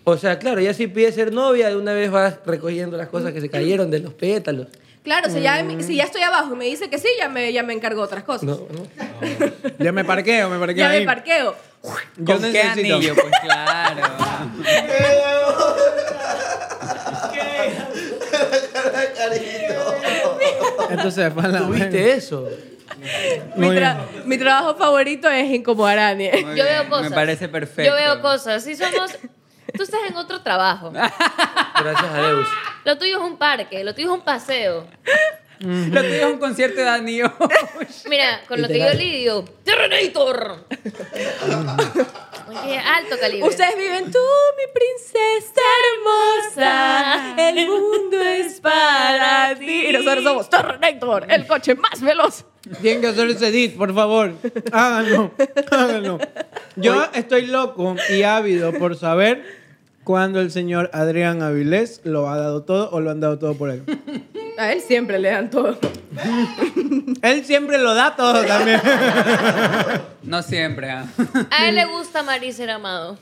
S4: O sea, claro, ya si pides ser novia, de una vez vas recogiendo las cosas que se cayeron de los pétalos.
S5: Claro, si ya, si ya estoy abajo y me dice que sí, ya me, ya me encargo de otras cosas.
S4: No, no.
S1: Ya me parqueo, me parqueo
S5: ya
S1: ahí.
S5: me parqueo.
S1: Yo
S3: ¿Con qué
S1: necesito-
S3: anillo? Pues claro.
S1: Entonces, fue a la
S4: ¿Tuviste eso?
S5: Mi,
S1: Muy
S5: tra- mi trabajo favorito es incomodar a Daniel.
S3: Muy
S2: Yo
S3: bien,
S2: veo cosas.
S3: Me parece perfecto.
S2: Yo veo cosas. Si somos. Tú estás en otro trabajo.
S4: Gracias a Deus.
S2: Lo tuyo es un parque, lo tuyo es un paseo.
S3: Lo tuyo es un concierto de Daniel.
S2: Mira, con lo que yo
S4: Literal.
S2: lidio. ¡Terrenator! Oye, alto calibre.
S5: Ustedes viven tú, mi princesa hermosa. El mundo es para ti. Y nosotros somos Torrenector, el coche más veloz.
S1: Tienen que hacer ese edit, por favor. Háganlo, háganlo. Yo estoy loco y ávido por saber cuándo el señor Adrián Avilés lo ha dado todo o lo han dado todo por él.
S5: A él siempre le dan todo.
S1: Él siempre lo da todo también.
S3: No siempre. ah.
S2: A él le gusta Maricer Amado.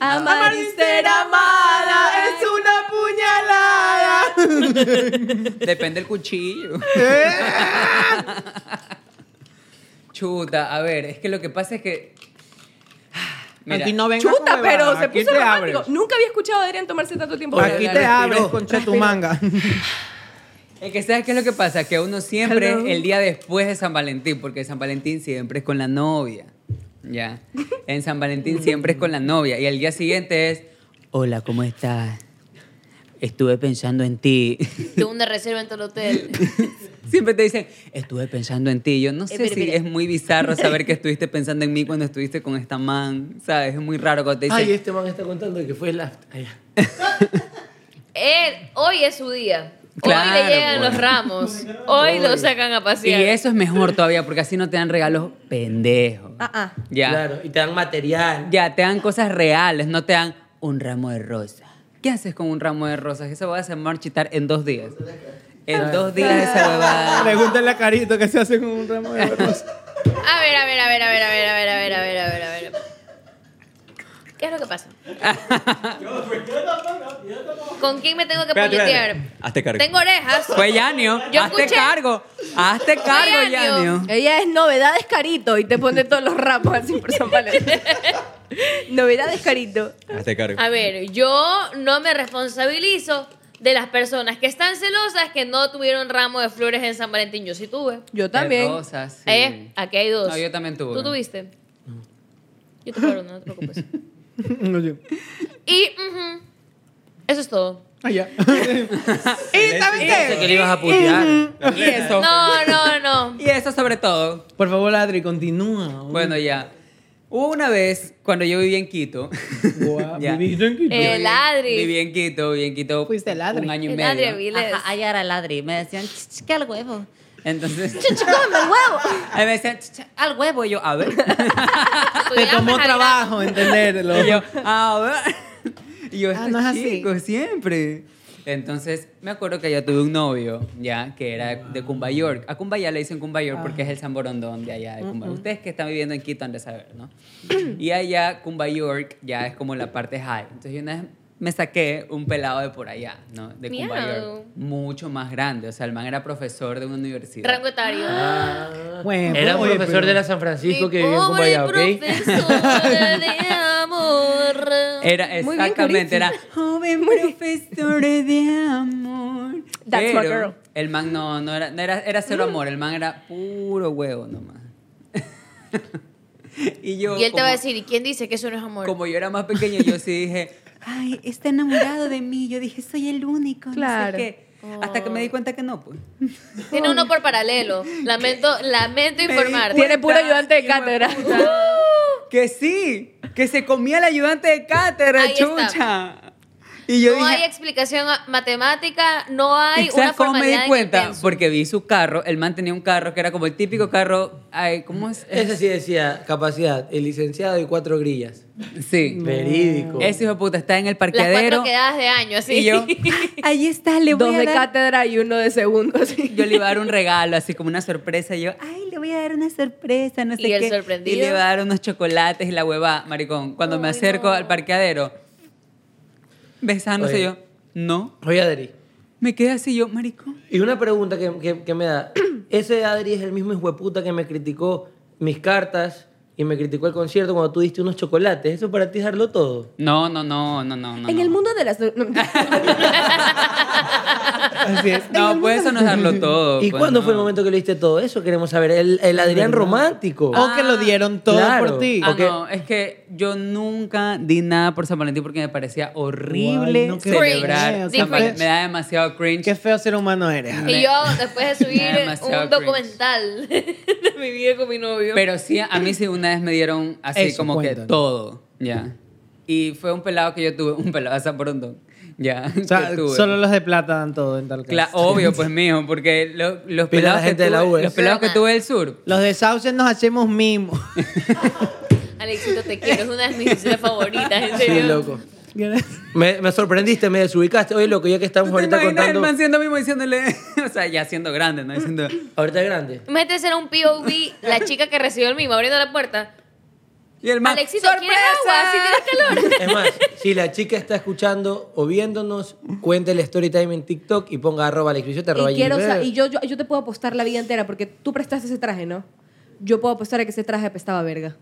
S5: Amarister amada, es
S1: una puñalada.
S3: Depende del cuchillo.
S1: ¿Eh?
S3: Chuta, a ver, es que lo que pasa es que. ah, Mira,
S1: Aquí no vengas
S5: Chuta,
S1: con
S5: pero
S1: huevadas,
S5: se
S1: aquí
S5: puso
S1: te
S5: romántico.
S1: abres.
S5: Nunca había escuchado a Adrián tomarse tanto tiempo para
S1: Aquí
S5: hablar.
S1: te abres, concha tu manga.
S3: Es que ¿sabes qué es lo que pasa? Que uno siempre
S5: Hello.
S3: el día después de San Valentín, porque San Valentín siempre es con la novia. Ya. En San Valentín siempre es con la novia. Y el día siguiente es, hola, ¿cómo estás? Estuve pensando en ti.
S2: Tengo una reserva en todo el hotel.
S3: Siempre te dicen, estuve pensando en ti. Yo no sé
S2: espera,
S3: si
S2: espera.
S3: es muy bizarro saber que estuviste pensando en mí cuando estuviste con esta man. ¿Sabes? Es muy raro cuando te dicen,
S4: Ay, este man está contando que fue el after. Ay, ya.
S2: Él, hoy es su día. hoy
S3: Claro,
S2: le llegan
S3: pues.
S2: los ramos. Hoy lo sacan a
S3: Y
S2: pasear.
S3: eso es mejor todavía porque así no te dan regalos pendejos.
S5: Ah, ah.
S3: Ya.
S4: Claro, y te dan material.
S3: Ya, te dan cosas reales, no te dan un ramo de rosa. ¿Qué haces con un ramo de rosas? Esa huevada se va a marchitar en dos días. En dos días esa huevada.
S1: Pregúntale a Carito que se hace con un ramo de rosas.
S2: A ver, a ver, a ver, a ver, a ver, a ver, a ver, a ver, a ver, a ver. ¿Qué es lo que pasa? ¿Con quién me tengo que
S6: Espérate,
S2: puñetear?
S6: espérate. Hazte cargo.
S2: Tengo orejas.
S3: Fue Yanio,
S2: Yo
S3: hazte
S2: escuché-
S3: cargo. Hazte cargo,
S2: Fue
S3: Yanio.
S5: Ella es novedades carito y te pone todos los ramos así por San Valentín. novedades carito.
S6: Hazte cargo.
S2: A ver, yo no me responsabilizo de las personas que están celosas que no tuvieron ramo de flores en San Valentín. Yo sí tuve.
S5: Yo también.
S3: De rosas, sí.
S2: ¿Eh? Aquí hay dos.
S3: No, yo también tuve.
S2: ¿Tú tuviste? Yo te perdono, no te preocupes.
S1: No, yo.
S2: Y ujú, eso es todo.
S1: Ah, ya. ¿Y sabes
S4: Pensé que
S1: qué?
S4: le ibas a putear.
S3: Y eso.
S2: No, no, no.
S3: Y eso sobre todo.
S1: Por favor, Adri, continúa.
S3: Bueno, ya. Hubo una vez cuando yo vivía en Quito.
S1: Guau,
S3: Ya. Eh,
S1: viviste en Quito.
S2: El Adri.
S3: Viví en Quito, viví en Quito.
S1: Fuiste el Adri.
S3: Un año y
S2: El
S3: medio.
S2: Adri Avilés.
S9: Ajá, allá era ladri. Me decían, "Ch, ch, que al huevo.
S3: Entonces.
S9: ¡Come el huevo!
S3: Ahí me decían, "Ch, ch, al huevo. Y yo, a ver.
S1: Te
S2: Estudiamos
S1: tomó
S2: al
S1: trabajo entenderlo.
S3: Y yo, a ver. Ah, Y yo,
S1: Ah,
S3: estos
S1: no es así.
S3: chicos, siempre. Entonces, me acuerdo que yo tuve un novio, ya, que era de Cumbayork. A Cumbaya le dicen Cumbayork porque
S1: Ah.
S3: es el samborondón de allá de Cumbaya. Ustedes que están viviendo en Quito han de saber, ¿no? y allá, Cumbayork ya es como la parte high. Entonces, yo una vez me saqué un pelado de por allá, ¿no? De
S2: Miau.
S3: Cumbayork. Mucho más grande. O sea, el man era profesor de una universidad.
S2: Rango etario.
S3: Ah,
S1: Bueno,
S4: Era
S1: oye,
S4: profesor
S1: pero-
S4: de la San Francisco que vivió en
S2: pobre
S4: Cumbayá, ¿ok?
S2: profesora de amor.
S3: Era
S5: Muy bien,
S3: exactamente, era
S5: Clarice.
S3: joven profesor de amor.
S5: That's my
S3: Pero
S5: girl. Mm.
S3: El man no, no era, no era, era cero amor, el man era puro huevo nomás. y yo.
S2: Y él te va a
S3: como-
S2: decir, ¿y quién dice que eso no es amor?
S3: Como yo era más pequeño, yo sí dije, ay, está enamorado de mí. Yo dije, soy el único.
S5: Claro.
S3: No sé qué. Hasta que me di cuenta que no, pues.
S2: Tiene uno por paralelo. Lamento, lamento informarte.
S5: Tiene puro ayudante de
S3: Hijo de
S5: cátedra.
S3: puta. Que sí, que se comía el ayudante de cátedra,
S2: Ahí está.
S3: chucha. Y yo
S2: no
S3: dije,
S2: hay explicación a- matemática, no hay
S3: ¿Y
S2: una
S3: ¿Sabes cómo me
S2: formalidad
S3: di
S2: en el
S3: cuenta?
S2: pensum.
S3: Porque vi su carro, el man tenía un carro que era como el típico carro, ay, ¿cómo es?
S4: Ese sí decía capacidad, el licenciado y cuatro grillas.
S3: Sí.
S4: Verídico.
S3: Ese hijo de puta está en el
S2: Las
S3: parqueadero
S2: cuatro quedadas de año, así.
S3: y yo, ahí está, le voy
S5: Dos
S3: a
S5: de
S3: dar-
S5: cátedra y uno de segundo. así.
S3: Yo le iba a dar un regalo, así como una sorpresa, y yo, ay, le voy a dar una sorpresa, no sé
S2: ¿Y
S3: qué.
S2: el sorprendido?
S3: Y le iba a dar unos chocolates y la hueva, maricón. Cuando me acerco al parqueadero, besándose
S4: Oye.
S3: yo, no,
S4: Oye, Adri.
S3: me quedé así yo, maricón.
S4: Y una pregunta que, que- que me da. Ese Adri es el mismo hijueputa que me criticó mis cartas y me criticó el concierto cuando tú diste unos chocolates. ¿Eso para ti es darlo todo?
S3: No, no, no, no, no, no.
S5: en
S3: no.
S5: el mundo de las. no- no.
S1: Así es.
S3: No, pues eso no es darlo todo.
S4: ¿Y
S3: pues,
S4: cuándo
S3: no.
S4: fue el momento que le diste todo eso? Queremos saber. El, el Adrián romántico.
S1: O que lo dieron todo
S4: claro.
S1: por ti.
S3: Ah,
S4: Ok.
S3: no, es que yo nunca di nada por San Valentín porque me parecía horrible
S1: Ay, no, qué feo,
S3: celebrar.
S1: qué
S3: San Val-
S1: feo.
S3: me da demasiado cringe.
S1: Qué feo ser humano eres.
S2: Y yo, después de subir
S3: Demasiado cringe.
S2: un documental de mi vida con mi novio.
S3: Pero sí, a mí sí una vez me dieron así
S1: Eso,
S3: como
S1: cuéntanos.
S3: que todo, ya. Y fue un pelado que yo tuve, un pelado de San Borondón, ya.
S1: O sea,
S3: que tuve.
S1: solo los de plata dan todo en tal caso.
S3: Cla- obvio, pues mío, porque lo- los,
S4: Pila la
S3: pelados que
S4: gente de la
S3: tuve,
S4: UES.
S1: ¿eh?
S3: los pelados que
S2: Drama.
S3: tuve del sur.
S1: Los de sauces nos hacemos mimos.
S2: Alexito, te quiero, es una de mis historias favoritas, en serio.
S4: Sí, loco. Me, me sorprendiste, me desubicaste. Oye, loco, ya que estamos
S3: ¿Tú te
S4: ahorita
S3: imaginas el
S4: contando.
S3: man siendo mismo diciéndole, o sea, ya siendo grande, ¿no? Diciendo,
S4: Ahorita grande.
S2: Imagínate ser un POV, la chica que recibió el mismo abriendo la puerta.
S3: y el man,
S2: Alexito, ¿quieres
S3: ¡sorpresa!
S2: agua? Si tienes calor.
S4: Es más, si la chica está escuchando o viéndonos, cuente el story time en TikTok y ponga arroba Alex Bisote, arroba
S5: Y, quiero,
S4: Gilbert.
S5: sa- y yo, yo, yo te puedo apostar la vida entera porque tú prestaste ese traje, ¿no? Yo puedo apostar a que ese traje apestaba a verga.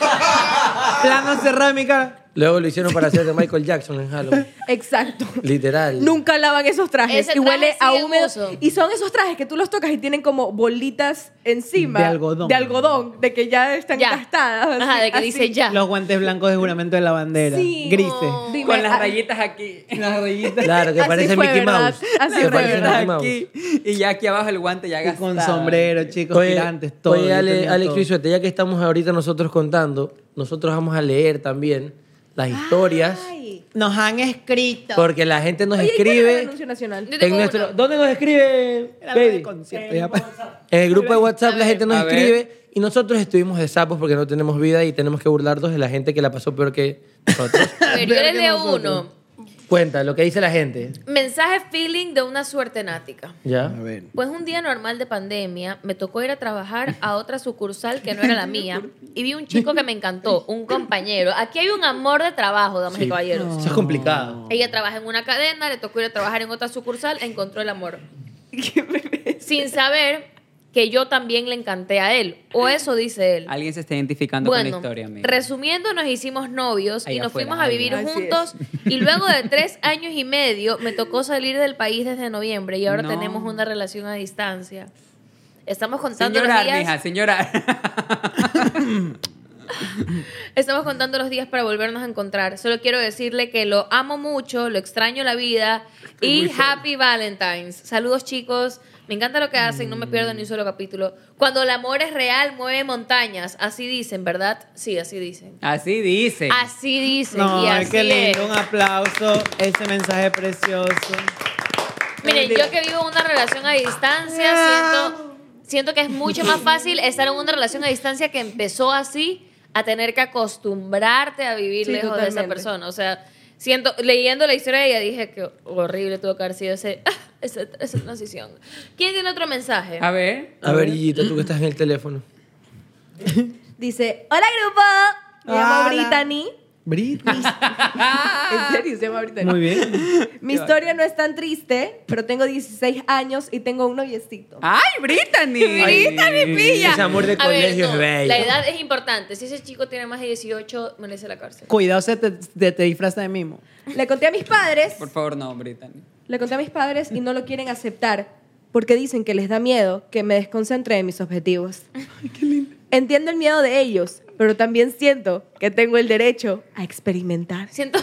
S4: Ah,
S1: Plano cerrado de mi cara.
S4: Luego lo hicieron para hacer de Michael Jackson en Halloween.
S5: Exacto.
S4: Literal.
S5: Nunca lavan esos trajes
S2: Ese
S5: y huele
S2: traje
S5: a
S2: sigue en
S5: húmedo.
S2: uso.
S5: Y son esos trajes que tú los tocas y tienen como bolitas encima
S1: De algodón.
S5: de algodón, de que ya están
S2: Ya.
S5: gastadas.
S2: Ajá,
S5: así,
S2: de que
S5: así.
S2: dice ya.
S1: Los guantes blancos de juramento de la bandera.
S5: Sí.
S1: Grises.
S5: Dime,
S3: Con las
S5: ah,
S3: rayitas aquí.
S1: Las rayitas.
S4: Claro, que
S5: Así
S4: parece
S5: fue,
S4: Mickey
S5: ¿verdad?
S4: Mouse.
S5: Así
S4: que
S5: fue,
S4: parece
S5: ¿verdad?
S4: Mickey Mouse.
S3: aquí. Y ya aquí abajo el guante ya
S1: Y con
S3: gastado.
S1: sombrero, chicos, tirantes, todo.
S4: oye,
S1: yo
S4: Ale-
S1: tenía
S4: Alex
S1: todo.
S4: Rizuete, ya que estamos ahorita nosotros contando, nosotros vamos a leer también las historias.
S5: Ay.
S1: Nos han escrito.
S4: Porque la gente nos
S5: Oye, ¿y cuál era el
S4: escribe.
S5: anuncio nacional?
S2: Yo
S4: En
S2: tengo
S4: nuestro-
S2: uno.
S4: ¿Dónde nos escribe,
S1: Era lo
S4: baby?
S1: del concierto, ya pa-
S4: En el grupo de WhatsApp la gente nos
S3: A ver.
S4: escribe y nosotros estuvimos de sapos porque no tenemos vida y tenemos que burlarnos de la gente que la pasó peor que nosotros.
S2: A ver, yo les leo uno.
S4: Cuenta lo que dice la gente.
S2: Mensaje feeling de una suerte nática.
S4: ¿Ya?
S8: A ver.
S2: Pues un día normal de pandemia me tocó ir a trabajar a otra sucursal que no era la mía y vi un chico que me encantó, un compañero. Aquí hay un amor de trabajo, damas y
S4: Sí.
S2: caballeros.
S4: Eso es complicado.
S2: Ella trabaja en una cadena, le tocó ir a trabajar en otra sucursal, encontró el amor. Sin saber que yo también le encanté a él. O eso dice él.
S3: Alguien se está identificando con la
S2: Bueno,
S3: historia, amigo.
S2: resumiendo, nos hicimos novios y
S3: Allá
S2: nos
S3: afuera,
S2: fuimos a
S3: ahí.
S2: vivir
S3: Así es.
S2: juntos. Y luego de tres años y medio me tocó salir del país desde noviembre y ahora
S3: No.
S2: tenemos una relación a distancia. Estamos
S3: Sin
S2: contando los
S3: llorar,
S2: días.
S3: mija, sin llorar.
S2: Estamos contando los días para volvernos a encontrar. Solo quiero decirle que lo amo mucho, lo extraño la vida y Happy Valentine's. Saludos chicos, me encanta lo que hacen, no me pierdo ni un solo capítulo. Cuando el amor es real, mueve montañas. Así dicen, ¿verdad? Sí, así dicen.
S3: Así dice.
S2: Así dicen
S1: No,
S2: y así
S1: qué lindo,
S2: es.
S1: un aplauso, ese mensaje precioso.
S2: Miren, yo que vivo una relación a distancia, siento, siento que es mucho más fácil estar en una relación a distancia que empezó así a tener que acostumbrarte a vivir
S11: Sí,
S2: lejos de esa
S11: totalmente.
S2: persona. O sea, siento, leyendo la historia de ella dije que horrible tuvo que haber sido ese, ah, esa, esa transición. ¿Quién tiene otro mensaje?
S3: A ver.
S4: A ver, Gillita, tú que estás en el teléfono.
S5: Dice, hola grupo, me llamo
S1: Hola.
S5: Brittany.
S1: Britney.
S5: En serio, se llama Brittany.
S1: Muy bien.
S5: Mi historia no es tan triste, pero tengo 16 años y tengo un noviecito.
S3: ¡Ay, Brittany!
S5: Brittany, pilla.
S4: Ese amor de
S2: A ver,
S4: colegio
S2: no,
S4: es bello.
S2: La edad es importante. Si ese chico tiene más de 18, merece la cárcel.
S1: Cuidado, se te, te, te disfraza de mimo.
S5: Le conté a mis padres,
S3: Por favor, no, Brittany.
S5: le conté a mis padres y no lo quieren aceptar porque dicen que les da miedo que me desconcentre de mis objetivos. Entiendo el miedo de ellos, pero también siento que tengo el derecho a experimentar.
S2: Siento...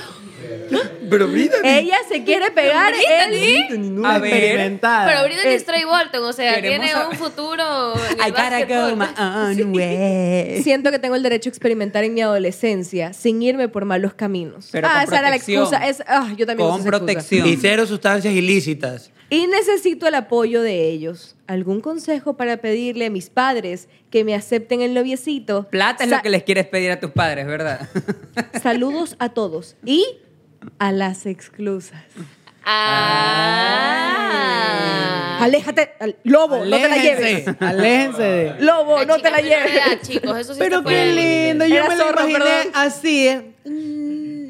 S4: Pero Brittany.
S5: Ella se quiere pegar, él
S3: A ver.
S1: Experimentada.
S2: Pero Britney
S5: Eh,
S2: es Troy Bolton, o sea,
S3: queremos
S2: tiene
S3: saber-
S2: un futuro en el
S3: I gotta go
S2: básquetbol.
S4: uh,
S3: my
S1: Ah,
S3: own way.
S5: Siento que tengo el derecho a experimentar en mi adolescencia sin irme por malos caminos.
S3: Pero
S5: ah,
S3: con
S5: esa era la
S3: protección.
S5: excusa. Es, ah, yo también
S3: Con
S5: uso esa excusa.
S3: protección.
S4: Y cero sustancias ilícitas.
S5: Y necesito el apoyo de ellos. ¿Algún consejo para pedirle a mis padres que me acepten el noviecito?
S3: Plata es
S5: Sa-
S3: lo que les quieres pedir a tus padres, ¿verdad?
S5: Saludos a todos. Y a las exclusas.
S2: Ah.
S5: Aléjate, al- lobo, no te la lleves.
S1: Aléjense, aléjense de.
S5: Lobo,
S2: La
S5: no te
S2: chica
S5: la
S2: menor de
S5: lleves.
S2: edad, chicos, eso sí
S1: Pero
S2: se
S1: qué
S2: puede.
S1: lindo, yo
S5: Era
S1: me lo
S5: zorro,
S1: imaginé
S5: perdón.
S1: así, eh,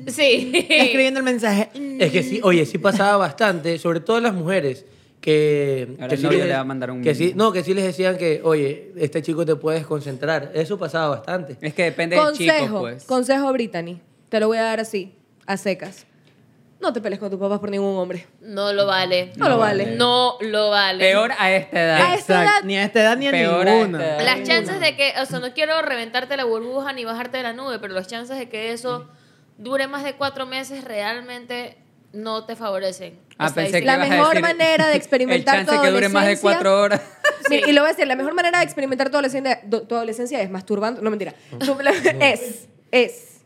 S2: Sí.
S1: escribiendo el mensaje.
S4: Es que sí, oye, sí pasaba bastante, sobre todo las mujeres. Que,
S3: Ahora
S4: que
S3: el
S4: sí
S3: novio
S4: les-
S3: le va a mandar un
S4: que sí-
S3: meme.
S4: No, que sí les decían que, oye, este chico te puedes concentrar. Eso pasaba bastante.
S3: Es que depende del chico,
S5: Consejo,
S3: pues.
S5: consejo Brittany. Te lo voy a dar así, a secas. No te pelees con tus papás por ningún hombre.
S2: No lo vale.
S5: No lo vale.
S2: No lo vale.
S3: Peor a esta edad.
S5: A esta edad-
S1: Ni a esta edad ni a
S3: Peor a esta
S1: ninguna.
S3: edad.
S2: Las chances de que, o sea, no quiero reventarte la burbuja ni bajarte de la nube, pero las chances de que eso dure más de cuatro meses realmente no te favorecen.
S3: Ah, pensé que
S5: La
S3: ibas a
S5: mejor
S3: decir,
S5: manera de experimentar
S3: El
S5: tu
S3: chance que dure más de
S5: adolescencia-
S3: cuatro horas.
S5: Mi- Y lo voy a decir, la mejor manera de experimentar tu adolescencia, do- tu adolescencia es masturbando. No, mentira. Tu- la- Es, es.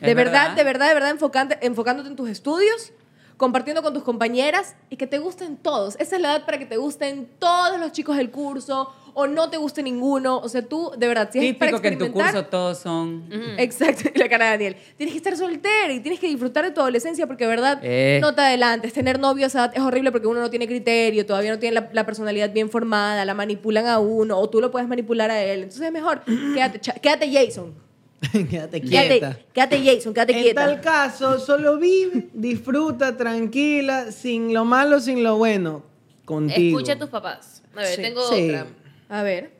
S5: De
S3: Es
S5: verdad,
S3: verdad.
S5: de verdad, de verdad, enfocante- enfocándote en tus estudios, compartiendo con tus compañeras y que te gusten todos. Esa es la edad para que te gusten todos los chicos del curso o no te guste ninguno. O sea, tú, de verdad, si es para
S3: Típico que en tu
S5: experimentar...
S3: curso todos son.
S5: Exacto, la cara de Daniel. Tienes que estar soltera y tienes que disfrutar de tu adolescencia porque, de verdad,
S3: Eh.
S5: no te adelantes. Tener novio a esa edad es horrible porque uno no tiene criterio, todavía no tiene la, la personalidad bien formada, la manipulan a uno o tú lo puedes manipular a él. Entonces es mejor, quédate, cha- quédate Jason.
S1: Quédate quieta.
S5: Quédate, quédate Jason, quédate
S1: en
S5: quieta.
S1: tal caso, solo vive, disfruta, tranquila, sin lo malo, sin lo bueno. Contigo.
S2: Escucha a tus papás. A ver,
S5: Sí.
S2: tengo
S1: Sí.
S2: otra.
S5: A ver.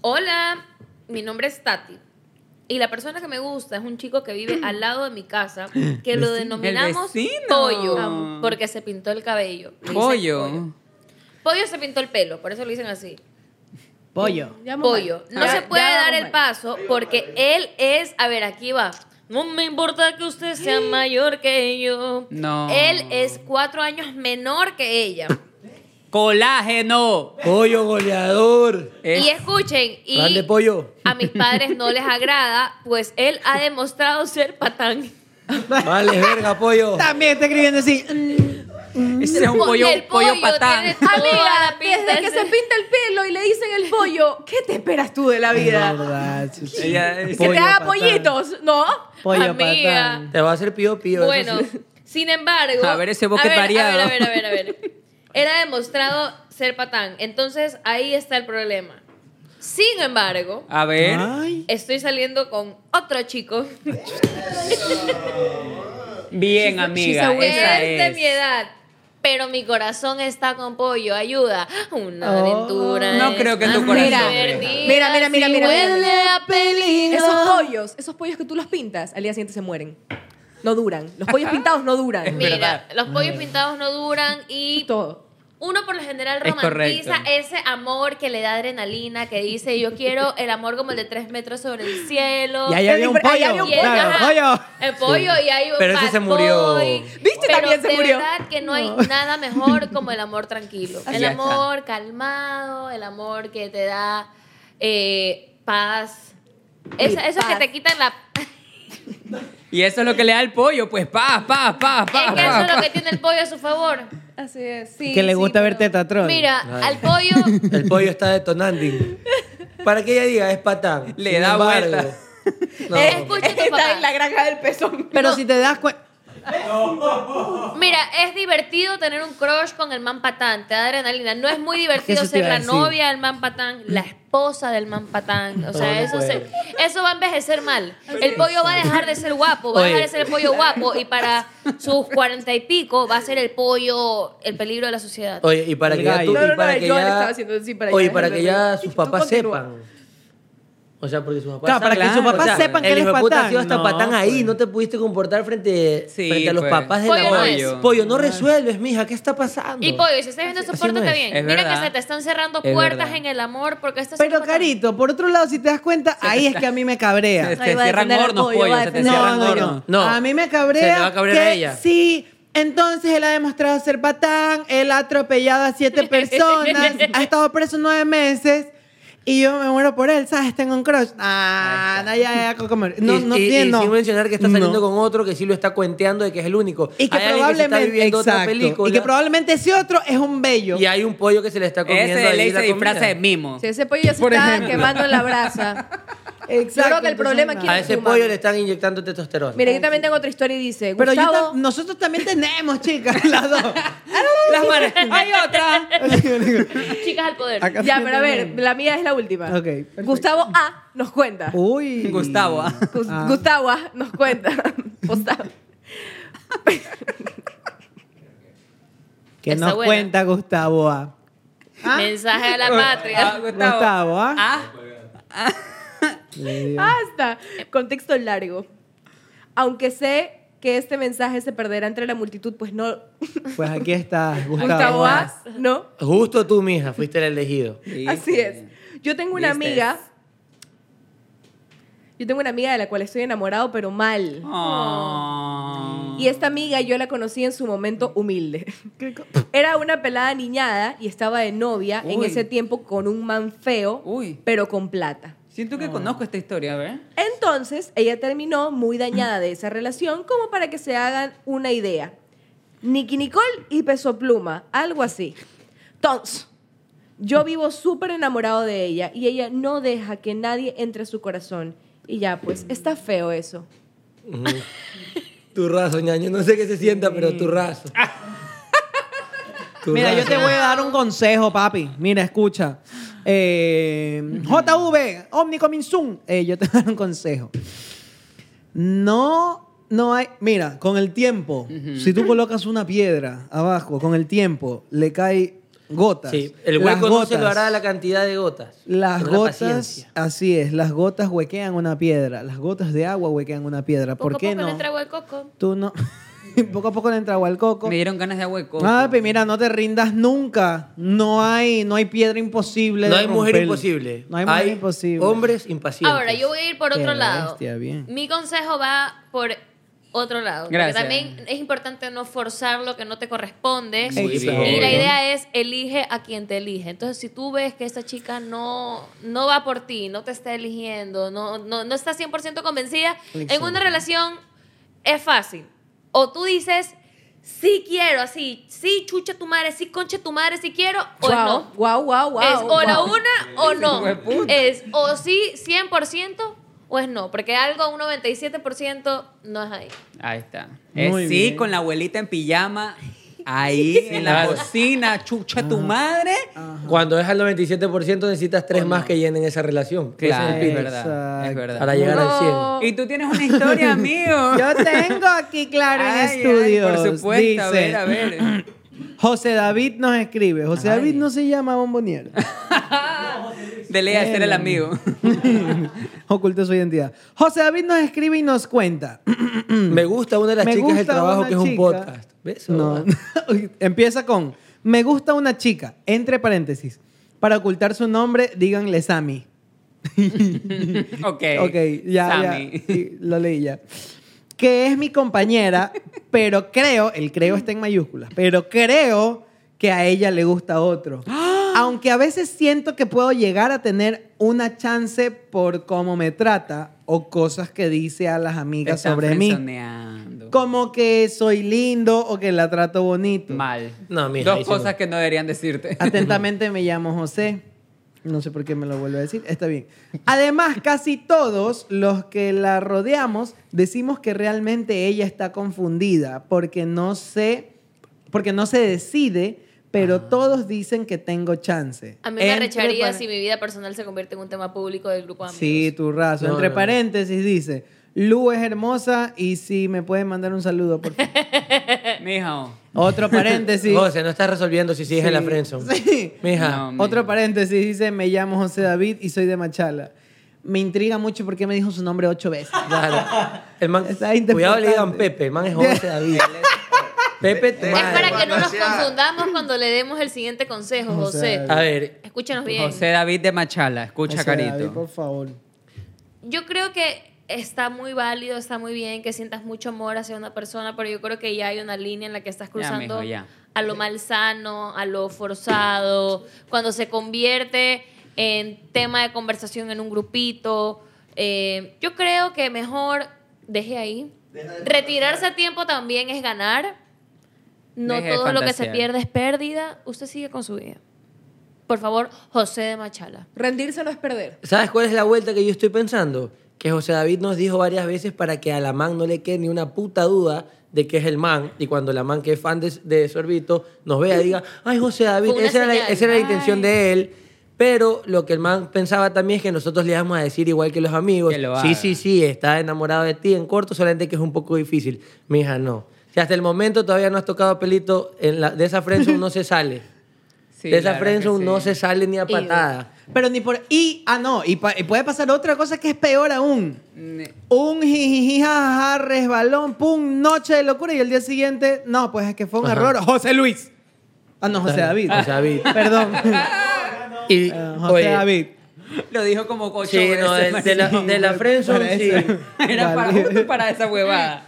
S2: Hola, mi nombre es Tati. Y la persona que me gusta es un chico que vive al lado de mi casa, que lo denominamos
S3: El vecino. Ah.
S2: Pollo, porque se pintó el cabello. Le dicen
S3: Pollo.
S2: Pollo se pintó el pelo, por eso lo dicen así.
S1: Pollo.
S5: Ya, mamá.
S2: Pollo. No
S5: Ya-
S2: se puede
S5: ya
S2: dar
S5: vamos
S2: el
S5: mal.
S2: paso porque él es. A ver, aquí va. No me importa que usted sea mayor que yo.
S3: No.
S2: Él es cuatro años menor que ella.
S3: Colágeno.
S4: Pollo goleador.
S3: Es-
S2: Y escuchen, y
S4: Grande pollo.
S2: a mis padres no les agrada, pues él ha demostrado ser patán.
S4: Vale, verga, pollo.
S1: También está escribiendo así. mm,
S3: Ese es un pollo,
S2: El
S3: pollo, patán.
S2: tiene toda
S5: Amiga,
S2: la pinta
S5: desde
S2: de
S5: que se
S2: ser-
S5: pinta el pelo y le dicen el pollo, ¿qué te esperas tú de la vida?
S1: verdad, chuchi.
S3: Ella-
S5: Que te
S1: Pollo
S5: haga
S1: patán.
S5: pollitos, ¿no?
S1: Pollo
S2: Amiga.
S1: patán.
S4: Te va a hacer pío pío. eso
S2: Bueno,
S4: sí.
S2: Sin embargo.
S3: A ver ese boquete variado.
S2: A ver, a ver, a ver, a ver. Era demostrado ser patán. Entonces ahí está el problema. Sin embargo,
S3: A ver.
S2: estoy saliendo con otro chico.
S3: Bien, amiga. Esa
S2: es de
S3: es.
S2: mi edad. Pero mi corazón está con pollo, ayuda. Una aventura.
S3: Oh. No creo que en tu corazón.
S2: Mira,
S5: Mira, mira, mira, mira.
S2: Huele a peligro.
S5: Esos pollos, esos pollos que tú los pintas, al día siguiente se mueren. No duran. Los pollos pintados no duran.
S2: Mira, los pollos pintados no duran y uno por lo general
S5: Es
S2: romantiza
S5: correcto.
S2: ese amor que le da adrenalina, que dice yo quiero el amor como el de tres metros sobre el cielo.
S1: Y ahí había un
S2: Y
S1: pollo.
S2: había un-
S1: Claro,
S2: ajá,
S1: pollo.
S2: El pollo y hay un
S4: Pero ese
S2: Bad
S4: se murió.
S2: Boy.
S5: ¿Viste?
S2: Pero
S5: También se
S2: de
S5: murió.
S2: verdad que no hay nada mejor como el amor tranquilo.
S3: Así
S2: el
S3: está.
S2: amor calmado, el amor que te da eh, paz. Esa-
S5: Y
S2: esos que
S5: paz.
S2: te quitan la
S3: Y eso es lo que le da el pollo, pues pa, pa, pa, pa.
S2: Es que
S3: pa,
S2: eso es
S3: pa.
S2: lo que tiene el pollo a su favor.
S5: Así es,
S1: que le gusta ver Tetatron.
S2: Mira,
S4: Ay.
S2: al pollo
S4: El pollo está detonando. Para que ella diga, es patán.
S3: Le
S4: Sin
S3: da
S4: embargo,
S3: vuelta.
S4: no.
S2: Escucha tu papá.
S5: en la granja del pezón.
S1: Pero si te das cuenta.
S2: Mira, es divertido tener un crush con el man patán, te da adrenalina. No es muy divertido
S1: Eso te
S2: ser
S1: iba a
S2: la
S1: decir.
S2: novia del man patán, la esposa del man patán. O sea,
S1: No, no
S2: eso, se-
S1: puedo.
S2: eso va a envejecer mal. El pollo va a dejar de ser guapo, va a
S1: Oye.
S2: dejar de ser el pollo guapo y para sus cuarenta y pico va a ser el pollo el peligro de la sociedad.
S4: Oye, y para
S1: El
S4: que ya tú-
S1: gallo.
S4: y para que
S5: Joan estaba
S4: ya,
S5: haciendo así para
S4: oye,
S5: ya
S4: para que ya
S5: dejarlo.
S4: sus
S5: Tú
S4: papás
S5: continúa.
S4: sepan. O sea, porque sus papás
S1: Claro, para que sus papás sepan que
S4: el
S1: él es
S4: hijo de puta
S1: patán.
S4: ha sido hasta
S1: No, pues.
S4: patán ahí, no te pudiste comportar frente,
S3: Sí,
S4: frente a los
S3: pues.
S4: papás de
S2: Pollo
S4: la
S2: no
S4: mamá.
S2: es.
S4: Pollo, no resuelves, mija, ¿qué está pasando?
S2: Y pollo, si estás viendo eso,
S4: así
S2: pórtate
S4: no es.
S2: bien.
S3: Es
S2: Mira
S3: verdad.
S2: que se te están cerrando
S3: Es
S2: puertas
S3: verdad.
S2: en el amor porque estás siendo
S1: Pero
S2: patán.
S1: carito, por otro lado, si te das cuenta, ahí es que a mí me cabrea.
S3: Se
S5: Ahí
S3: te
S5: va a
S3: cierran
S5: defender al
S3: hornos,
S5: pollo,
S3: pollo.
S5: va a
S3: Se te
S5: defender
S1: No,
S3: cierran
S1: no,
S3: hornos.
S1: no,
S4: No.
S1: A mí me cabrea.
S4: Se le va a cabrear
S1: que
S4: a ella.
S1: Sí. Entonces él ha demostrado ser patán, él ha atropellado a siete personas, ha estado preso nueve meses y yo me muero por él, ¿sabes? Tengo un crush. Ah, no, ya, ya, Coco Mar- No,
S4: y,
S1: no
S4: y- y
S1: tiene. no.
S4: sin mencionar que está
S1: No.
S4: saliendo con otro que sí lo está cuenteando de que es el único.
S1: Y que
S4: Hay alguien se está
S1: probablemente,
S4: viviendo otra
S1: exacto,
S4: película,
S1: y que probablemente ese otro es un bello.
S4: y hay un pollo que se le está comiendo
S3: Ese de
S4: ahí
S3: ley
S4: la
S3: se disfraza
S4: comida.
S3: de mimo.
S5: Si ese pollo ya se
S1: Por
S5: está
S1: ejemplo.
S5: quemando en la brasa. Yo creo que el
S1: entonces,
S5: problema
S1: no.
S5: aquí
S4: A
S5: es
S4: ese
S5: humano.
S4: pollo le están inyectando testosterona.
S5: Mira, yo también tengo otra historia y dice,
S1: Pero yo
S5: Gustavo,
S1: tam- nosotros también tenemos, chicas, las dos.
S3: Las manos. Hay otra.
S2: Chicas al poder.
S1: Acá
S5: ya,
S1: sí
S5: pero a ver,
S1: tenemos.
S5: la mía es la última.
S1: Ok, perfecto.
S5: Gustavo A nos cuenta.
S1: Uy.
S3: Gustavo. ah.
S5: Gus-
S1: Ah.
S5: Gustavo A nos cuenta. Gustavo.
S1: Que
S2: Está
S1: nos
S2: buena.
S1: cuenta Gustavo ah. A.
S2: Mensaje a la patria.
S3: Ah, Gustavo.
S1: Gustavo A.
S3: Ah,
S1: Le digo.
S5: Basta. ah, Contexto largo. Aunque sé que este mensaje se perderá entre la multitud, pues no.
S1: Pues aquí está Gustavo ah.
S5: Gustavo ah.
S1: A.
S5: A, no.
S4: Justo tú, mija, fuiste el elegido.
S5: Así es. Yo tengo una
S3: Viste.
S5: amiga. Yo tengo una amiga de la cual estoy enamorado, pero mal.
S3: Oh.
S5: Y esta amiga yo la conocí en su momento humilde. Era una pelada niñada y estaba de novia en
S3: Uy.
S5: ese tiempo con un man feo,
S3: Uy.
S5: pero con plata.
S3: Siento que conozco esta historia, a ver.
S5: Entonces, ella terminó muy dañada de esa relación, como para que se hagan una idea. Nicky Nicole y Peso Pluma, algo así. Entonces, yo vivo súper enamorado de ella y ella no deja que nadie entre a su corazón. Y ya, pues, está feo eso.
S4: Tu raso, ñaño. No sé qué se sienta, pero tu raso. Tu
S1: Mira, yo
S4: raso.
S1: te voy a dar un consejo, papi. Mira, escucha. Eh, JV, Omnicoming Zoom. Eh, yo te voy a dar un consejo. No, no hay. Mira, con el tiempo, si tú colocas una piedra abajo, con el tiempo le cae gotas.
S4: Sí, el
S1: Las
S4: hueco no se lo
S1: gotas-
S4: hará a la cantidad de gotas.
S1: Las
S4: Con la
S1: gotas,
S4: paciencia.
S1: así es, las gotas huequean una piedra, las gotas de agua huequean una piedra.
S2: Poco
S1: ¿Por
S2: a
S1: qué
S2: poco
S1: no?
S2: le trago el coco.
S1: Tú no. poco a poco le entra agua al coco.
S3: Me dieron ganas de agua de coco.
S1: Ah, pero mira, no te rindas nunca. No hay, no hay piedra imposible.
S4: No
S1: de
S4: hay mujer
S1: romper.
S4: imposible.
S1: No hay mujer imposible.
S4: hombres impacientes.
S2: Ahora, yo voy a ir por
S1: Qué
S2: otro lado.
S1: bestia, bien.
S2: Mi consejo va por otro lado.
S3: Gracias.
S2: Porque también es importante no forzar lo que no te corresponde.
S1: Muy
S2: y
S1: bien.
S2: la idea es elige a quien te elige. Entonces, si tú ves que esta chica no, no va por ti, no te está eligiendo, no, no, no está 100% convencida, en
S1: Exacto.
S2: una relación es fácil. O tú dices, sí quiero, así, sí chucha tu madre, sí concha tu madre, sí quiero, o
S5: Guau,
S2: Pues no.
S5: guau, guau, guau,
S2: Es o la
S5: guau.
S2: una o no. Es o sí 100% o es no, porque algo un 97% no es ahí.
S3: Ahí está. Es
S2: Muy
S3: sí,
S2: bien.
S3: con la abuelita en pijama, ahí en la
S4: Claro.
S3: cocina, chucha
S1: Ah.
S3: tu madre.
S4: Cuando es al 97% necesitas tres más que llenen esa relación. Ese
S3: Claro,
S4: el fin.
S3: es verdad, es verdad.
S4: Para llegar al 100.
S3: Y tú tienes una historia, amigo.
S1: Yo tengo aquí claro en
S3: Ay, ay,
S1: estudios.
S3: por supuesto,
S1: dice,
S3: a ver, a ver.
S1: José David nos escribe. José David no se llama bomboniero.
S3: Dele a ser el amigo.
S1: Ocultó su identidad. José David nos escribe y nos cuenta.
S4: Mm. Me gusta una de las chicas del trabajo que es un podcast. ¿Ves?
S1: No. Empieza con, me gusta una chica, entre paréntesis. Para ocultar su nombre, díganle Sammy.
S3: Ok.
S1: Ok, ya,
S3: Sammy.
S1: ya. Sí, lo leí ya. Que es mi compañera, pero creo, el creo está en mayúsculas, pero creo que a ella le gusta otro. Aunque a veces siento que puedo llegar a tener una chance por cómo me trata o cosas que dice a las
S3: Te
S1: amigas
S3: están
S1: sobre mí.
S3: frenzoneando.
S1: Como que soy lindo o que la trato bonito.
S3: Mal.
S4: No, mija, ahí
S3: Dos
S4: sí no.
S3: cosas que no deberían decirte.
S1: Atentamente me llamo José. No sé por qué me lo vuelve a decir. Está bien. Además, casi todos los que la rodeamos decimos que realmente ella está confundida porque no sé, porque no se decide, pero
S4: Ah.
S1: todos dicen que tengo chance.
S2: A mí me
S1: Entre
S2: arrecharía
S1: par-
S2: si mi vida personal se convierte en un tema público del grupo de amigos.
S1: Sí, tu raso.
S4: No,
S1: Entre
S4: no, no.
S1: paréntesis dice, Lu es hermosa y si me pueden mandar un saludo, por favor.
S4: Eh,
S3: Mijo.
S1: Otro paréntesis.
S4: José, no estás resolviendo si sigues en la
S1: Sí.
S4: friendzone.
S1: Sí.
S4: Mija.
S3: No, mija.
S1: Otro paréntesis dice, me llamo José David y soy de Machala. Me intriga mucho porque me dijo su nombre ocho veces.
S4: Claro. El man,
S1: Está interesante.
S4: cuidado le digan Pepe, el man es José David. Pepe, tu
S2: Es
S4: madre.
S2: para que no nos
S8: Demasiado.
S2: confundamos cuando le demos el siguiente consejo, José.
S4: A ver,
S2: Escúchanos bien.
S3: José David de Machala, escucha,
S1: José
S3: Carito.
S1: David, por favor.
S2: Yo creo que está muy válido, está muy bien que sientas mucho amor hacia una persona, pero yo creo que ya hay una línea en la que estás cruzando
S3: mijo, ya.
S2: a lo malsano, a lo forzado, cuando se convierte en tema de conversación en un grupito. Eh, yo creo que mejor deje ahí. Retirarse a tiempo también es ganar. No
S3: Deje de
S2: todo lo que se
S3: fantasear.
S2: pierde es pérdida. Usted sigue con su vida. Por favor, José de Machala.
S12: Rendirse no es perder.
S4: ¿sabes cuál es la vuelta que yo estoy pensando? Que José David nos dijo varias veces para que a la man no le quede ni una puta duda de que es el man. Y cuando la man que es fan de, de Sorbito nos vea, diga, ay, José David,
S2: Fue una
S4: esa era, la,
S2: señal.
S4: esa era la intención de él. Pero lo que el man pensaba también es que nosotros le íbamos a decir igual que los amigos.
S3: Que lo
S4: sí,
S3: haga.
S4: sí, sí, está enamorado de ti en corto, solamente que es un poco difícil. Mija, no. Si hasta el momento todavía no has tocado pelito, en la- de esa friendzone no se sale.
S3: Sí,
S4: de esa
S3: claro que
S4: friendzone
S3: sí.
S4: no se sale ni a patada.
S1: Pero ni por... Y, ah, no, y, pa- y puede pasar otra cosa que es peor aún. Un jijiji, jajaja, resbalón, pum, noche de locura y el día siguiente, no, pues es que fue un
S4: Ajá.
S1: error. José Luis. Ah, no, José David.
S4: José David.
S1: Perdón.
S4: Y,
S1: Eh, José
S4: oye,
S1: David.
S3: Lo dijo como ocho
S4: Sí,
S3: veces.
S4: no, de, de la, de la friendzone, sí.
S1: Parece.
S3: Era para,
S1: Vale.
S3: justo para esa huevada.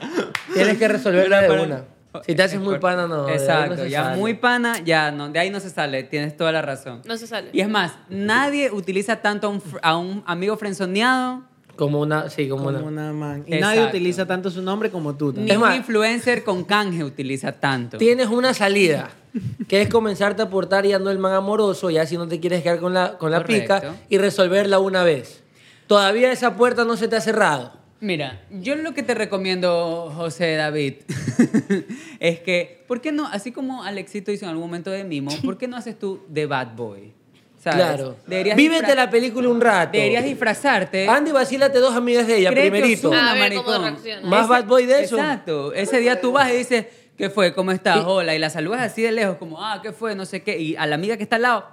S4: Tienes que resolverla de
S3: Pero-
S4: una. Si te haces muy pana, no. de ahí no
S3: Exacto,
S4: se
S3: ya
S4: sale.
S3: muy pana, ya no, de ahí no se sale, tienes toda la razón.
S2: No se sale.
S3: Y es más, nadie utiliza tanto a un, fr- a un amigo frenzoneado,
S4: Como una, sí, como,
S1: Como
S4: una.
S1: una man. Y
S3: Exacto.
S1: nadie utiliza tanto su nombre como tú.
S3: ni
S1: también.
S4: Es
S3: un
S4: más-
S3: influencer con canje utiliza tanto.
S4: Tienes una salida, que es comenzarte a portar ya no el man amoroso, ya si no te quieres quedar con la, con la pica,
S3: Correcto.
S4: y resolverla una vez. Todavía esa puerta no se te ha cerrado.
S3: Mira, yo lo que te recomiendo, José David, es que, ¿por qué no, así como Alexito hizo en algún momento de Mimo, ¿por qué no haces tú de Bad Boy? ¿Sabes?
S4: Claro.
S3: Deberías
S4: Vívete
S3: disfra-
S4: la película un rato.
S3: Deberías disfrazarte.
S4: Andy, vacílate dos amigas de ella,
S3: Cree que
S4: primerito.
S3: Ozuna,
S2: A ver cómo
S3: maricón.
S2: reacciona.
S4: Más bad boy de eso.
S3: Exacto. Ese día tú vas y dices, ¿qué fue? ¿Cómo estás? Hola. Y la saludas así de lejos, como, ah, ¿qué fue? No sé qué. Y a la amiga que está al lado,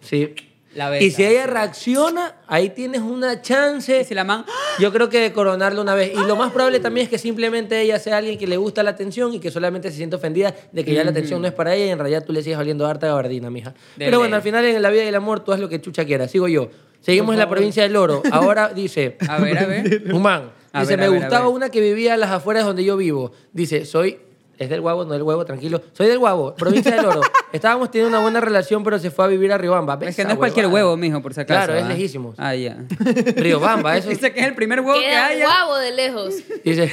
S4: Sí.
S3: la ves.
S4: Y si ella reacciona, ahí tienes una chance.
S3: Y si la man,
S4: Yo creo que de coronarlo una vez. Y lo más probable también es que simplemente ella sea alguien que le gusta la atención y que solamente se siente ofendida de que ya la atención no es para ella y en realidad tú le sigues oliendo harta de gabardina, mija. Pero bueno,
S3: ley.
S4: al final en la vida y el amor tú haz lo que chucha quieras. Sigo yo. Seguimos en la provincia del Oro. Ahora dice...
S3: "Ah, A ver, a ver.
S4: Un man.
S3: A
S4: dice,
S3: ver, a
S4: me
S3: ver, a
S4: gustaba
S3: ver".
S4: una que vivía a las afueras donde yo vivo. Dice, soy... Es del guabo, no del huevo, tranquilo. Soy del guabo, provincia del Oro. Estábamos teniendo una buena relación, pero se fue a vivir a Riobamba.
S3: es
S4: Esa
S3: que no es cualquier
S4: huevada.
S3: huevo, mijo, por si acaso.
S4: Claro, es
S3: ¿ah?
S4: lejísimos.
S3: Ah, ya.
S4: Riobamba, eso
S3: Dice que es el primer huevo que
S2: Queda
S3: haya.
S2: guavo de lejos.
S4: Dice,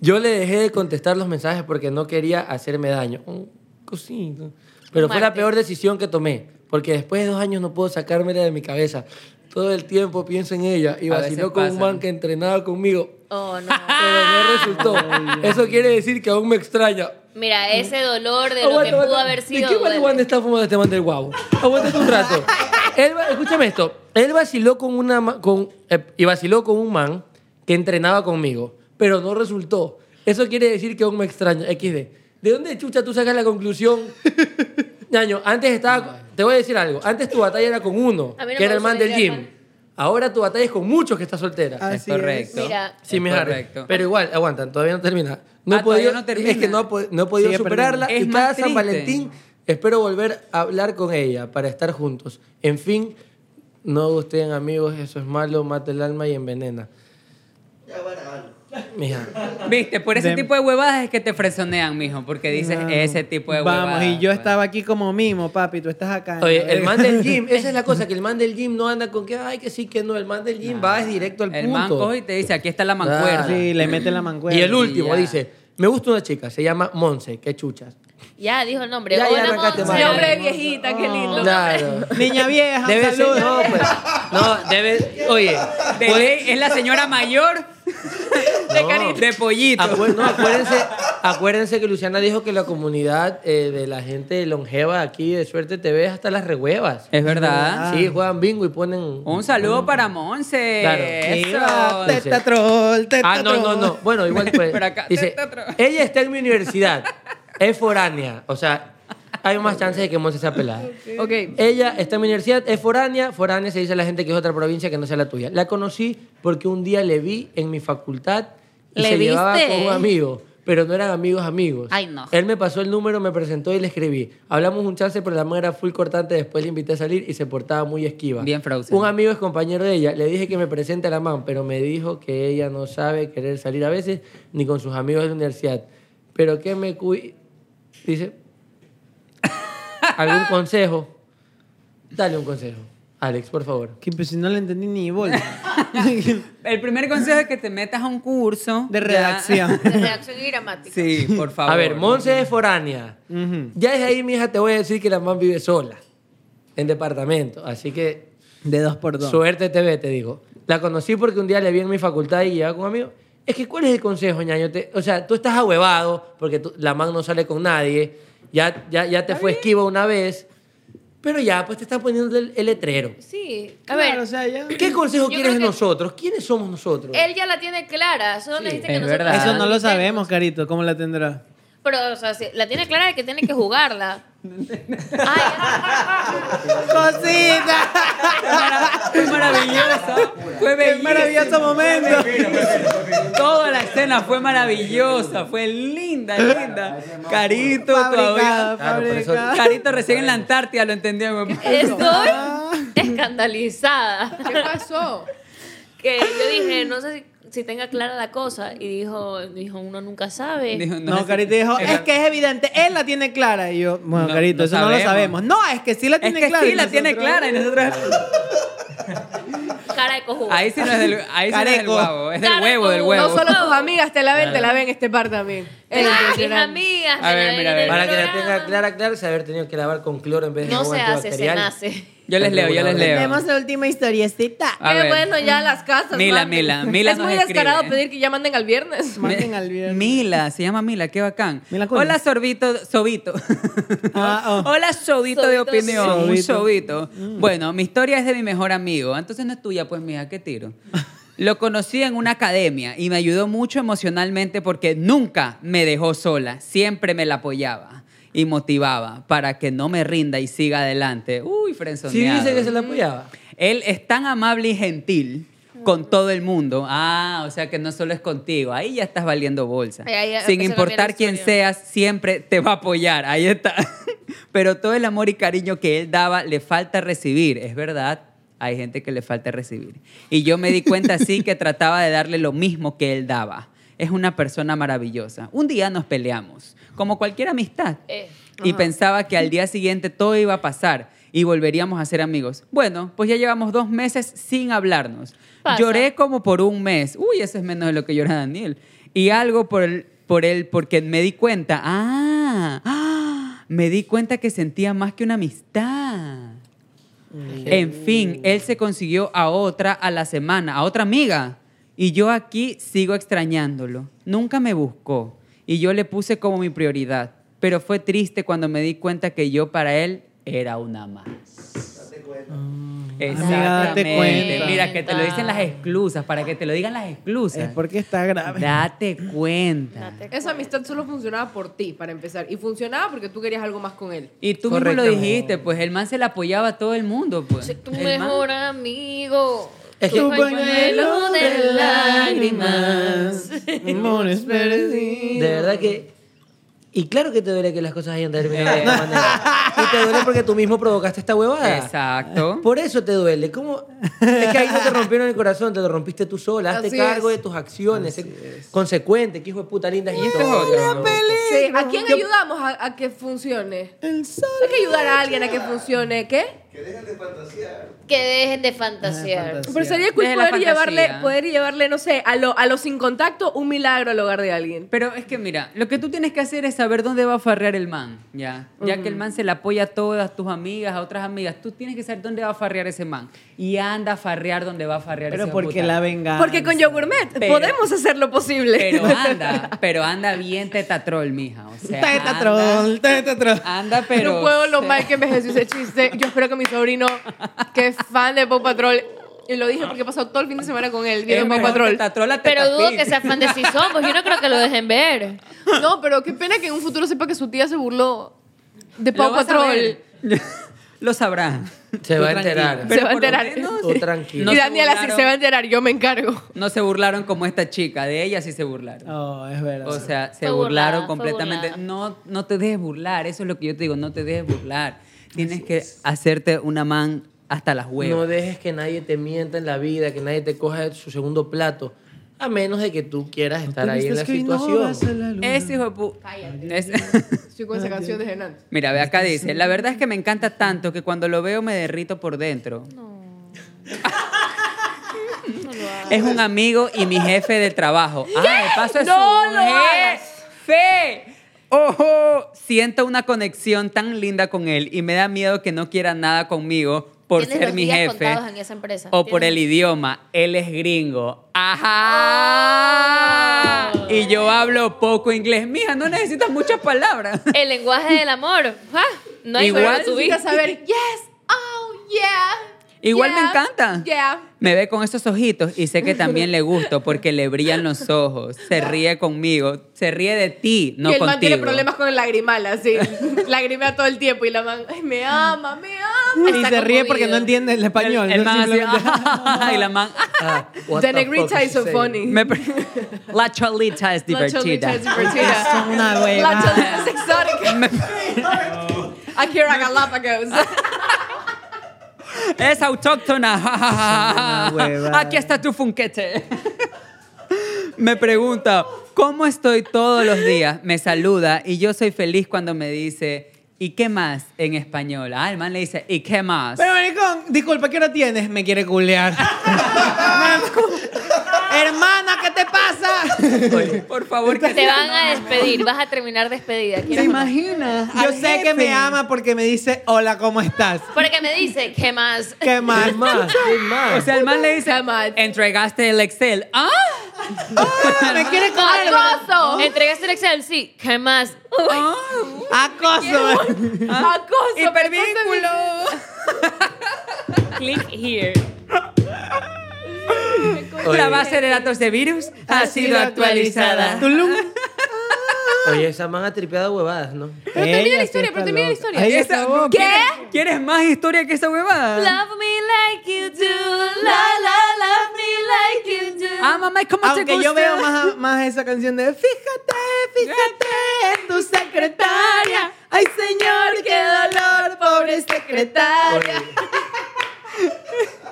S4: yo le dejé de contestar los mensajes porque no quería hacerme daño. Un cosito. Pero fue la
S2: Marte.
S4: peor decisión que tomé, porque después de dos años no puedo sacármela de mi cabeza. todo el tiempo pienso en ella y
S3: A
S4: vaciló
S3: veces
S4: con un
S3: pasa,
S4: man
S3: ¿no?
S4: que entrenaba conmigo,
S2: Oh, no.
S4: pero no resultó. Eso quiere decir que aún me extraña.
S2: Mira, ese dolor de lo
S4: Aguanta,
S2: que pudo
S4: aguanta.
S2: haber
S4: Oh, ¿De
S2: sido.
S4: qué vale
S2: duele.
S4: Wanda está fumando este man del guau? Aguántate un rato. Él va- escúchame esto. Él vaciló con una ma- con, eh, y vaciló con un man que entrenaba conmigo, pero no resultó. Eso quiere decir que aún me extraña. XD. ¿De dónde chucha tú sacas la conclusión? Ñaño, antes estaba. Te voy a decir algo. Antes tu batalla era con uno,
S2: A mí
S4: que
S2: no me
S4: era el
S2: gusta
S4: man del
S2: lidiar
S4: gym. Ahora tu batalla es con muchos que estás soltera.
S3: Es Así es. correcto. Mira.
S4: Sí,
S3: Es
S4: mi Harry.
S3: correcto.
S4: Pero igual, aguantan, todavía no termina. No he
S3: Ah, todavía
S4: podido-
S3: no termina.
S4: Es que no, he pod- no he podido
S3: Sigue
S4: superarla.
S3: perdiendo.
S4: y
S3: Es
S4: cada
S3: más
S4: San
S3: triste.
S4: Valentín espero volver a hablar con ella para estar juntos. En fin, no gusten amigos, eso es malo, mata el alma y envenena. Mija.
S3: Viste, por ese
S4: De-
S3: tipo de huevadas es que te fresonean, mijo, porque dices
S1: Claro.
S3: ese tipo de huevadas. pues.
S1: Vamos, y yo estaba aquí como mimo, papi, tú estás acá.
S4: Oye, Eh, el man del gym, esa es la cosa, que el man del gym no anda con que, ay, que sí, que no, el man del gym va es directo al
S3: El
S4: punto.
S3: man coge y te dice, aquí está la mancuerna.
S4: Claro. Y el último dice, me gusta una chica, se llama Monse, qué chuchas.
S2: Ya dijo el nombre.
S4: Ya, ya
S2: Hola,
S4: arrancaste,
S2: Monse.
S4: Mario. Nombre de
S2: viejita, qué lindo.
S4: Claro.
S1: Niña vieja, un
S4: Debe ser-
S1: saludo.
S4: no, pues, no, debe, oye,
S3: De ley, es la señora mayor de, carita. de pollito.
S4: Acuer- no, Ah, acuérdense, acuérdense que Luciana dijo que la comunidad eh, de la gente longeva aquí de Suerte TV es hasta las rehuevas. Ah,
S3: Es verdad.
S4: Sí, juegan bingo y ponen... Un
S3: saludo para Monse.
S4: Claro.
S3: Eso.
S4: Teta
S1: Ah, troll,
S4: Ah, no, no, no. Bueno, igual pues. dice, ella está en mi universidad. Es foránea. O sea, hay más chances de que Monse sea pelada.
S5: Ok.
S4: Ella está en mi universidad, es foránea. Foránea se dice a la gente que es otra provincia que no sea la tuya. La conocí porque un día le vi en mi facultad y
S2: ¿Le
S4: se llevaba
S2: viste?
S4: con un amigo, pero no eran amigos amigos.
S2: Ay, no.
S4: Él me pasó el número, me presentó y le escribí. Hablamos un chance, pero la man era full cortante. Después le invité a salir y se portaba muy esquiva.
S3: Bien Frozen.
S4: Un amigo es compañero de ella. Le dije que me presente a la man, pero me dijo que ella no sabe querer salir a veces ni con sus amigos de la universidad. Pero que me cuide. Dice. ¿Algún consejo? Dale un consejo. Alex, por favor.
S1: Que pues si no le entendí ni bola.
S3: El primer consejo es que te metas a un curso.
S1: De
S3: ya.
S1: redacción.
S2: De reacción y gramática.
S3: Sí, por favor.
S4: A ver, Monse es foránea. Ya desde ahí, mija, te voy a decir que la man vive sola. En departamento. Así que
S1: De dos por dos.
S4: Suerte TV, te digo. La conocí porque un día le vi en mi facultad y llegaba con un amigo. Es que, ¿cuál es el consejo, ñaño? Te- o sea, tú estás ahuevado porque tú- la man no sale con nadie. Ya, ya, ya te fue esquiva una vez. Pero ya, pues te están poniendo el, el letrero.
S2: Sí. A
S1: Claro,
S2: ver.
S1: o sea, ya-
S4: ¿Qué consejo
S2: Yo
S4: quieres de
S2: creo que
S4: nosotros? ¿Quiénes somos nosotros?
S2: Él ya la tiene clara. Solo necesita que nosotros-
S1: Eso no lo sabemos, Carito. ¿Cómo la tendrá?
S2: Pero, o sea, sí, la tiene clara de que tiene que jugarla.
S1: ¡Cosita!
S3: Fue maravillosa. Fue
S1: ¡Qué maravilloso momento!
S3: Toda la escena fue maravillosa, fue linda, linda. Carito
S2: Fabricada,
S3: todavía.
S2: Claro, pero eso- fabricada.
S3: Carito recién en la Antártida, lo entendía. güey.
S2: Estoy escandalizada.
S5: ¿Qué pasó?
S2: Que yo dije, no sé si, si tenga clara la cosa. Y dijo, dijo uno nunca sabe.
S3: Dijo,
S1: No, Carito dijo, es que es evidente, él la tiene clara. Y yo, bueno,
S3: No,
S1: Carito,
S3: no
S1: eso no lo sabemos.
S3: sabemos.
S1: No, es que sí la
S3: Es
S1: tiene
S3: que
S1: clara.
S3: sí, la tiene clara y nosotros...
S2: Cara de cojudo.
S3: Ahí sí no es del, ahí sí no es del
S1: Careco.
S3: huevo, es del
S2: Careco.
S3: huevo, del
S5: No
S3: huevo.
S5: solo tus amigas te la ven, te la
S4: Claro.
S5: ven este par también. Es
S2: Ah, mis
S5: impresionante.
S2: amigas.
S3: A ver, mira, a ver.
S4: Para que la tenga clara, clara, es haber tenido que lavar con cloro en vez de
S2: No
S4: agua
S2: se hace, se
S4: antibacterial.
S2: nace.
S3: Yo les leo, yo les leo.
S5: Tenemos la última historiecita.
S3: A
S5: Qué
S3: ver.
S5: bueno, ya las casas.
S3: Mila,
S5: manden.
S3: Mila, Mila
S5: Es
S3: nos
S5: muy descarado
S3: escribe.
S5: pedir que ya manden al viernes.
S1: Manden al viernes.
S3: Mila, se llama Mila, qué bacán.
S1: Cuevas.
S3: Hola, Sorbito, Sobito.
S1: Ah, oh.
S3: Hola, Sobito de
S1: Sobito, sí.
S3: opinión. Un
S1: Sobito. Mm.
S3: Sobito. Bueno, mi historia es de mi mejor amigo. Entonces no es tuya, pues, mija, qué tiro. Lo conocí en una academia y me ayudó mucho emocionalmente porque nunca me dejó sola. Siempre me la apoyaba y motivaba para que no me rinda y siga adelante. Uy,
S4: Sí
S3: frenzoneado.
S4: dice que se la apoyaba.
S3: Él es tan amable y gentil con todo el mundo. Ah, o sea que no solo es contigo. Ahí ya estás valiendo bolsa.
S2: Ahí, ahí,
S3: Sin
S2: empezó a cambiar la
S3: importar quién
S2: historia.
S3: seas, siempre te va a apoyar. Ahí está. Pero todo el amor y cariño que él daba le falta recibir. Es verdad. Hay gente que le falta recibir. Y yo me di cuenta así que trataba de darle lo mismo que él daba. Es una persona maravillosa. Un día nos peleamos, como cualquier amistad.
S2: Eh.
S3: Y pensaba que al día siguiente todo iba a pasar y volveríamos a ser amigos. Bueno, pues ya llevamos dos meses sin hablarnos.
S2: Pasa.
S3: Lloré como por un mes. Uy, eso es menos de lo que llora Daniel. Y algo por él, por él porque me di cuenta. Ah, ah, me di cuenta que sentía más que una amistad. En fin, él se consiguió a otra a la semana, a otra amiga. Y yo aquí sigo extrañándolo. Nunca me buscó. Y yo le puse como mi prioridad. Pero fue triste cuando me di cuenta que yo para él era una más. Ah, Exactamente.
S1: date cuenta.
S3: Mira, que te lo dicen las exclusas, para que te lo digan las exclusas.
S1: Es porque está grave.
S3: Date cuenta.
S5: Esa amistad solo funcionaba por ti, para empezar. Y funcionaba porque tú querías algo más con él.
S3: Y tú mismo lo dijiste, pues el man se le apoyaba a todo el mundo, pues.
S2: Tu
S3: El man-
S2: mejor amigo.
S3: Es que-
S2: tu
S3: Tu
S2: pañuelo de lágrimas.
S1: Amores perdidos.
S4: De verdad que. Y claro que te duele que las cosas hayan terminado de esta manera. Y te duele porque tú mismo provocaste esta huevada.
S3: Exacto.
S4: Por eso te duele. ¿Cómo? Es que ahí no te rompieron el corazón, te lo rompiste tú sola. Hazte
S5: Así
S4: cargo
S5: es.
S4: de tus acciones. Sé Consecuente, que hijo de puta linda. Y
S3: este es otro.
S5: Sí, ¿A quién ayudamos a, a que funcione? Hay que ayudar a alguien a que funcione. ¿Qué?
S2: Que dejen de
S3: Ah,
S2: fantasear.
S5: Pero sería cool
S3: Desde la
S5: poder
S3: fantasía.
S5: llevarle, poder llevarle, no sé, a lo, a lo sin contacto un milagro al hogar de alguien.
S3: Pero es que mira, lo que tú tienes que hacer es saber dónde va a farrear el man, ya. Ya que el man se le apoya a todas tus amigas, a otras amigas, tú tienes que saber dónde va a farrear ese man. Y anda a farrear donde va a farrear
S1: Pero
S3: ese
S1: porque
S3: puta.
S1: la venganza.
S5: Porque con Yo Gourmet
S3: Pero-
S5: podemos hacer lo posible.
S3: Pero ah, anda, pero anda bien tetatrol, mija. O sea,
S1: Tetatrol, tetatrol.
S3: Anda, anda, pero...
S5: no puedo lo
S3: se-
S5: mal que envejeció ese chiste. Yo espero que mi sobrino, que es fan de Pop Patrol, y lo dije porque he pasado todo el fin de semana con él
S3: Es
S5: viendo Pop
S3: mejor
S5: Patrol.
S3: tetatrol a
S2: Pero dudo que
S3: tetapil.
S2: sea fan de si somos. Yo no creo que lo dejen ver.
S5: No, pero qué pena que en un futuro sepa que su tía se burló de
S3: Lo
S5: Pau
S3: vas a
S5: Patrol.
S3: ver. Lo sabrá.
S4: Se va a
S3: Tú
S4: enterar.
S3: tranquila.
S5: Se va a
S3: Pero por lo
S5: enterar.
S3: menos-
S4: Tú tranquila.
S3: No
S5: y
S3: se
S5: Daniela, si
S3: burlaron.
S5: se va a enterar, yo me encargo.
S3: No se burlaron como esta chica, de ella sí se burlaron.
S1: Oh, es verdad.
S3: O sea, se
S2: Fue
S3: burlaron
S2: burlada, fue
S3: completamente.
S2: burlada.
S3: No, no te dejes burlar, eso es lo que yo te digo, no te dejes burlar. Tienes que hacerte una man hasta las
S4: No
S3: huevas.
S4: dejes que nadie te mienta en la vida, que nadie te coja su segundo plato. A menos de que tú quieras estar ahí en la situación.
S3: Ese hijo de pu- Ese-
S5: Estoy con esa canción de Hernán.
S3: Mira, ve acá dice, la verdad es que me encanta tanto que cuando lo veo me derrito por dentro. es un amigo y mi jefe de trabajo. Ah, de paso es
S5: No
S3: su
S5: lo hagas.
S3: jefe. Ojo, siento una conexión tan linda con él y me da miedo que no quiera nada conmigo por
S2: Tienes
S3: ser
S2: los
S3: mi
S2: días
S3: jefe
S2: contados en esa empresa.
S3: o por
S2: Tienes-
S3: el idioma. Él es gringo. Ajá.
S2: Oh.
S3: Y yo hablo poco inglés. Mija, no necesitas muchas palabras.
S2: El lenguaje del amor. Ah, No hay
S3: Igual
S2: forma de
S3: sí
S2: subir.
S5: Necesitas saber, yes, oh, yeah.
S3: Igual
S5: yeah,
S3: me encanta.
S5: Yeah.
S3: Me ve con esos ojitos y sé que también le gusto porque le brillan los ojos. Se ríe conmigo. Se ríe de ti, no
S5: y el
S3: contigo.
S5: man tiene problemas con el lagrimal, así. Lagrimea todo el tiempo y la man, ay, me ama, me ama.
S1: Y se ríe porque no entiende el
S3: El,
S1: español.
S3: el
S1: no
S3: man así,
S1: simplemente-
S3: "Ah", y la man. "Ah".
S4: Ah, what
S5: The
S4: the fuck
S5: negrita
S4: is
S5: is so
S4: she saying?
S5: funny.
S3: Me pre- la cholita es
S5: La cholita
S3: divertida.
S5: es divertida.
S1: Es una hueva.
S5: La cholita es exótica. Aquí era Galápagos.
S3: Es autóctona.
S1: Es una huevada.
S3: Aquí está tu funquete. Me pregunta, ¿cómo estoy todos los días? Me saluda y yo soy feliz cuando me dice, ¿y qué más? En español. Ah, el man le dice, ¿y qué más?
S1: Pero, maricón, disculpa, ¿qué hora tienes? Me quiere culear. Hermana, ¿qué te pasa?
S3: Oye, por favor, que
S2: Te van a despedir. Vas a terminar despedida. ¿Quieres o no?
S3: imaginas?
S1: Yo sé que me ama porque me dice, hola, ¿cómo estás?
S2: Porque me dice, ¿qué más?
S1: ¿Qué más?
S4: ¿Qué más? ¿Qué
S3: O
S4: más?
S3: sea, el man le dice,
S5: Jamás.
S3: entregaste el Excel. ¡Ah!
S1: Ah, me quiere comer.
S2: ¡Acoso! ¿Entregaste el Excel? Sí. ¿Qué más?
S3: ¡Ah!
S1: Acoso.
S5: Acoso.
S3: ¡Hipervínculo!
S2: Click here.
S3: La base de datos de virus ha sido actualizada.
S1: Tulum.
S4: Oye, esa man ha tripeado huevadas, ¿no?
S5: Pero
S1: Ella
S5: termina la
S1: sí
S5: historia,
S1: está
S5: pero termina la
S1: loca.
S5: historia.
S1: Ahí
S5: Ella
S1: está,
S5: está
S1: vos,
S5: ¿Qué?
S1: ¿quieres-
S3: ¿Quieres más historia que esa huevada?
S2: Love me like you do. La, la, love me like you do.
S3: Ah, mamá, ¿cómo te
S1: Aunque
S3: gusta?
S1: yo veo más, más esa canción de Fíjate, fíjate en tu secretaria. Ay, señor, qué dolor, pobre secretaria.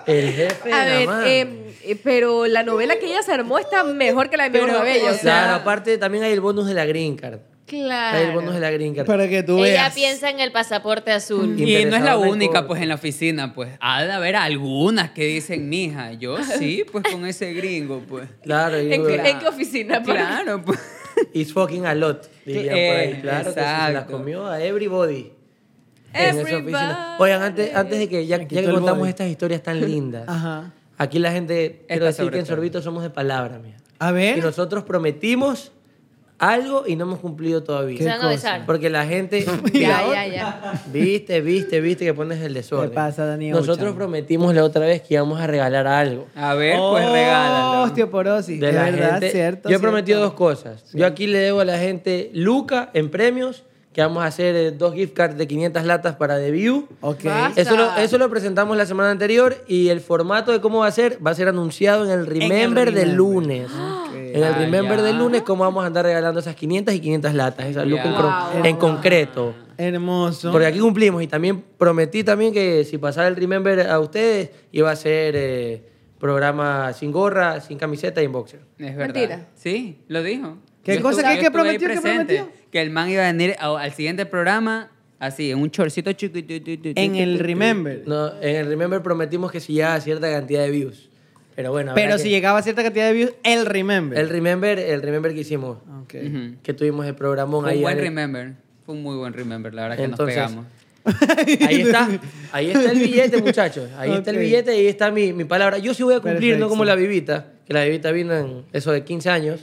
S4: El jefe
S5: A
S4: de la
S5: ver,
S4: man.
S5: eh, eh, pero la novela que ella se armó está mejor que la de mi
S3: Pero,
S5: Borja Bello.
S3: o
S5: O
S4: Claro,
S5: sea,
S4: aparte también hay el bonus de la green card. Hay el bonus de la green card.
S1: Para que tú
S2: Ella
S1: veas.
S2: piensa en el pasaporte azul.
S3: Y no es la
S4: Interesado en
S3: única,
S4: cobrar.
S3: pues, en la oficina, pues. Ha de haber algunas que dicen, mija, yo sí, pues, con ese gringo, pues.
S4: Claro, y,
S5: ¿En, qué-
S3: Claro.
S5: en qué oficina?
S3: Claro, pues.
S4: it's fucking a lot, dirían por ahí.
S3: Eh,
S4: Claro, que sí, se la
S3: exacto.
S4: comió a everybody. en esa oficina. Oigan, antes, antes de que ya, ya que
S3: el
S4: contamos
S3: boy.
S4: estas historias tan lindas,
S1: Ajá.
S4: aquí la gente, quiero decir
S3: sobre
S4: que en
S3: todo.
S4: Sorbito somos de palabra, mía.
S1: A ver.
S4: Y nosotros prometimos algo y no hemos cumplido todavía.
S2: Se van a ¿Qué cosa? besar.
S4: Porque la gente...
S2: Ya, ya, ya.
S4: Viste, viste, viste que pones el desorden.
S1: ¿Qué pasa, Daniel?
S4: Nosotros prometimos la otra vez que íbamos a regalar algo.
S3: A ver,
S1: Oh,
S3: pues regálalo.
S1: Osteoporosis.
S4: de
S1: es
S4: la
S1: verdad,
S4: gente.
S1: cierto.
S4: Yo he
S1: cierto.
S4: prometido dos cosas. Yo aquí le debo a la gente Luca en premios, que vamos a hacer eh, dos gift cards de 500 latas para The View.
S1: Ok.
S5: Basta.
S4: Eso lo, eso lo presentamos la semana anterior y el formato de cómo va a ser va a ser anunciado en el Remember del
S1: Remember.
S4: lunes. En el
S3: Ah,
S4: Remember
S3: ya.
S4: del lunes, cómo vamos a andar regalando esas 500 y 500 latas. Esa Luca en
S3: Wow.
S4: cro- en, concreto.
S1: Hermoso.
S4: Porque aquí cumplimos y también prometí también que si pasaba el Remember a ustedes iba a ser eh, programa sin gorra, sin camiseta y en boxer.
S3: Es verdad.
S5: Mentira.
S3: Sí, lo dijo.
S1: ¿Qué
S3: Yo
S1: cosa?
S3: estuve-
S1: ¿Qué-
S3: yo
S1: qué
S3: estuve ahí
S1: prometió? ¿Qué
S3: presente.
S1: prometió?
S3: Que el man iba a venir a- al siguiente programa así, en un chorcito chiquitito.
S1: En el Remember.
S4: No, en el Remember prometimos que si llegaba a cierta cantidad de views. Pero bueno, habrá
S1: Pero
S4: que-
S1: si llegaba a cierta cantidad de views, el Remember.
S4: el Remember, el Remember que hicimos,
S1: Ok.
S3: Ujú.
S4: que tuvimos el programón
S3: Fue
S4: ahí.
S3: un buen
S4: Ale-
S3: remember. Fue un muy buen remember, la verdad
S4: Entonces,
S3: que nos pegamos.
S4: Ahí está, ahí está el billete, muchachos. Ahí está el
S1: Ok.
S4: billete y ahí está mi, mi palabra. Yo sí voy a cumplir,
S1: Perfecto.
S4: no como la vivita, que la vivita vino en eso de 15 años,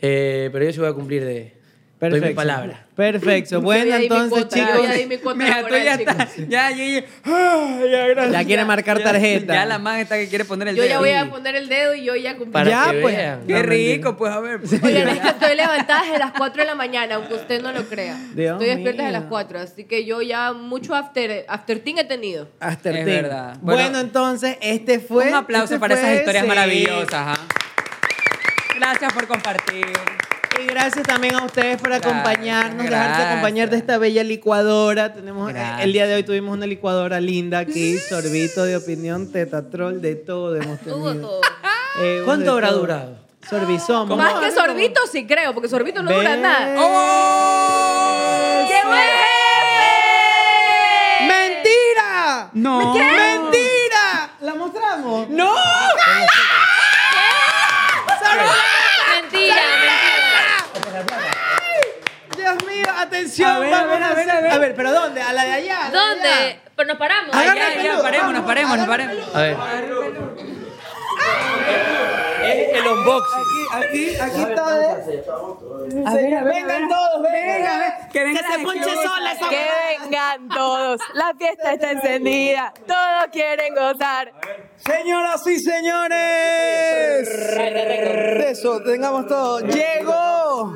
S4: eh, pero yo sí voy a cumplir de doy mi palabra.
S1: Perfecto.
S5: Yo
S1: Bueno,
S5: ya di mi
S1: entonces,
S5: cuota, yo
S1: chicos.
S5: ya di mi cuota
S3: Mira, tú
S5: laboral,
S3: ya
S5: chicos.
S3: estás. Ya, ya, ya. Ah, ya, gracias.
S1: Ya quiere marcar
S3: Ya-
S1: tarjeta.
S3: Ya, la man está que quiere poner el
S5: Yo ya
S3: dedo.
S5: voy a poner el dedo y yo ya cumplí.
S4: Para
S1: Ya,
S4: que
S1: pues.
S4: vean.
S3: Qué
S1: No, mentira.
S3: rico, pues a ver.
S5: Oigan, es que estoy levantada desde las 4 de la mañana, aunque usted no lo crea.
S1: Dios
S5: estoy despierta desde
S1: mío.
S5: las 4, así que yo ya mucho after, after teen he tenido.
S1: Hasta el
S3: Es
S1: team.
S3: verdad.
S1: Bueno,
S3: Bueno,
S1: entonces, este fue.
S3: un aplauso
S1: este
S3: para esas
S1: fue-
S3: historias
S1: sí.
S3: maravillosas. ajá. Gracias por compartir.
S1: Y gracias también a ustedes por
S3: Gracias,
S1: acompañarnos, dejarse
S3: gracias.
S1: acompañar de esta bella licuadora. Tenemos eh,
S3: Gracias.
S1: el día de hoy tuvimos una licuadora linda aquí, sorbito de opinión, tetatrol, de todo hemos
S2: Hubo
S1: tenido.
S2: todo.
S1: Eh, hubo
S4: ¿Cuánto
S1: de
S4: habrá
S1: todo.
S4: durado?
S1: Sorbisomo.
S5: Más que sorbito sí creo, porque sorbito no
S1: Ve-
S5: dura nada.
S3: ¡Oh!
S2: ¡Qué buen jefe!
S1: ¡Mentira!
S3: No.
S1: ¡Mentira! ¿La mostramos? ¡No!
S2: Mentira, mentira.
S1: Dios mío, atención.
S3: A ver, a ver,
S1: vamos
S3: a
S1: hacer-
S3: ver, a ver.
S1: A ver, pero ¿dónde? ¿A la de allá? a la de allá.
S2: ¿Dónde? Pero nos paramos.
S1: Agarra
S2: Ya,
S1: el
S2: ya.
S1: peludo.
S3: Ya, parémonos, parémonos, parémonos.
S4: A ver. Es el unboxing.
S1: Aquí, aquí está. ¿eh? Vengan todos, vengan.
S3: Que venga la-
S10: Que vengan todos, la fiesta está encendida, todos quieren gozar.
S1: Señoras y señores, eso, tengamos todo. Llegó,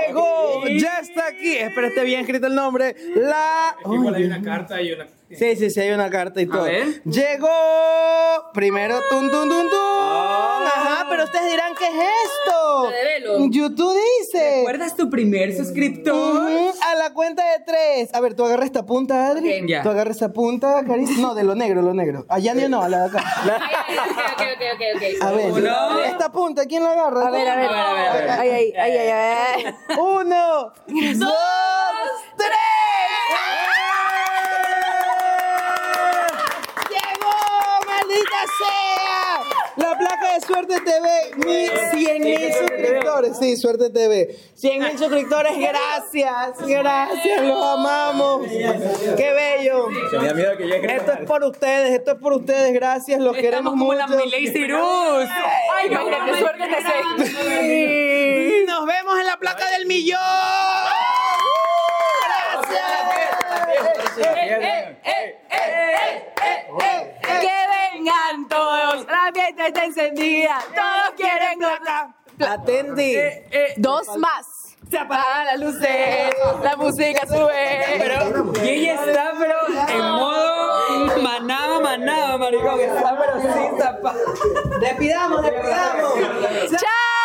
S1: llegó, ya está aquí. Espera, esté bien escrito el nombre. La. Ay, Dios.
S7: carta y una.
S1: Sí, sí, sí, hay una carta y todo.
S3: ver.
S1: Llegó primero, tun, tun, tun, tun. Ajá, pero ustedes dirán, ¿qué es esto?
S2: Te develo.
S1: YouTube dice.
S3: ¿Recuerdas tu primer suscriptor?
S1: Ujú, A la cuenta de tres. A ver, tú agarra esta punta, Adri.
S3: Ok. Ya.
S1: Tú agarra esa punta, Caris. No, de lo negro, lo negro. Allá ni no, a la de acá. La-
S2: Ay, ay, ok, ok, ok, ok.
S1: A ver,
S3: Uno.
S1: esta punta, ¿quién la agarra?
S10: A ver, a ver,
S3: A ver, a ver, a
S10: Ay, ay, ay, ay, ay.
S1: Uno, dos, tres. ¡Llegó, maldita sea! La placa de Suerte TV, mil, cien mil suscriptores. Sí, Suerte TV. Cien mil suscriptores, gracias, gracias, los amamos. ¡Qué bello! Esto es por ustedes, esto es por ustedes, gracias, los queremos
S3: Estamos como
S1: mucho.
S3: la Miley Cyrus.
S10: Ay, mira, qué suerte que sé.
S1: Nos vemos en la placa del millón. Gracias.
S10: Que vengan todos, la fiesta está encendida, todos quieren gozar.
S1: Atendí.
S3: Eh,
S10: Dos más. Se apagan las luces, la música sube.
S3: Pero, y ella está, pero en modo manada, manada, maricón. Está, pero sin zapatos.
S1: Despidamos, despidamos.
S10: ¡Chao!